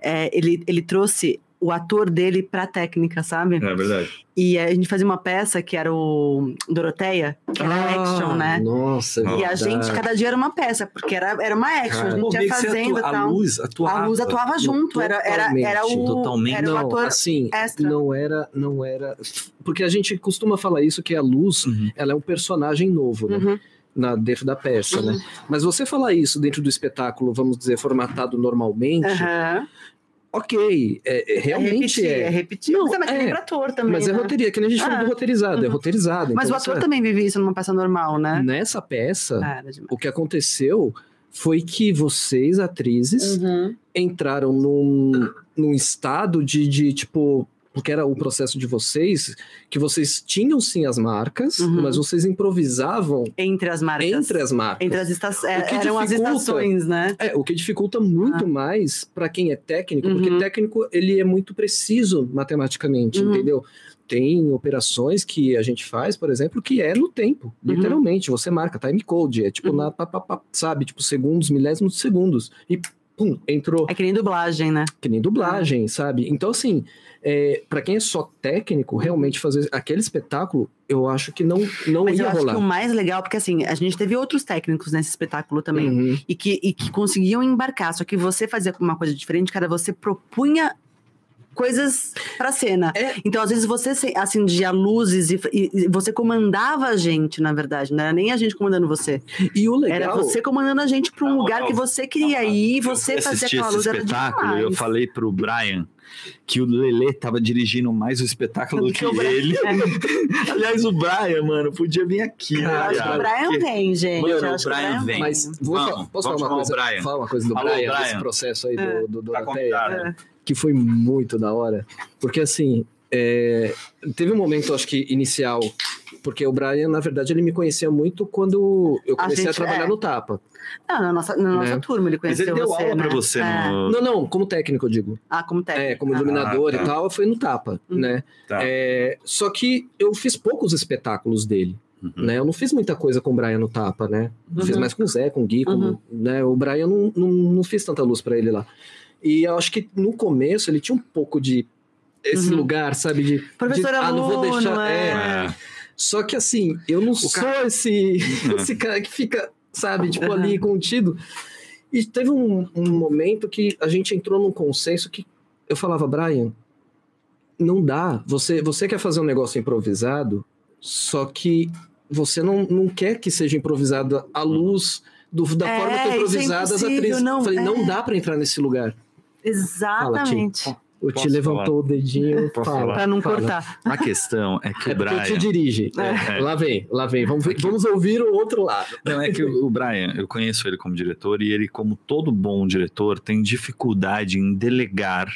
Speaker 4: é, ele, ele trouxe o ator dele pra técnica, sabe?
Speaker 2: É verdade.
Speaker 4: E a gente fazia uma peça que era o Doroteia, que era
Speaker 3: Ah,
Speaker 4: action, né?
Speaker 3: Nossa,
Speaker 2: E
Speaker 4: E a
Speaker 3: verdade.
Speaker 4: gente, cada dia era uma peça, porque era, era uma action,
Speaker 3: Cara,
Speaker 4: a gente ia
Speaker 2: que você
Speaker 4: fazendo e
Speaker 2: atua-
Speaker 4: tal.
Speaker 2: luz atuava.
Speaker 4: A luz atuava junto, era, era, era o,
Speaker 2: Totalmente.
Speaker 4: era o
Speaker 3: não,
Speaker 4: é um ator
Speaker 3: assim,
Speaker 4: extra.
Speaker 3: não era, não era, porque a gente costuma falar isso que a luz,
Speaker 2: Uhum.
Speaker 3: ela é um personagem novo, né?
Speaker 4: Uhum.
Speaker 3: na, dentro da peça, né? Mas você falar isso dentro do espetáculo, vamos dizer, formatado normalmente,
Speaker 4: Aham.
Speaker 3: ok, é, é- realmente
Speaker 4: repetir,
Speaker 3: é.
Speaker 4: repetir.
Speaker 3: Não,
Speaker 4: mas, é, mas que nem
Speaker 3: é.
Speaker 4: pra ator também.
Speaker 3: Mas é
Speaker 4: né?
Speaker 3: roteirista, que nem a gente falou
Speaker 4: Ah.
Speaker 3: do roteirizado, é
Speaker 4: Uhum.
Speaker 3: roteirizado.
Speaker 4: Mas o
Speaker 3: então
Speaker 4: ator
Speaker 3: você-
Speaker 4: também vive isso numa peça normal, né?
Speaker 3: Nessa peça,
Speaker 4: Cara, demais.
Speaker 3: o que aconteceu foi que vocês,
Speaker 4: Uhum.
Speaker 3: atrizes, entraram num, num estado de, de, tipo. Porque era o processo de vocês, que vocês tinham sim as marcas,
Speaker 4: Uhum.
Speaker 3: mas vocês improvisavam
Speaker 4: Entre as marcas.
Speaker 3: entre as marcas.
Speaker 4: Entre as estações. é,
Speaker 3: O que
Speaker 4: Eram as
Speaker 3: dificulta.
Speaker 4: estações, né?
Speaker 3: É, o que dificulta muito mais para quem é técnico, porque
Speaker 4: Ah. Uhum.
Speaker 3: técnico ele é muito preciso matematicamente,
Speaker 4: Uhum.
Speaker 3: entendeu? Tem operações que a gente faz, por exemplo, que é no tempo,
Speaker 4: Uhum.
Speaker 3: literalmente. Você marca time code, é tipo
Speaker 4: Uhum.
Speaker 3: na pá, pá, pá, sabe, tipo segundos, milésimos de segundos e pum, entrou
Speaker 4: É que nem dublagem, né?
Speaker 3: que nem dublagem, sabe? Então assim, é, para quem é só técnico, realmente fazer aquele espetáculo, eu acho que não não
Speaker 4: Mas eu
Speaker 3: ia
Speaker 4: acho que o
Speaker 3: rolar.
Speaker 4: mais legal, porque assim, a gente teve outros técnicos nesse espetáculo também.
Speaker 3: Uhum.
Speaker 4: E, que, e que conseguiam embarcar. Só que você fazia uma coisa diferente, cara, você propunha coisas pra cena.
Speaker 3: É.
Speaker 4: Então, às vezes, você se- acendia luzes e, e- e você comandava a gente, na verdade. Não era nem a gente comandando você.
Speaker 3: E o legal
Speaker 4: Era você comandando a gente pra um
Speaker 2: Não,
Speaker 4: lugar
Speaker 2: não.
Speaker 4: que você queria ir, você
Speaker 2: eu
Speaker 4: fazia
Speaker 2: assisti
Speaker 4: aquela
Speaker 2: esse
Speaker 4: luz. Era
Speaker 2: espetáculo e eu
Speaker 4: demais.
Speaker 2: falei pro Brian que o Lelê tava dirigindo mais o espetáculo do que ele.
Speaker 4: é
Speaker 2: Aliás, o Brian, mano, podia vir aqui. né,
Speaker 4: Eu acho que o
Speaker 2: cara?
Speaker 4: Brian é
Speaker 2: Porque-
Speaker 4: vem, gente.
Speaker 2: Mano,
Speaker 4: eu
Speaker 2: o
Speaker 4: acho que
Speaker 2: Brian
Speaker 4: o Brian
Speaker 2: vem.
Speaker 4: vem.
Speaker 3: Mas vou
Speaker 2: Vamos,
Speaker 3: falar- posso
Speaker 2: vamos chamar
Speaker 3: falar uma
Speaker 2: o
Speaker 3: coisa?
Speaker 2: Brian.
Speaker 3: Fala uma coisa do
Speaker 2: Alô,
Speaker 3: Brian,
Speaker 2: Brian.
Speaker 3: desse processo aí
Speaker 4: É.
Speaker 3: do, do, do
Speaker 2: Tá
Speaker 3: Doroteia,
Speaker 2: convidado.
Speaker 4: um
Speaker 3: que foi muito da hora. Porque assim, é, teve um momento, acho que inicial, porque o Brian, na verdade, ele me conhecia muito quando eu
Speaker 4: A
Speaker 3: comecei a,
Speaker 4: gente-
Speaker 3: trabalhar
Speaker 4: é.
Speaker 3: no Tapa.
Speaker 4: Não, na nossa, na nossa
Speaker 3: Né?
Speaker 4: turma ele
Speaker 2: É. Mas
Speaker 4: conheceu
Speaker 2: ele deu
Speaker 4: você,
Speaker 2: aula
Speaker 4: né?
Speaker 2: pra você
Speaker 4: É.
Speaker 2: no.
Speaker 3: Não, não, como técnico, eu digo.
Speaker 4: Ah, como técnico.
Speaker 3: É, como
Speaker 4: Ah,
Speaker 3: iluminador
Speaker 2: tá.
Speaker 3: e tal, foi no Tapa,
Speaker 4: Uhum.
Speaker 3: né?
Speaker 2: Tá.
Speaker 3: É, só que eu fiz poucos espetáculos dele.
Speaker 2: Uhum.
Speaker 3: Né? Eu não fiz muita coisa com o Brian no tapa, né?
Speaker 4: Uhum.
Speaker 3: Fiz mais com o Zé, com o Gui, com,
Speaker 4: Uhum.
Speaker 3: né? O Brian eu não, não, não fiz tanta luz pra ele lá. E eu acho que no começo ele tinha um pouco de esse
Speaker 4: Uhum.
Speaker 3: lugar, sabe? De,
Speaker 4: Professor
Speaker 3: de, ah, não vou
Speaker 4: aluno,
Speaker 3: deixar.
Speaker 4: é.
Speaker 2: É.
Speaker 3: Só que assim, eu não sou esse,
Speaker 2: Hum.
Speaker 3: esse cara que fica, sabe, tipo ali contido. E teve um, um momento que a gente entrou num consenso que eu falava, Brian, não dá. Você, você quer fazer um negócio improvisado, só que você não, não quer que seja improvisado
Speaker 2: Hum.
Speaker 3: à luz do- da
Speaker 4: É,
Speaker 3: forma que é
Speaker 4: isso é
Speaker 3: improvisada as
Speaker 4: impossível,
Speaker 3: atrizes.
Speaker 4: não,
Speaker 3: eu Falei,
Speaker 4: é.
Speaker 3: não dá pra entrar nesse lugar.
Speaker 4: Exatamente.
Speaker 3: O
Speaker 2: Posso
Speaker 3: Ti levantou o dedinho.
Speaker 2: Posso
Speaker 3: fala,
Speaker 2: falar?
Speaker 4: Pra não
Speaker 3: fala.
Speaker 4: cortar.
Speaker 2: A questão é que o
Speaker 3: É porque
Speaker 2: Brian.
Speaker 3: o Ti dirige.
Speaker 2: É.
Speaker 3: Lá vem, lá vem. Vamos, ver- vamos ouvir o outro lado.
Speaker 2: Não, é que o o Brian, eu conheço ele como diretor e ele, como todo bom diretor, tem dificuldade em delegar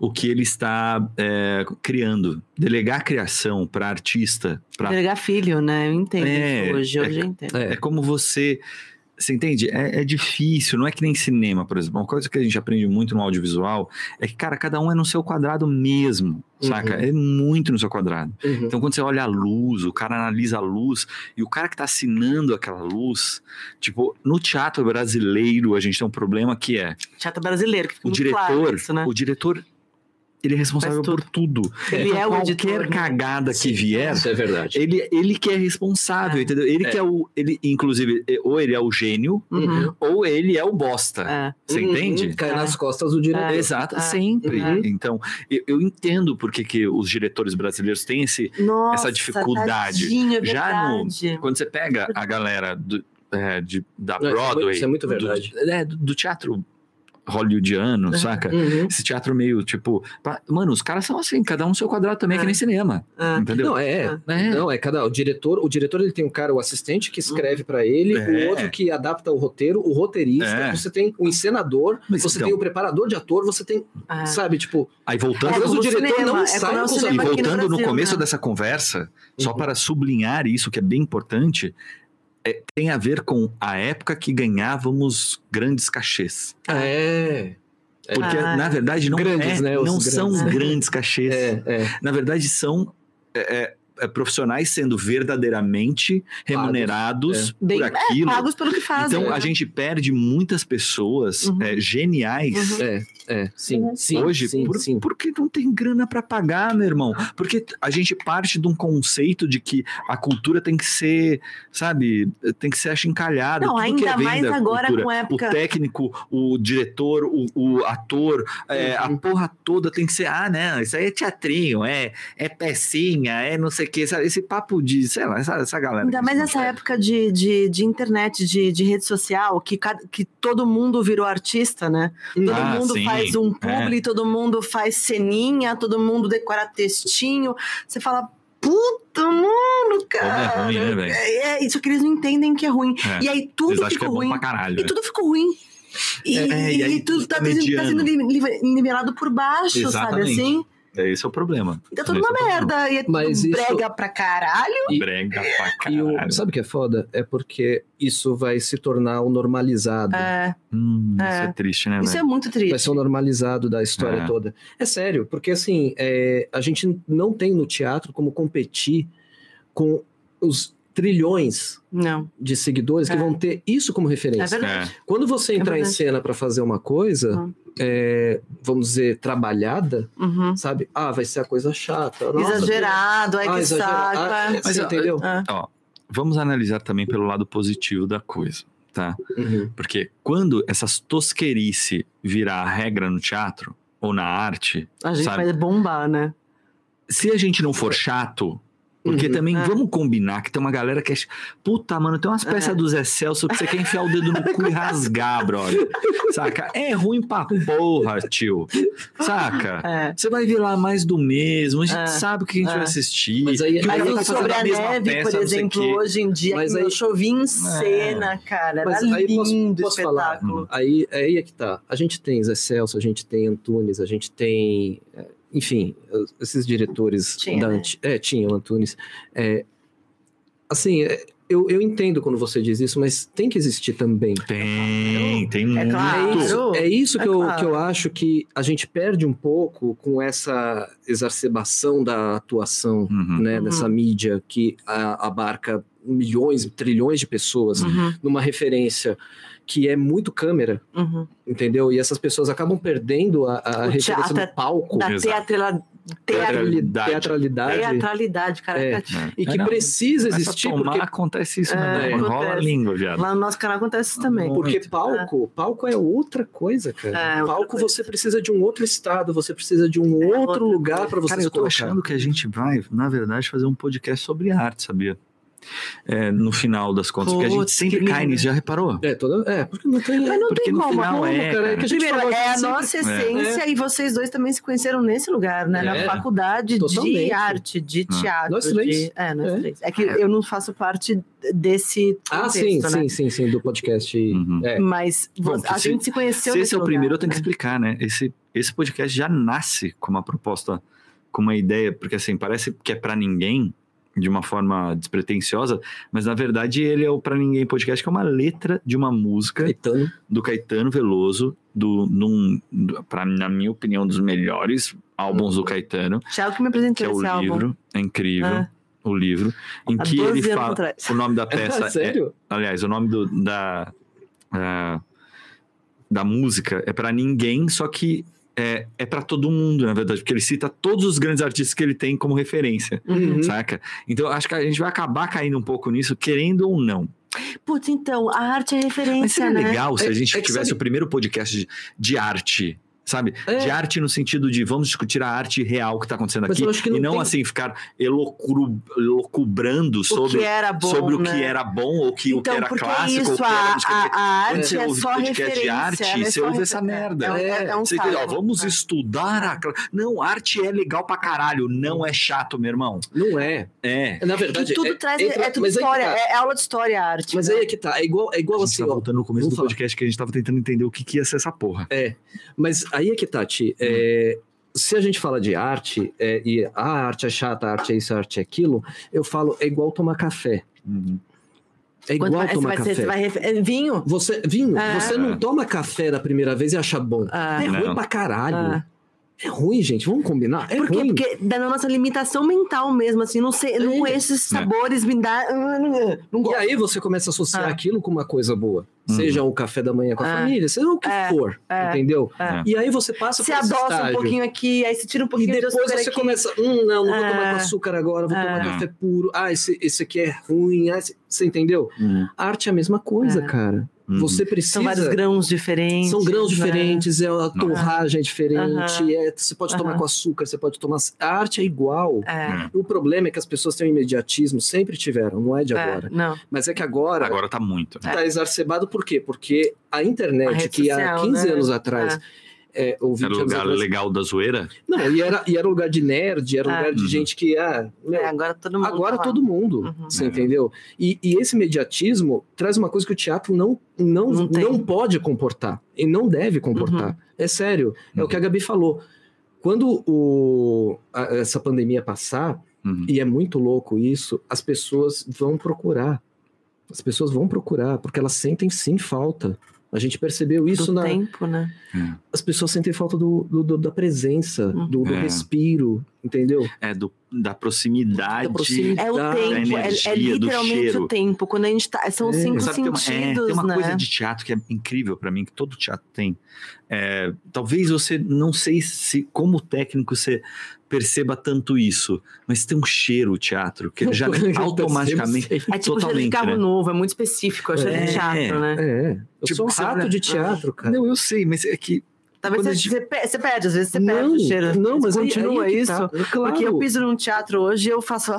Speaker 2: o que ele está é, criando. Delegar a criação para artista, para
Speaker 4: Entregar filho, né? Eu entendo
Speaker 2: É,
Speaker 4: isso hoje.
Speaker 2: é-
Speaker 4: Hoje eu entendo.
Speaker 2: É como você. Você entende? É, é difícil, não é que nem cinema, por exemplo. Uma coisa que a gente aprende muito no audiovisual é que, cara, cada um é no seu quadrado mesmo,
Speaker 3: Uhum.
Speaker 2: saca? É muito no seu quadrado.
Speaker 3: Uhum.
Speaker 2: Então, quando você olha a luz, o cara analisa a luz, e o cara que tá assinando aquela luz, tipo, no teatro brasileiro a gente tem um problema que é
Speaker 4: Teatro brasileiro, que fica
Speaker 2: o
Speaker 4: muito claro
Speaker 2: diretor,
Speaker 4: isso, né?
Speaker 2: o diretor Ele é responsável
Speaker 4: Faz tudo.
Speaker 2: por tudo.
Speaker 4: Ele é o
Speaker 2: Qualquer
Speaker 4: editor, né?
Speaker 2: cagada que
Speaker 3: Sim.
Speaker 2: vier,
Speaker 3: Isso é verdade.
Speaker 2: ele, ele que é responsável,
Speaker 4: É.
Speaker 2: entendeu? Ele
Speaker 3: É.
Speaker 2: que é o. Ele, inclusive, é- ou ele é o gênio,
Speaker 4: Uhum.
Speaker 2: ou ele é o bosta.
Speaker 4: É.
Speaker 2: Você entende?
Speaker 3: Uhum. Cai
Speaker 4: É.
Speaker 3: nas costas do diretor.
Speaker 2: Exato,
Speaker 4: É.
Speaker 2: sempre.
Speaker 3: Uhum.
Speaker 2: Então, eu, eu entendo porque que os diretores brasileiros têm esse,
Speaker 4: Nossa,
Speaker 2: dificuldade.
Speaker 4: Tadinho, é
Speaker 2: Já no-
Speaker 4: verdade.
Speaker 2: Quando você pega a galera do- é, de- da
Speaker 3: Não, isso é muito-
Speaker 2: Broadway.
Speaker 3: isso é muito
Speaker 2: do-
Speaker 3: verdade.
Speaker 2: é, do, do teatro hollywoodiano, saca?
Speaker 3: Uhum.
Speaker 2: Esse teatro meio tipo. pa- Mano, os caras são assim, cada um no seu quadrado também,
Speaker 4: É.
Speaker 2: que nem cinema.
Speaker 4: É.
Speaker 2: Entendeu?
Speaker 3: Não, é.
Speaker 2: É.
Speaker 3: Não, é cada. O diretor, o diretor ele tem um cara, o assistente que escreve pra ele,
Speaker 2: É.
Speaker 3: o outro que adapta o roteiro, o roteirista,
Speaker 2: É.
Speaker 3: você tem o encenador,
Speaker 2: Mas
Speaker 3: você
Speaker 2: então-
Speaker 3: tem o preparador de ator, você tem,
Speaker 4: É.
Speaker 3: sabe, tipo,
Speaker 2: Aí voltando.
Speaker 3: Às
Speaker 4: É
Speaker 3: vezes o
Speaker 4: como
Speaker 3: diretor
Speaker 4: cinema,
Speaker 3: não
Speaker 4: é
Speaker 3: sai
Speaker 4: como
Speaker 3: com
Speaker 4: é o
Speaker 3: os
Speaker 4: cinema
Speaker 2: E
Speaker 4: aqui no
Speaker 2: voltando no
Speaker 4: Brasil,
Speaker 2: começo
Speaker 4: né?
Speaker 2: dessa conversa, só
Speaker 3: Uhum.
Speaker 2: para sublinhar isso que é bem importante, é, tem a ver com a época que ganhávamos grandes cachês.
Speaker 3: é,
Speaker 2: Porque,
Speaker 4: Ah,
Speaker 2: na verdade, não,
Speaker 3: Grandes,
Speaker 2: é-
Speaker 3: né, os
Speaker 2: não
Speaker 3: grandes.
Speaker 2: são
Speaker 4: É.
Speaker 2: grandes cachês.
Speaker 3: é, é.
Speaker 2: Na verdade, são é, é, é, profissionais sendo verdadeiramente
Speaker 3: É.
Speaker 2: remunerados
Speaker 4: Bem- é,
Speaker 2: por aquilo.
Speaker 4: Pagos pelo que fazem.
Speaker 2: então,
Speaker 4: né?
Speaker 2: a gente perde muitas pessoas
Speaker 4: Uhum.
Speaker 2: é, geniais
Speaker 3: É, é, sim, sim,
Speaker 2: hoje
Speaker 3: sim,
Speaker 2: por-
Speaker 3: sim.
Speaker 2: porque não tem grana pra pagar, meu irmão. Porque a gente parte de um conceito de que a cultura tem que ser, sabe, tem que ser achincalhada.
Speaker 4: Não,
Speaker 2: Tudo
Speaker 4: ainda
Speaker 2: que é venda,
Speaker 4: mais agora
Speaker 2: cultura.
Speaker 4: com a época-
Speaker 2: O é técnico, o diretor, o, o ator, é,
Speaker 4: Uhum.
Speaker 2: a porra toda tem que ser, ah, né, isso aí é teatrinho, é, é pecinha, é não sei o que, esse papo de, sei lá, essa, essa galera.
Speaker 4: Ainda
Speaker 2: que
Speaker 4: mais
Speaker 2: se
Speaker 4: nessa
Speaker 2: consegue.
Speaker 4: época de, de, de internet, de, de rede social, que, cada- que todo mundo virou artista, né? Todo
Speaker 2: Ah,
Speaker 4: mundo
Speaker 2: sim,
Speaker 4: faz um publi, todo mundo faz ceninha, todo mundo decora textinho. Você fala, puta mundo,
Speaker 2: Como
Speaker 4: cara.
Speaker 2: é ruim, né, velho?
Speaker 4: É, é, isso que eles não entendem que é ruim.
Speaker 2: É.
Speaker 4: E aí
Speaker 2: Eles
Speaker 4: tudo
Speaker 2: acham que
Speaker 4: fica
Speaker 2: é bom
Speaker 4: ruim.
Speaker 2: pra caralho.
Speaker 4: E
Speaker 2: né?
Speaker 4: tudo ficou ruim. E,
Speaker 2: É, e aí
Speaker 4: e tudo
Speaker 2: tudo
Speaker 4: tá,
Speaker 2: tá
Speaker 4: sendo- tá sendo
Speaker 2: mediano.
Speaker 4: li- li- nivelado por baixo,
Speaker 2: Exatamente.
Speaker 4: sabe assim?
Speaker 2: Esse é o problema.
Speaker 4: Tá
Speaker 2: Esse
Speaker 4: tudo uma
Speaker 2: é o problema.
Speaker 4: merda. E é tudo
Speaker 3: Mas isso-
Speaker 4: brega pra caralho.
Speaker 3: E-
Speaker 2: Brega pra
Speaker 3: E
Speaker 2: caralho.
Speaker 3: o, sabe o que é foda? É porque isso vai se tornar o normalizado.
Speaker 4: É,
Speaker 2: Hum,
Speaker 4: É.
Speaker 2: Isso é triste, né,
Speaker 4: isso é
Speaker 2: velho?
Speaker 4: muito triste.
Speaker 3: Vai ser o normalizado da história
Speaker 2: É.
Speaker 3: toda. É sério, porque assim, é, a gente não tem no teatro como competir com os trilhões
Speaker 4: Não,
Speaker 3: de seguidores
Speaker 4: É.
Speaker 3: que vão ter isso como
Speaker 4: é
Speaker 3: referência.
Speaker 4: verdade. É
Speaker 3: Quando você entrar em
Speaker 4: verdade.
Speaker 3: cena para fazer uma coisa,
Speaker 4: Hum.
Speaker 3: é, vamos dizer, trabalhada,
Speaker 4: Uhum.
Speaker 3: sabe? Ah, vai ser a coisa chata. nossa,
Speaker 4: Exagerado, ai
Speaker 3: Ah,
Speaker 4: que
Speaker 3: exagerado.
Speaker 4: saco. é.
Speaker 3: Você
Speaker 2: Mas, ó,
Speaker 3: entendeu?
Speaker 4: Ah,
Speaker 2: Vamos analisar também pelo lado positivo da coisa, tá?
Speaker 3: Uhum.
Speaker 2: Porque quando essas tosquerice virar a regra no teatro ou na arte,
Speaker 4: a gente
Speaker 2: sabe?
Speaker 4: vai bombar, né?
Speaker 2: se a gente não for chato. Porque
Speaker 3: Uhum.
Speaker 2: também
Speaker 4: É.
Speaker 2: vamos combinar que tem uma galera que é. ch- Puta, mano, tem umas peças
Speaker 4: É.
Speaker 2: do Zé Celso que você quer enfiar o dedo no cu e rasgar, brother. Saca? É ruim pra porra, tio. Saca?
Speaker 4: É.
Speaker 2: Você vai ver lá mais do mesmo, a gente
Speaker 4: É.
Speaker 2: sabe o que a gente
Speaker 4: É.
Speaker 2: vai assistir.
Speaker 3: Mas aí-
Speaker 2: que o
Speaker 4: Mas
Speaker 3: aí
Speaker 2: cara
Speaker 3: tá
Speaker 4: o
Speaker 2: fazendo
Speaker 4: sobre a
Speaker 2: mesma
Speaker 4: neve,
Speaker 2: peça,
Speaker 4: por
Speaker 2: não sei o
Speaker 4: exemplo,
Speaker 2: quê.
Speaker 4: hoje em dia,
Speaker 3: Mas
Speaker 4: que
Speaker 3: aí-
Speaker 4: eu chovi em cena, cara.
Speaker 3: Mas
Speaker 4: Era
Speaker 3: aí
Speaker 4: lindo
Speaker 3: posso- posso falar?
Speaker 4: espetáculo.
Speaker 3: Aí, aí é que tá. A gente tem Zé Celso, a gente tem Antunes, a gente tem. é, Enfim, os- esses diretores.
Speaker 4: Tinha,
Speaker 3: da
Speaker 4: né?
Speaker 3: anti- É, tinha o Antunes. É, assim, é, eu, eu entendo quando você diz isso, mas tem que existir também.
Speaker 2: Tem, tem
Speaker 4: É
Speaker 2: muito.
Speaker 4: claro.
Speaker 3: É isso, é isso que,
Speaker 4: É
Speaker 3: eu,
Speaker 4: claro.
Speaker 3: que eu acho que a gente perde um pouco com essa exacerbação da atuação,
Speaker 2: Uhum.
Speaker 3: né?
Speaker 4: Uhum.
Speaker 3: Dessa mídia que a- abarca milhões, trilhões de pessoas
Speaker 4: Uhum,
Speaker 3: numa referência que é muito câmera,
Speaker 4: uhum.
Speaker 3: entendeu? E essas pessoas acabam perdendo a, a
Speaker 4: O
Speaker 3: referência
Speaker 4: teatro- é
Speaker 3: do palco, né?
Speaker 4: Da
Speaker 2: Exato.
Speaker 4: teatrela- teatro-
Speaker 2: Teatralidade.
Speaker 3: teatralidade,
Speaker 4: teatralidade, cara.
Speaker 3: É.
Speaker 4: Fica-
Speaker 3: e que
Speaker 2: É, não.
Speaker 3: precisa
Speaker 2: Essa
Speaker 3: existir
Speaker 2: tomar
Speaker 3: porque
Speaker 2: acontece isso,
Speaker 4: É,
Speaker 2: né? Enrola a
Speaker 4: acontece.
Speaker 2: língua, viado.
Speaker 4: Lá no nosso canal acontece isso também.
Speaker 2: Muito.
Speaker 3: Porque palco, palco é outra coisa, cara.
Speaker 4: É, outra
Speaker 3: palco
Speaker 4: coisa. É,
Speaker 3: você precisa de um outro estado, você precisa de um
Speaker 4: outra
Speaker 3: outro lugar
Speaker 4: coisa.
Speaker 3: para você
Speaker 2: Cara,
Speaker 3: se
Speaker 2: eu tô
Speaker 3: colocar.
Speaker 2: achando que a gente vai, na verdade, fazer um podcast sobre arte, sabia? É, no final das contas. porque a gente
Speaker 4: Putz,
Speaker 2: sempre
Speaker 4: que
Speaker 2: cai
Speaker 4: lindo.
Speaker 2: nisso, já reparou?
Speaker 3: É, toda, é, porque não tem.
Speaker 4: Mas não
Speaker 2: Porque
Speaker 4: tem
Speaker 2: no
Speaker 4: como.
Speaker 2: final
Speaker 4: como,
Speaker 2: é,
Speaker 4: cara.
Speaker 2: cara.
Speaker 3: que a gente
Speaker 4: Primeiro,
Speaker 3: falou
Speaker 4: é a
Speaker 3: aqui sempre.
Speaker 4: nossa essência e vocês dois também se conheceram nesse lugar, né? Na
Speaker 3: É.
Speaker 4: faculdade de
Speaker 3: Totalmente.
Speaker 4: arte, de teatro.
Speaker 3: Nós
Speaker 4: de-
Speaker 3: três.
Speaker 4: É, nós
Speaker 3: É.
Speaker 4: três. É que eu não faço parte desse
Speaker 3: Ah,
Speaker 4: contexto,
Speaker 3: sim,
Speaker 4: né?
Speaker 3: sim, sim, sim, do podcast.
Speaker 2: Uhum.
Speaker 3: É.
Speaker 4: Mas
Speaker 2: Bom,
Speaker 4: você- a
Speaker 2: se-
Speaker 4: gente se conheceu
Speaker 2: Se esse
Speaker 4: nesse
Speaker 2: é o
Speaker 4: lugar,
Speaker 2: primeiro, eu tenho que
Speaker 4: né?
Speaker 2: explicar, né? Esse, esse podcast já nasce com uma proposta, com uma ideia, porque assim, parece que é pra ninguém, de uma forma despretensiosa, mas na verdade ele é o Pra Ninguém Podcast, que é uma letra de uma música
Speaker 3: Caetano.
Speaker 2: do Caetano Veloso, do, num, do- pra- na minha opinião, um dos melhores álbuns do Caetano,
Speaker 4: Thiago que me
Speaker 2: que
Speaker 4: apresentou
Speaker 2: é o
Speaker 4: esse álbum.
Speaker 2: livro, é incrível,
Speaker 4: Ah.
Speaker 2: o livro, em
Speaker 4: Há
Speaker 2: que ele
Speaker 4: 12 anos
Speaker 2: fala.
Speaker 4: atrás.
Speaker 2: O nome da peça é.
Speaker 3: Sério?
Speaker 2: Aliás, o nome do- da. ah, da música é pra ninguém, só que. é, é, é para todo mundo, na verdade, porque ele cita todos os grandes artistas que ele tem como referência,
Speaker 3: Uhum.
Speaker 2: saca? Então acho que a gente vai acabar caindo um pouco nisso, querendo ou não.
Speaker 4: Putz, então, a arte é
Speaker 2: Mas
Speaker 4: referência,
Speaker 2: seria
Speaker 4: né?
Speaker 2: legal se
Speaker 3: É-
Speaker 2: a gente
Speaker 3: é que
Speaker 2: tivesse
Speaker 3: sabe-
Speaker 2: o primeiro podcast de, de arte, sabe?
Speaker 3: É.
Speaker 2: De arte no sentido de vamos discutir a arte real que está acontecendo
Speaker 3: Mas
Speaker 2: aqui
Speaker 3: eu acho que
Speaker 2: e
Speaker 3: não
Speaker 2: não
Speaker 3: tem-
Speaker 2: assim ficar elocru- elocubrando
Speaker 7: O
Speaker 2: sobre
Speaker 3: é
Speaker 7: que era bom,
Speaker 2: sobre o
Speaker 7: né?
Speaker 2: que era bom ou que, o que
Speaker 4: Então,
Speaker 2: era
Speaker 4: porque
Speaker 2: clássico ou que
Speaker 4: isso,
Speaker 2: era
Speaker 4: a,
Speaker 2: não sei o quê.
Speaker 4: a, a
Speaker 2: Quando
Speaker 4: arte
Speaker 2: você
Speaker 4: é
Speaker 2: ouve
Speaker 4: só
Speaker 2: podcast de
Speaker 4: referência.
Speaker 2: arte,
Speaker 4: ela é
Speaker 2: você
Speaker 4: só
Speaker 2: ouve essa
Speaker 4: referência.
Speaker 2: merda.
Speaker 4: É, um- é, é um
Speaker 2: Você entendeu? Ó,
Speaker 4: saco.
Speaker 2: Vamos estudar a. cla- Não, arte é legal pra caralho. Não é chato, meu irmão.
Speaker 3: Não é.
Speaker 2: É.
Speaker 3: Na
Speaker 4: E
Speaker 3: verdade,
Speaker 4: tudo
Speaker 3: é,
Speaker 4: traz,
Speaker 3: entra-
Speaker 4: é tudo
Speaker 3: mas aí que
Speaker 4: história,
Speaker 3: tá.
Speaker 4: é, tipo, é aula de história a arte. né?
Speaker 3: Mas aí é que tá. É igual, é igual
Speaker 2: a gente
Speaker 3: assim,
Speaker 2: tá
Speaker 3: ó.
Speaker 2: voltando no começo do
Speaker 3: vamos falar.
Speaker 2: podcast que a gente tava tentando entender o que, que ia ser essa porra.
Speaker 3: Mas aí é que tá, Ti. É, se a gente fala de arte, é, e ah, a arte é chata, a arte é isso, a arte é aquilo, eu falo, é igual tomar café. É
Speaker 4: Quanto
Speaker 3: igual
Speaker 4: mais- você
Speaker 3: tomar
Speaker 4: vai ser-
Speaker 3: café.
Speaker 4: você vai refe- é, vinho?
Speaker 3: Você, Vinho,
Speaker 4: É.
Speaker 3: você
Speaker 2: É.
Speaker 3: não toma café da primeira vez e acha bom.
Speaker 4: Ah,
Speaker 3: É
Speaker 2: Não.
Speaker 3: ruim pra caralho.
Speaker 4: ah.
Speaker 3: É ruim, gente. Vamos combinar? É
Speaker 4: Por quê?
Speaker 3: ruim.
Speaker 4: Porque da nossa limitação mental mesmo, assim, não sei, eu não
Speaker 3: É.
Speaker 4: conheço esses sabores, me dá. ah, Não
Speaker 3: E
Speaker 4: gosto.
Speaker 3: aí você começa a associar
Speaker 4: Ah.
Speaker 3: aquilo com uma coisa boa.
Speaker 2: Uhum.
Speaker 3: Seja o café da manhã com a
Speaker 4: Ah.
Speaker 3: família, seja o que
Speaker 4: É.
Speaker 3: for,
Speaker 4: É.
Speaker 3: entendeu?
Speaker 4: É.
Speaker 3: E aí você passa
Speaker 4: Você
Speaker 3: por esse
Speaker 4: adoça um
Speaker 3: estágio.
Speaker 4: pouquinho aqui, aí você tira um
Speaker 3: E
Speaker 4: pouquinho de
Speaker 3: depois
Speaker 4: açúcar
Speaker 3: você
Speaker 4: aqui.
Speaker 3: começa, hum, não, não vou tomar
Speaker 4: Ah.
Speaker 3: com açúcar agora, vou tomar
Speaker 4: Ah.
Speaker 3: café puro. Ah, esse, esse aqui é ruim. Ah, esse- Você entendeu?
Speaker 2: Uhum.
Speaker 3: A arte é a mesma coisa,
Speaker 4: Ah.
Speaker 3: cara. Você precisa...
Speaker 4: São vários grãos diferentes.
Speaker 3: São grãos
Speaker 4: né?
Speaker 3: diferentes, é a torragem é diferente,
Speaker 4: Aham.
Speaker 3: é, você pode tomar
Speaker 4: Aham.
Speaker 3: com açúcar, você pode tomar. A arte é igual.
Speaker 4: É,
Speaker 2: Hum,
Speaker 3: O problema é que as pessoas têm um imediatismo, sempre tiveram, não é de
Speaker 4: é,
Speaker 3: agora.
Speaker 4: não.
Speaker 3: Mas é que agora,
Speaker 2: Agora tá muito.
Speaker 3: tá exacerbado por quê? Porque a
Speaker 4: A
Speaker 3: internet,
Speaker 4: rede
Speaker 3: que há
Speaker 4: social,
Speaker 3: 15
Speaker 4: né?
Speaker 3: anos atrás, é, ou 20
Speaker 2: Era o
Speaker 3: anos
Speaker 2: lugar
Speaker 3: atrás.
Speaker 2: legal da zoeira?
Speaker 3: Não, e era, e era lugar de nerd, era um
Speaker 4: Ah.
Speaker 3: lugar de
Speaker 2: Uhum.
Speaker 3: gente que. Ah, meu,
Speaker 4: É, agora todo mundo.
Speaker 3: agora
Speaker 4: fala.
Speaker 3: todo mundo,
Speaker 4: Uhum.
Speaker 3: você
Speaker 2: É.
Speaker 3: entendeu? E, e esse mediatismo traz uma coisa que o teatro não não,
Speaker 4: Não
Speaker 3: não,
Speaker 4: tem.
Speaker 3: pode comportar e não deve comportar. É sério, é
Speaker 2: Uhum.
Speaker 3: o que a Gabi falou. Quando o, a- essa pandemia passar,
Speaker 2: Uhum.
Speaker 3: e é muito louco isso, as pessoas vão procurar. As pessoas vão procurar, porque elas sentem sim falta. A gente percebeu
Speaker 4: Do
Speaker 3: isso na.
Speaker 4: tempo, né?
Speaker 3: As pessoas sentem falta do, do- do- da presença,
Speaker 4: Uhum.
Speaker 3: do, do
Speaker 2: É.
Speaker 3: respiro, entendeu?
Speaker 2: É do, da proximidade.
Speaker 3: Da proximidade.
Speaker 4: É o
Speaker 3: Da
Speaker 4: tempo,
Speaker 2: energia,
Speaker 4: é, é
Speaker 2: do
Speaker 4: literalmente
Speaker 2: cheiro.
Speaker 4: o tempo. Quando a gente tá. São
Speaker 3: É.
Speaker 4: os cinco
Speaker 2: Sabe, tem uma,
Speaker 4: sentidos,
Speaker 2: é, tem uma
Speaker 4: né?
Speaker 2: coisa de teatro que é incrível pra mim, que todo teatro tem. É, talvez você não sei se, como técnico, você perceba tanto isso, mas tem um cheiro o teatro que já automaticamente.
Speaker 4: É tipo o cheiro de
Speaker 2: totalmente,
Speaker 4: carro
Speaker 2: né?
Speaker 4: novo, é muito específico, é o cheiro
Speaker 2: É.
Speaker 4: de teatro, né?
Speaker 3: É, eu
Speaker 2: Tipo,
Speaker 3: sou um
Speaker 2: você
Speaker 3: rato
Speaker 2: olha-
Speaker 3: de teatro, cara.
Speaker 2: Não, eu sei, mas é que
Speaker 4: Talvez
Speaker 2: Quando
Speaker 4: você,
Speaker 2: a gente-
Speaker 4: você pe- você perde, às vezes você perde o cheiro.
Speaker 3: Não, mas aí-
Speaker 4: continua
Speaker 3: aí é que
Speaker 4: isso.
Speaker 3: tá. Claro.
Speaker 4: Porque eu piso num teatro hoje e eu faço.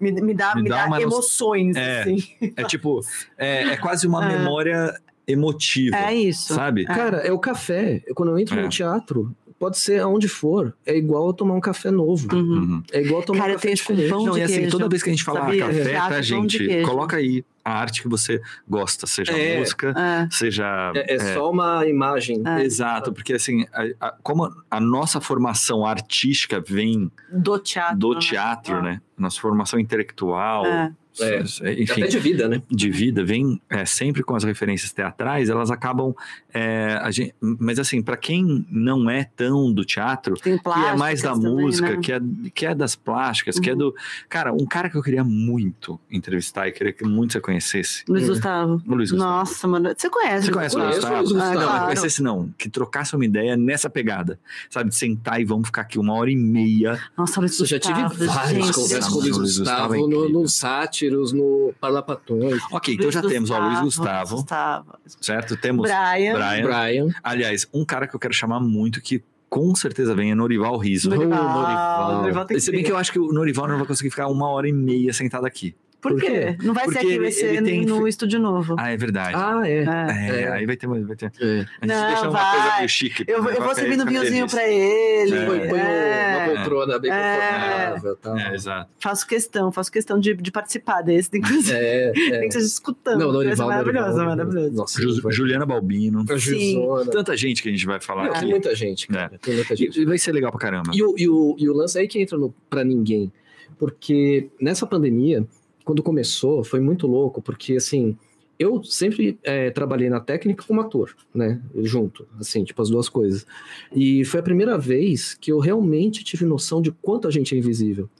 Speaker 4: Me, me dá,
Speaker 2: Me
Speaker 4: me
Speaker 2: dá
Speaker 4: dá,
Speaker 2: uma nos-
Speaker 4: emoções,
Speaker 2: É.
Speaker 4: assim.
Speaker 2: é tipo, é, é quase uma
Speaker 4: É.
Speaker 2: memória emotiva,
Speaker 4: É isso.
Speaker 2: sabe?
Speaker 3: Cara, é o café. Eu, Quando eu entro
Speaker 2: É.
Speaker 3: no teatro, pode ser aonde for, é igual eu tomar um café novo.
Speaker 4: Uhum.
Speaker 2: Uhum.
Speaker 3: É igual tomar
Speaker 4: Cara,
Speaker 3: um
Speaker 4: eu
Speaker 3: café
Speaker 4: tenho
Speaker 3: diferente.
Speaker 4: pão
Speaker 2: Não,
Speaker 4: de
Speaker 2: e assim,
Speaker 4: queijo.
Speaker 2: toda vez que a gente fala ah,
Speaker 4: Sabia?
Speaker 2: café,
Speaker 4: Teatro, é
Speaker 2: tá,
Speaker 4: pão de
Speaker 2: gente?
Speaker 4: queijo.
Speaker 2: Coloca aí a arte que você gosta, seja
Speaker 3: É.
Speaker 2: música,
Speaker 4: É.
Speaker 2: seja.
Speaker 3: É, é só uma imagem.
Speaker 4: É.
Speaker 2: Exato, porque assim, a- a- como a nossa formação artística vem
Speaker 4: Do teatro.
Speaker 2: do
Speaker 4: né?
Speaker 2: teatro,
Speaker 4: Ah.
Speaker 2: né? Nossa formação intelectual,
Speaker 4: É.
Speaker 3: É.
Speaker 2: enfim,
Speaker 3: Até de vida, né?
Speaker 2: de vida, vem é, sempre com as referências teatrais, elas acabam. é, a gente- mas assim, para quem não é tão do teatro,
Speaker 4: Tem
Speaker 2: que
Speaker 4: plásticas
Speaker 2: é mais da
Speaker 4: também,
Speaker 2: música,
Speaker 4: né? Uhum.
Speaker 2: que, é, que é das plásticas, que é do. Cara, um cara que eu queria muito entrevistar e queria que muito você conhecesse,
Speaker 4: Luiz
Speaker 3: Hum.
Speaker 4: Gustavo.
Speaker 2: o Uhum. Luiz Gustavo.
Speaker 4: Nossa, mano. Você conhece? Ah,
Speaker 2: Você conhece o Luiz
Speaker 3: Conheço o
Speaker 2: Gustavo?
Speaker 3: Luiz
Speaker 2: Não,
Speaker 3: Gustavo.
Speaker 2: não
Speaker 4: claro.
Speaker 2: conhecesse não. Que trocasse uma ideia nessa pegada. Sabe, de sentar e vamos ficar aqui uma hora e meia.
Speaker 4: Nossa, Luiz
Speaker 3: Eu já tive
Speaker 4: Gustavo,
Speaker 3: várias
Speaker 4: gente.
Speaker 3: conversas com o
Speaker 2: Luiz
Speaker 3: Luiz
Speaker 2: Gustavo
Speaker 3: Gustavo,
Speaker 2: é
Speaker 3: no,
Speaker 2: incrível.
Speaker 3: no Sátiros, no Parlapatões,
Speaker 2: Ok, então já temos ó, o Luiz Gustavo,
Speaker 4: Gustavo.
Speaker 2: certo? Temos
Speaker 4: Brian.
Speaker 2: Brian.
Speaker 3: Brian.
Speaker 2: Aliás, um cara que eu quero chamar muito que com certeza vem é Norival Riso.
Speaker 3: Norival.
Speaker 4: Norival. Norival tem que
Speaker 2: Se bem que eu acho que o Norival não vai conseguir ficar uma hora e meia sentado aqui.
Speaker 4: Por
Speaker 3: Por
Speaker 4: quê? Não vai
Speaker 2: Porque
Speaker 4: ser aqui,
Speaker 2: ele-
Speaker 4: vai ser
Speaker 2: ele tem
Speaker 4: no
Speaker 2: fe-
Speaker 4: estúdio novo.
Speaker 2: Ah, é verdade.
Speaker 3: Ah, é.
Speaker 4: É.
Speaker 2: é,
Speaker 3: é.
Speaker 2: aí vai ter, vai ter.
Speaker 3: é.
Speaker 2: A gente
Speaker 4: Não,
Speaker 2: deixa uma
Speaker 4: vai.
Speaker 2: coisa meio chique.
Speaker 4: Eu,
Speaker 2: né?
Speaker 4: eu
Speaker 2: Vai
Speaker 4: vou servir
Speaker 2: ficar
Speaker 4: no vinhozinho
Speaker 2: feliz.
Speaker 4: pra ele.
Speaker 2: É.
Speaker 3: Põe, põe
Speaker 4: é.
Speaker 3: uma poltrona bem
Speaker 4: É.
Speaker 3: confortável. Tá.
Speaker 2: É, exato.
Speaker 4: Faço questão, faço questão de, de participar desse, inclusive.
Speaker 3: É, é.
Speaker 4: Nem que seja escutando.
Speaker 3: Não,
Speaker 4: Vai ser
Speaker 3: Norival,
Speaker 4: maravilhoso,
Speaker 3: Norival.
Speaker 4: maravilhoso.
Speaker 3: Nossa,
Speaker 2: Ju-
Speaker 3: Norival.
Speaker 2: Juliana Balbino.
Speaker 3: A Gisona.
Speaker 2: Tanta gente que a gente vai falar
Speaker 3: Não,
Speaker 2: aqui.
Speaker 4: é
Speaker 3: tem muita gente, cara. Tem muita gente.
Speaker 2: E- e Vai ser legal pra caramba.
Speaker 3: E o, e o, e o lance é aí que entra no pra ninguém. Porque nessa pandemia, quando começou, foi muito louco, porque assim, eu sempre eh, trabalhei na técnica como ator, né? Junto, assim, tipo as duas coisas. E foi a primeira vez que eu realmente tive noção de quanto a gente é invisível.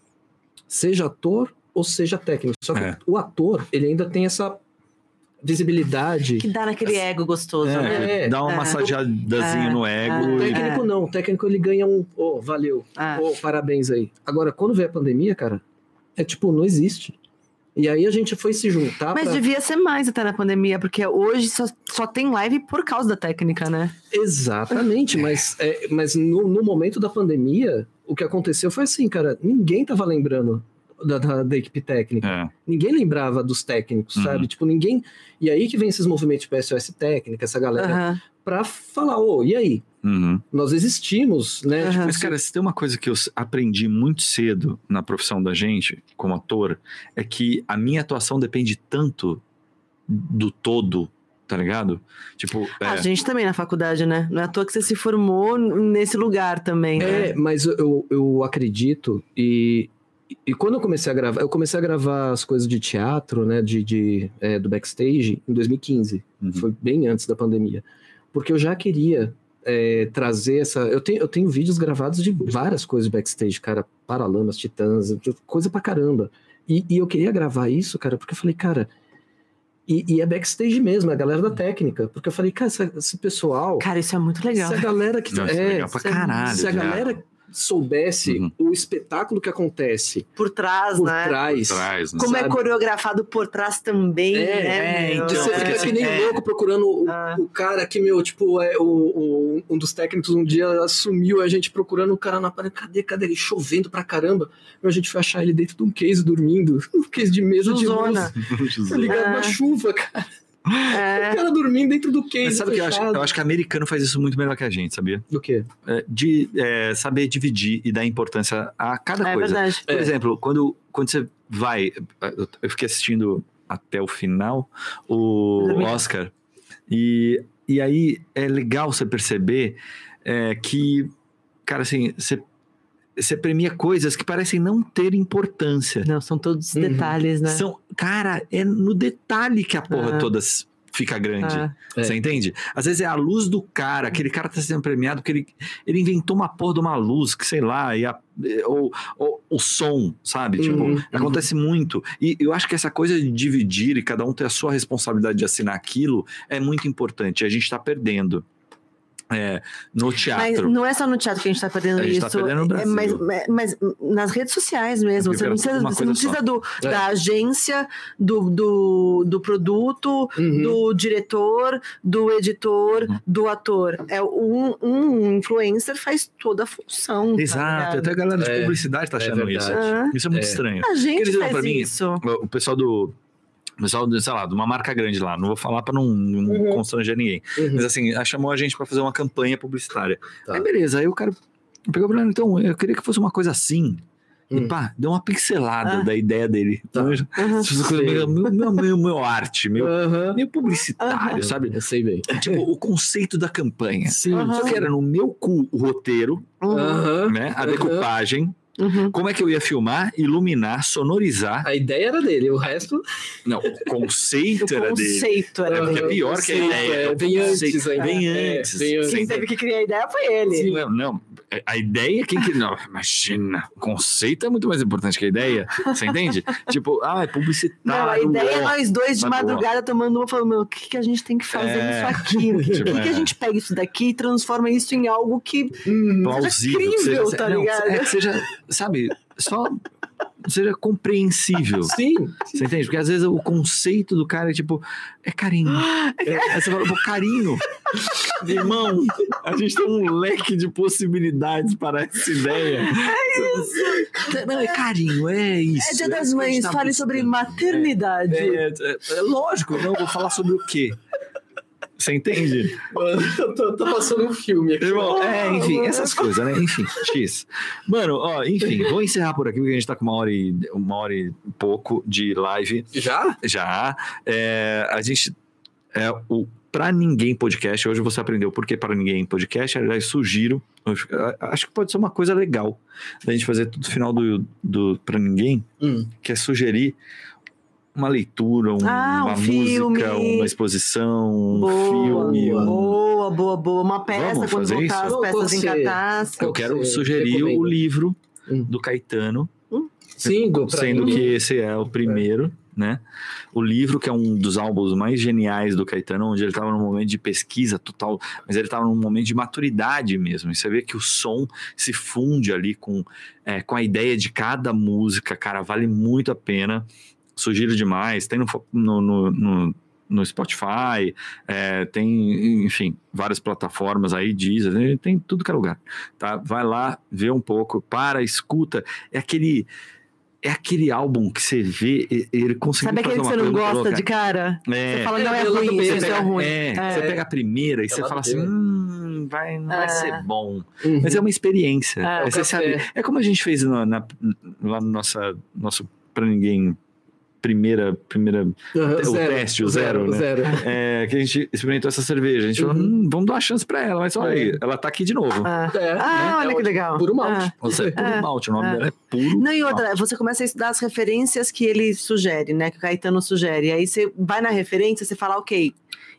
Speaker 3: Seja ator ou seja técnico. Só que
Speaker 2: É.
Speaker 3: o ator, ele ainda tem essa visibilidade.
Speaker 4: Que dá naquele ego gostoso, né?
Speaker 2: Assim, É,
Speaker 3: É,
Speaker 2: dá uma
Speaker 4: é.
Speaker 2: massageadazinha
Speaker 4: É,
Speaker 2: no
Speaker 3: O
Speaker 2: ego. e-
Speaker 3: técnico não, o técnico ele ganha um, ô, valeu,
Speaker 4: Ah.
Speaker 3: ô, parabéns aí. Agora, quando veio a pandemia, cara, é tipo, não existe. E aí a gente foi se juntar
Speaker 4: Mas
Speaker 3: pra...
Speaker 4: devia ser mais até na pandemia, porque hoje só, só tem live por causa da técnica, né?
Speaker 3: Exatamente, mas, é, mas no, no momento da pandemia, o que aconteceu foi assim, cara, ninguém tava lembrando da, da- da equipe técnica.
Speaker 2: É.
Speaker 3: Ninguém lembrava dos técnicos,
Speaker 2: Uhum.
Speaker 3: sabe? Tipo, ninguém. E aí que vem esses movimentos de PSOS técnica, essa galera,
Speaker 4: Aham.
Speaker 3: pra falar, ô, e aí?
Speaker 2: Uhum.
Speaker 3: Nós existimos, né?
Speaker 4: Aham.
Speaker 2: Mas, cara, se tem uma coisa que eu s- aprendi muito cedo na profissão da gente, como ator, é que a minha atuação depende tanto do todo, tá ligado? Tipo, é,
Speaker 4: A gente também na faculdade, né? Não é à toa que você se formou n- nesse lugar também. né?
Speaker 3: É, mas eu, eu acredito e, e quando eu comecei a gravar, eu comecei a gravar as coisas de teatro, né, de, de, é, do backstage em 2015,
Speaker 8: Uhum.
Speaker 3: foi bem antes da pandemia, porque eu já queria é, trazer essa, eu tenho, eu tenho vídeos gravados de várias coisas de backstage, cara, Paralamas, Titãs, coisa pra caramba, e, e eu queria gravar isso, cara, porque eu falei, cara, e, e é backstage mesmo, é a galera da técnica, porque eu falei, cara, essa- esse pessoal,
Speaker 4: Cara, isso é muito legal.
Speaker 3: se a galera que
Speaker 2: Não, isso é legal pra
Speaker 3: se a-
Speaker 2: caralho,
Speaker 3: se a
Speaker 2: cara.
Speaker 3: galera soubesse
Speaker 2: Uhum.
Speaker 3: o espetáculo que acontece
Speaker 9: Por trás,
Speaker 3: é por
Speaker 9: né?
Speaker 3: trás,
Speaker 2: traz, né?
Speaker 9: Como
Speaker 3: sabe?
Speaker 9: é coreografado por trás também,
Speaker 3: É,
Speaker 9: né?
Speaker 2: é,
Speaker 9: meu?
Speaker 2: então,
Speaker 3: você
Speaker 2: porque
Speaker 3: fica
Speaker 2: assim,
Speaker 3: que nem
Speaker 2: é.
Speaker 3: louco procurando o,
Speaker 9: Ah.
Speaker 3: o cara que, meu, tipo, é, o, o- um dos técnicos um dia assumiu, a gente procurando o cara na parede, cadê, cadê ele? Chovendo pra caramba. Meu, a gente foi achar ele dentro de um case dormindo, um case de mesa de
Speaker 4: Zona.
Speaker 3: luz, tá ligado?
Speaker 4: Ah.
Speaker 3: Na chuva, cara.
Speaker 4: É.
Speaker 3: O cara dormindo dentro do case
Speaker 2: Mas sabe o que eu acho?
Speaker 3: fechado.
Speaker 2: Eu acho que americano faz isso muito melhor que a gente, sabia?
Speaker 3: Do quê?
Speaker 2: É, de é, saber dividir e dar importância a cada
Speaker 4: É
Speaker 2: coisa.
Speaker 4: verdade.
Speaker 2: Por
Speaker 3: É.
Speaker 2: exemplo, quando, quando você vai. eu- Eu fiquei assistindo até o final o
Speaker 3: é
Speaker 4: Dormi.
Speaker 2: Oscar. E, e aí é legal você perceber é, que, cara, assim, você, você premia coisas que parecem não ter importância.
Speaker 4: Não, são todos os
Speaker 3: Uhum.
Speaker 4: detalhes, né?
Speaker 2: São, cara, é no detalhe que a porra
Speaker 4: Ah.
Speaker 2: toda s- fica grande.
Speaker 4: Ah.
Speaker 3: É.
Speaker 2: Você entende? Às vezes é a luz do cara, aquele cara tá sendo premiado porque ele, ele inventou uma porra de uma luz, que sei lá, e a- e- ou, ou o som, sabe? Tipo,
Speaker 3: Uhum,
Speaker 2: acontece muito. E eu acho que essa coisa de dividir e cada um ter a sua responsabilidade de assinar aquilo é muito importante. A gente tá perdendo é, no
Speaker 4: Mas
Speaker 2: teatro.
Speaker 4: não é só no teatro que a gente tá perdendo
Speaker 2: A gente
Speaker 4: isso.
Speaker 2: tá perdendo no
Speaker 4: É, mas,
Speaker 2: Brasil.
Speaker 4: mas- mas nas redes sociais mesmo.
Speaker 2: Porque
Speaker 4: Você não
Speaker 2: era
Speaker 4: precisa,
Speaker 2: uma
Speaker 4: você
Speaker 2: coisa
Speaker 4: não precisa do,
Speaker 3: É.
Speaker 4: da agência, do, do, do produto,
Speaker 3: Uhum.
Speaker 4: do diretor, do editor,
Speaker 2: Uhum.
Speaker 4: do ator. É um, um influencer faz toda a função. tá
Speaker 2: Exato,
Speaker 4: ligado?
Speaker 2: até a galera de
Speaker 3: É,
Speaker 2: publicidade tá
Speaker 3: é
Speaker 2: achando isso.
Speaker 3: verdade.
Speaker 4: Ah,
Speaker 2: Isso é muito
Speaker 3: É.
Speaker 2: estranho.
Speaker 4: a gente
Speaker 2: Eles olham
Speaker 4: faz
Speaker 2: pra mim,
Speaker 4: isso.
Speaker 2: O pessoal do. O pessoal, do, sei lá, de uma marca grande lá, não vou falar pra não, não
Speaker 4: Uhum.
Speaker 2: constranger ninguém.
Speaker 3: Uhum.
Speaker 2: Mas assim, ela chamou a gente pra fazer uma campanha publicitária.
Speaker 3: Tá.
Speaker 2: Aí beleza, aí o cara pegou e falou, então, eu queria que fosse uma coisa assim. E
Speaker 3: Hum.
Speaker 2: pá, deu uma pincelada
Speaker 4: Ah.
Speaker 2: da ideia dele.
Speaker 3: Tá.
Speaker 2: Então, eu-
Speaker 4: Aham.
Speaker 2: essas coisas meio, meio, meio- meio- meio arte, meio,
Speaker 3: Aham.
Speaker 2: meio publicitário,
Speaker 4: Aham.
Speaker 2: sabe?
Speaker 3: Eu sei bem.
Speaker 2: Tipo, o conceito da campanha.
Speaker 3: Sim.
Speaker 4: Aham.
Speaker 2: Só que era no meu cu o roteiro,
Speaker 4: Uhum.
Speaker 3: Aham.
Speaker 2: né? A
Speaker 3: Aham.
Speaker 2: decupagem,
Speaker 4: Uhum.
Speaker 2: como é que eu ia filmar, iluminar, sonorizar.
Speaker 3: A ideia era dele, o resto.
Speaker 2: Não, o conceito
Speaker 4: O
Speaker 2: era dele.
Speaker 4: conceito
Speaker 2: É
Speaker 4: era.
Speaker 2: porque é
Speaker 3: Aham,
Speaker 2: pior que a
Speaker 3: sim,
Speaker 2: ideia.
Speaker 3: é,
Speaker 2: é o
Speaker 3: vem antes
Speaker 2: conceito,
Speaker 3: ainda.
Speaker 2: Vem
Speaker 3: É,
Speaker 2: antes.
Speaker 3: vem antes.
Speaker 2: você
Speaker 4: Quem
Speaker 2: entende?
Speaker 4: teve que criar a ideia foi ele.
Speaker 2: Não, não, é, a ideia, quem que. Não, imagina, o conceito é muito mais importante que a ideia. Você entende? tipo, ah, é publicitário.
Speaker 4: Não, a ideia é
Speaker 2: ó.
Speaker 4: nós dois de
Speaker 2: Tá bom.
Speaker 4: madrugada tomando uma falando, meu, o que, que a gente tem que fazer
Speaker 2: É.
Speaker 4: nisso aqui? O que,
Speaker 2: Tipo,
Speaker 4: o que que
Speaker 2: é.
Speaker 4: a gente pega isso daqui e transforma isso em algo que.
Speaker 2: Uhum. plausível.
Speaker 4: Seja
Speaker 2: que
Speaker 4: crível,
Speaker 2: seja-
Speaker 4: tá
Speaker 2: não,
Speaker 4: ligado?
Speaker 2: é que seja, sabe, só seja compreensível.
Speaker 3: Sim.
Speaker 2: Você entende? Porque às vezes o conceito do cara é tipo, é carinho. É, aí você fala, pô, carinho. Irmão, a gente tem um leque de possibilidades para essa ideia. Não, é carinho, é isso.
Speaker 4: É dia
Speaker 2: isso
Speaker 4: das
Speaker 2: que a
Speaker 4: mães,
Speaker 2: gente tá
Speaker 4: fale sobre
Speaker 2: buscando.
Speaker 4: maternidade.
Speaker 2: É, é, é lógico, não, eu vou falar sobre o quê? Você entende?
Speaker 3: Eu tô, tô passando um filme aqui.
Speaker 2: Irmão, é, enfim, essas coisas, né? Enfim, X. Mano, ó, enfim, vou encerrar por aqui, porque a gente tá com uma hora e, uma hora e pouco de live.
Speaker 3: Já?
Speaker 2: Já. É, a gente. É o Pra Ninguém Podcast. Hoje você aprendeu por que Pra Ninguém Podcast. Aliás, sugiro. acho- Acho que pode ser uma coisa legal da gente fazer tudo no final do, do Pra Ninguém,
Speaker 3: Hum.
Speaker 2: que é sugerir uma leitura, um-
Speaker 4: Ah, um
Speaker 2: uma
Speaker 4: filme.
Speaker 2: música, uma exposição, um
Speaker 4: Boa,
Speaker 2: filme. um-
Speaker 4: boa, boa, boa. Uma peça,
Speaker 2: Vamos
Speaker 4: quando
Speaker 2: fazer
Speaker 4: voltar
Speaker 2: isso?
Speaker 4: as peças em
Speaker 3: Você-
Speaker 4: cartaz.
Speaker 2: Eu
Speaker 3: Qual que
Speaker 2: quero
Speaker 3: você
Speaker 2: sugerir o
Speaker 3: recomenda?
Speaker 2: livro
Speaker 3: Hum.
Speaker 2: do Caetano,
Speaker 3: Sim, Gu, pra
Speaker 2: sendo
Speaker 3: mim.
Speaker 2: que esse é o primeiro, né? O livro, que é um dos álbuns mais geniais do Caetano, onde ele estava num momento de pesquisa total, mas ele estava num momento de maturidade mesmo. E você vê que o som se funde ali com, é, com a ideia de cada música, cara, vale muito a pena. Sugiro demais. Tem no, no, no- no- no Spotify, é, tem, enfim, várias plataformas aí, Deezer, tem- tem tudo que é lugar, tá? Vai lá, vê um pouco, para, escuta. É aquele... É aquele álbum que você vê, e- ele conseguiu
Speaker 4: Sabe aquele que
Speaker 2: fazer
Speaker 4: você
Speaker 2: uma
Speaker 4: não
Speaker 2: coisa
Speaker 4: gosta
Speaker 2: louca.
Speaker 4: de cara?
Speaker 2: É.
Speaker 4: Você fala,
Speaker 3: É,
Speaker 4: não, é
Speaker 3: eu
Speaker 4: ruim,
Speaker 3: também,
Speaker 4: isso
Speaker 3: você
Speaker 4: é
Speaker 3: pega-
Speaker 4: ruim.
Speaker 2: É,
Speaker 4: É.
Speaker 2: você pega a primeira e você
Speaker 3: lado
Speaker 2: fala assim,
Speaker 3: dele.
Speaker 2: hum, vai, não vai
Speaker 4: É.
Speaker 2: ser bom.
Speaker 3: Uhum.
Speaker 2: Mas é uma experiência.
Speaker 4: É,
Speaker 2: É,
Speaker 4: o
Speaker 2: você
Speaker 3: café.
Speaker 2: sabe, é como a gente fez na- na- lá no nossa, nosso Pra Ninguém primeira, primeira
Speaker 3: Aham,
Speaker 2: o teste, o zero, né?
Speaker 3: zero.
Speaker 2: é, que a gente experimentou essa cerveja. A gente falou,
Speaker 3: Uhum.
Speaker 2: hum, vamos dar uma chance pra ela. Mas olha
Speaker 4: É.
Speaker 2: aí, ela tá aqui de novo.
Speaker 4: Ah,
Speaker 3: É.
Speaker 4: Ah, olha que legal.
Speaker 3: Puro malte.
Speaker 4: Ah.
Speaker 2: Ou seja, é puro
Speaker 4: É.
Speaker 2: malte, o nome
Speaker 4: É.
Speaker 2: dela é puro.
Speaker 4: Não, e outra, você começa a estudar as referências que ele sugere, né? Que o Caetano sugere. E aí você vai na referência, você fala, ok,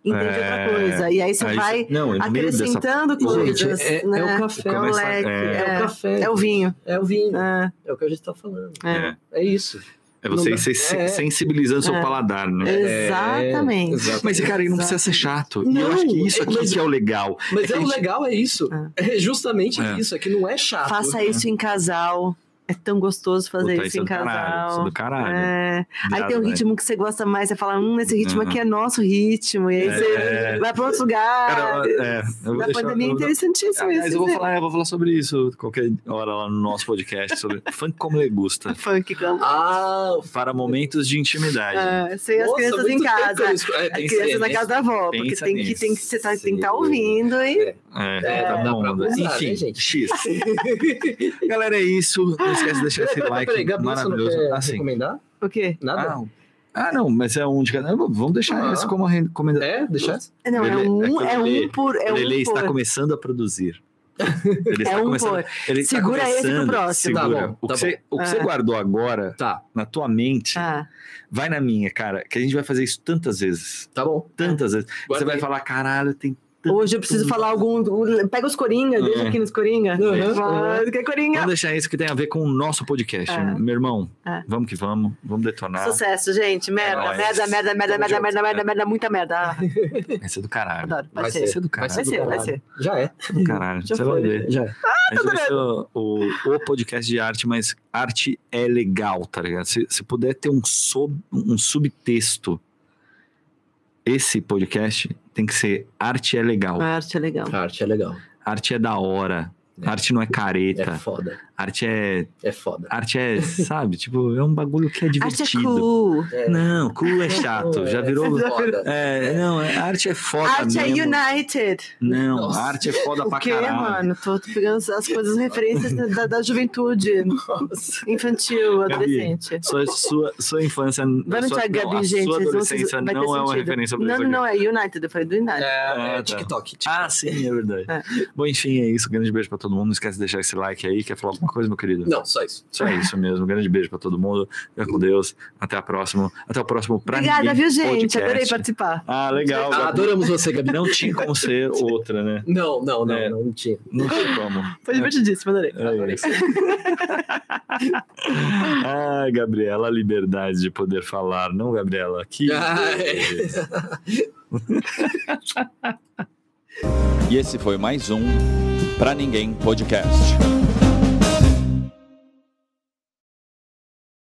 Speaker 4: entende
Speaker 2: É.
Speaker 4: outra coisa. E aí você
Speaker 2: Aí
Speaker 4: vai
Speaker 2: não, no meio dessa-
Speaker 4: acrescentando
Speaker 3: Gente,
Speaker 4: coisas,
Speaker 3: é, é
Speaker 4: né?
Speaker 3: o café,
Speaker 2: Começa-
Speaker 4: Moleque,
Speaker 2: é.
Speaker 3: é o
Speaker 4: é.
Speaker 3: café,
Speaker 4: É o vinho.
Speaker 3: é o vinho.
Speaker 4: É,
Speaker 3: É o que a gente tá falando.
Speaker 4: é.
Speaker 3: É isso.
Speaker 2: É você
Speaker 3: Não
Speaker 2: ir se-
Speaker 3: dá- é.
Speaker 2: sensibilizando seu
Speaker 4: É.
Speaker 2: paladar, né?
Speaker 4: Exatamente.
Speaker 3: exato.
Speaker 2: Mas, cara, e não precisa ser chato. E eu
Speaker 3: Não,
Speaker 2: acho que isso
Speaker 3: é-
Speaker 2: aqui
Speaker 3: mas-
Speaker 2: que é o legal.
Speaker 3: Mas
Speaker 2: É
Speaker 3: é,
Speaker 2: que
Speaker 3: o
Speaker 2: a gente-
Speaker 3: legal é isso. É, justamente
Speaker 2: É.
Speaker 3: isso, é que não é chato.
Speaker 4: Faça isso em casal. É tão gostoso fazer
Speaker 2: Puta,
Speaker 4: isso
Speaker 2: é
Speaker 4: em
Speaker 2: do caralho, isso é
Speaker 4: casal.
Speaker 2: do caralho.
Speaker 4: É. Aí tem um
Speaker 2: Irado, né?
Speaker 4: ritmo que você gosta mais, você fala, hum, esse ritmo
Speaker 2: Uhum.
Speaker 4: aqui é nosso ritmo. E aí você
Speaker 2: É.
Speaker 4: vai pra outro lugar.
Speaker 2: Cara, é, eu vou
Speaker 4: Na
Speaker 2: deixar-
Speaker 4: pandemia é
Speaker 2: eu vou-
Speaker 4: interessantíssimo
Speaker 2: Ah,
Speaker 4: isso.
Speaker 2: mas eu vou
Speaker 4: né?
Speaker 2: falar, eu vou falar sobre isso qualquer hora lá no nosso podcast sobre funk como ele gusta
Speaker 4: Funk com...
Speaker 3: Ah,
Speaker 2: para momentos de intimidade.
Speaker 4: Ah, sem as
Speaker 3: nossa,
Speaker 4: crianças em
Speaker 3: muito tempo
Speaker 4: casa.
Speaker 3: eu escu- é,
Speaker 4: As
Speaker 3: pensei
Speaker 4: crianças na
Speaker 3: nisso.
Speaker 4: casa da avó, porque
Speaker 2: Pensa
Speaker 4: tem que,
Speaker 2: nisso.
Speaker 4: tem que, você tá, tem que estar
Speaker 2: Sim.
Speaker 4: ouvindo, hein?
Speaker 2: É,
Speaker 3: É,
Speaker 2: tá
Speaker 3: dá
Speaker 2: bom,
Speaker 3: pra
Speaker 2: Amanda.
Speaker 3: usar, né,
Speaker 2: Enfim,
Speaker 3: gente?
Speaker 2: X. Galera, é isso. Não esquece de deixar esse
Speaker 3: Peraí, peraí,
Speaker 2: like
Speaker 3: peraí, Gabi, você não
Speaker 2: maravilhoso.
Speaker 3: quer
Speaker 2: Assim,
Speaker 3: recomendar?
Speaker 4: O quê?
Speaker 3: Nada?
Speaker 2: ah, ah, não, mas é um de cada. Vamos deixar
Speaker 3: Ah.
Speaker 2: esse como recomendação.
Speaker 3: É, deixar?
Speaker 4: Não, é
Speaker 2: Lelê,
Speaker 4: um, é
Speaker 2: aquele
Speaker 4: um por. É
Speaker 2: o Lele
Speaker 4: um
Speaker 2: está
Speaker 4: por.
Speaker 2: começando a produzir. Ele
Speaker 4: É
Speaker 2: está
Speaker 4: um
Speaker 2: começando.
Speaker 4: por.
Speaker 2: Ele está
Speaker 4: Segura esse pro
Speaker 2: começando-
Speaker 4: próximo.
Speaker 3: Tá
Speaker 2: Segura.
Speaker 3: bom,
Speaker 2: o que,
Speaker 3: tá
Speaker 2: você, o que
Speaker 4: Ah.
Speaker 2: você guardou agora
Speaker 3: Tá,
Speaker 2: na tua mente,
Speaker 4: Ah,
Speaker 2: vai na minha, cara, que a gente vai fazer isso tantas vezes.
Speaker 3: tá bom.
Speaker 2: Tantas vezes.
Speaker 3: Guarda
Speaker 2: você vai
Speaker 3: aí.
Speaker 2: falar, caralho, tem.
Speaker 4: hoje eu preciso falar algum. Pega os Coringa, deixa
Speaker 2: É.
Speaker 4: aqui nos Coringa.
Speaker 3: Uhum.
Speaker 4: Fala, "Do Que é Coringa.
Speaker 2: Vamos deixar isso que tem a ver com o nosso podcast. né?
Speaker 4: Ah.
Speaker 2: Meu irmão,
Speaker 4: Ah.
Speaker 2: vamos que vamos, vamos detonar.
Speaker 4: Sucesso, gente. Merda,
Speaker 2: Né? É nóis.
Speaker 4: merda, merda, merda,
Speaker 2: Tamo
Speaker 4: merda,
Speaker 2: junto. é.
Speaker 4: merda, merda, merda, muita merda. Ah,
Speaker 2: Vai ser é do caralho.
Speaker 4: Adoro. Vai,
Speaker 3: Vai
Speaker 4: ser.
Speaker 2: ser do caralho.
Speaker 4: Vai ser,
Speaker 3: do
Speaker 4: vai
Speaker 3: caralho.
Speaker 4: ser.
Speaker 3: Já é,
Speaker 2: Vai ser do caralho.
Speaker 4: Tá. Já
Speaker 2: você vai
Speaker 4: foi.
Speaker 2: ver.
Speaker 3: já é.
Speaker 2: A gente vai ser o, o- o podcast de arte, mas arte é legal, tá ligado? Se, se puder ter um, sob- um subtexto, esse podcast tem que ser arte é legal,
Speaker 4: Arte é legal.
Speaker 3: A arte é legal.
Speaker 2: arte é da hora,
Speaker 3: É.
Speaker 2: arte não é
Speaker 3: É
Speaker 2: careta,
Speaker 3: foda,
Speaker 2: arte é,
Speaker 3: é foda.
Speaker 2: arte é, sabe? Tipo, é um bagulho que é
Speaker 4: Arte é
Speaker 2: divertido.
Speaker 4: cool.
Speaker 3: É.
Speaker 2: Não, cu é chato, já virou...
Speaker 3: É foda.
Speaker 2: É, não, é- arte é foda
Speaker 4: Arte é
Speaker 2: mesmo.
Speaker 4: United.
Speaker 2: Não,
Speaker 3: Nossa.
Speaker 2: arte é foda
Speaker 4: O
Speaker 2: pra
Speaker 4: quê,
Speaker 2: caralho.
Speaker 4: mano? Tô, tô pegando as as coisas, referências da, da juventude. Infantil, adolescente.
Speaker 2: Sua, sua, sua infância.
Speaker 4: Vai no
Speaker 2: sua,
Speaker 4: Thiago
Speaker 2: não,
Speaker 4: Gabi,
Speaker 2: a
Speaker 4: gente.
Speaker 2: Sua
Speaker 4: vocês vão-
Speaker 2: adolescência
Speaker 4: vai ter
Speaker 2: não é uma
Speaker 4: sentido.
Speaker 2: referência pra
Speaker 4: Não,
Speaker 2: isso
Speaker 4: não,
Speaker 2: aqui.
Speaker 4: não, é United. Eu falei do United.
Speaker 3: É,
Speaker 2: tá.
Speaker 3: TikTok.
Speaker 2: Ah, sim, é verdade.
Speaker 4: É.
Speaker 2: Bom, enfim, é isso. Grande beijo pra todo mundo. Não esquece de deixar esse like aí. Quer falar alguma coisa, meu querido?
Speaker 3: Não, só isso.
Speaker 2: Só isso mesmo. Grande beijo pra todo mundo. Fica com Deus. Até a próxima. Até o próximo pra
Speaker 4: Obrigada,
Speaker 2: Ninguém
Speaker 4: viu, gente?
Speaker 2: Podcast.
Speaker 4: Adorei participar.
Speaker 2: Ah, legal.
Speaker 3: Ah,
Speaker 2: Gabi.
Speaker 3: adoramos você, Gabi.
Speaker 2: Não tinha como ser outra, né?
Speaker 3: Não, não, não,
Speaker 2: É.
Speaker 3: não, não tinha.
Speaker 2: Não tinha como.
Speaker 4: Foi divertidíssimo, adorei.
Speaker 2: É isso. ah, Gabriela, a liberdade de poder falar, não, Gabriela? Que
Speaker 3: Ai.
Speaker 1: E esse foi mais um Pra Ninguém Podcast.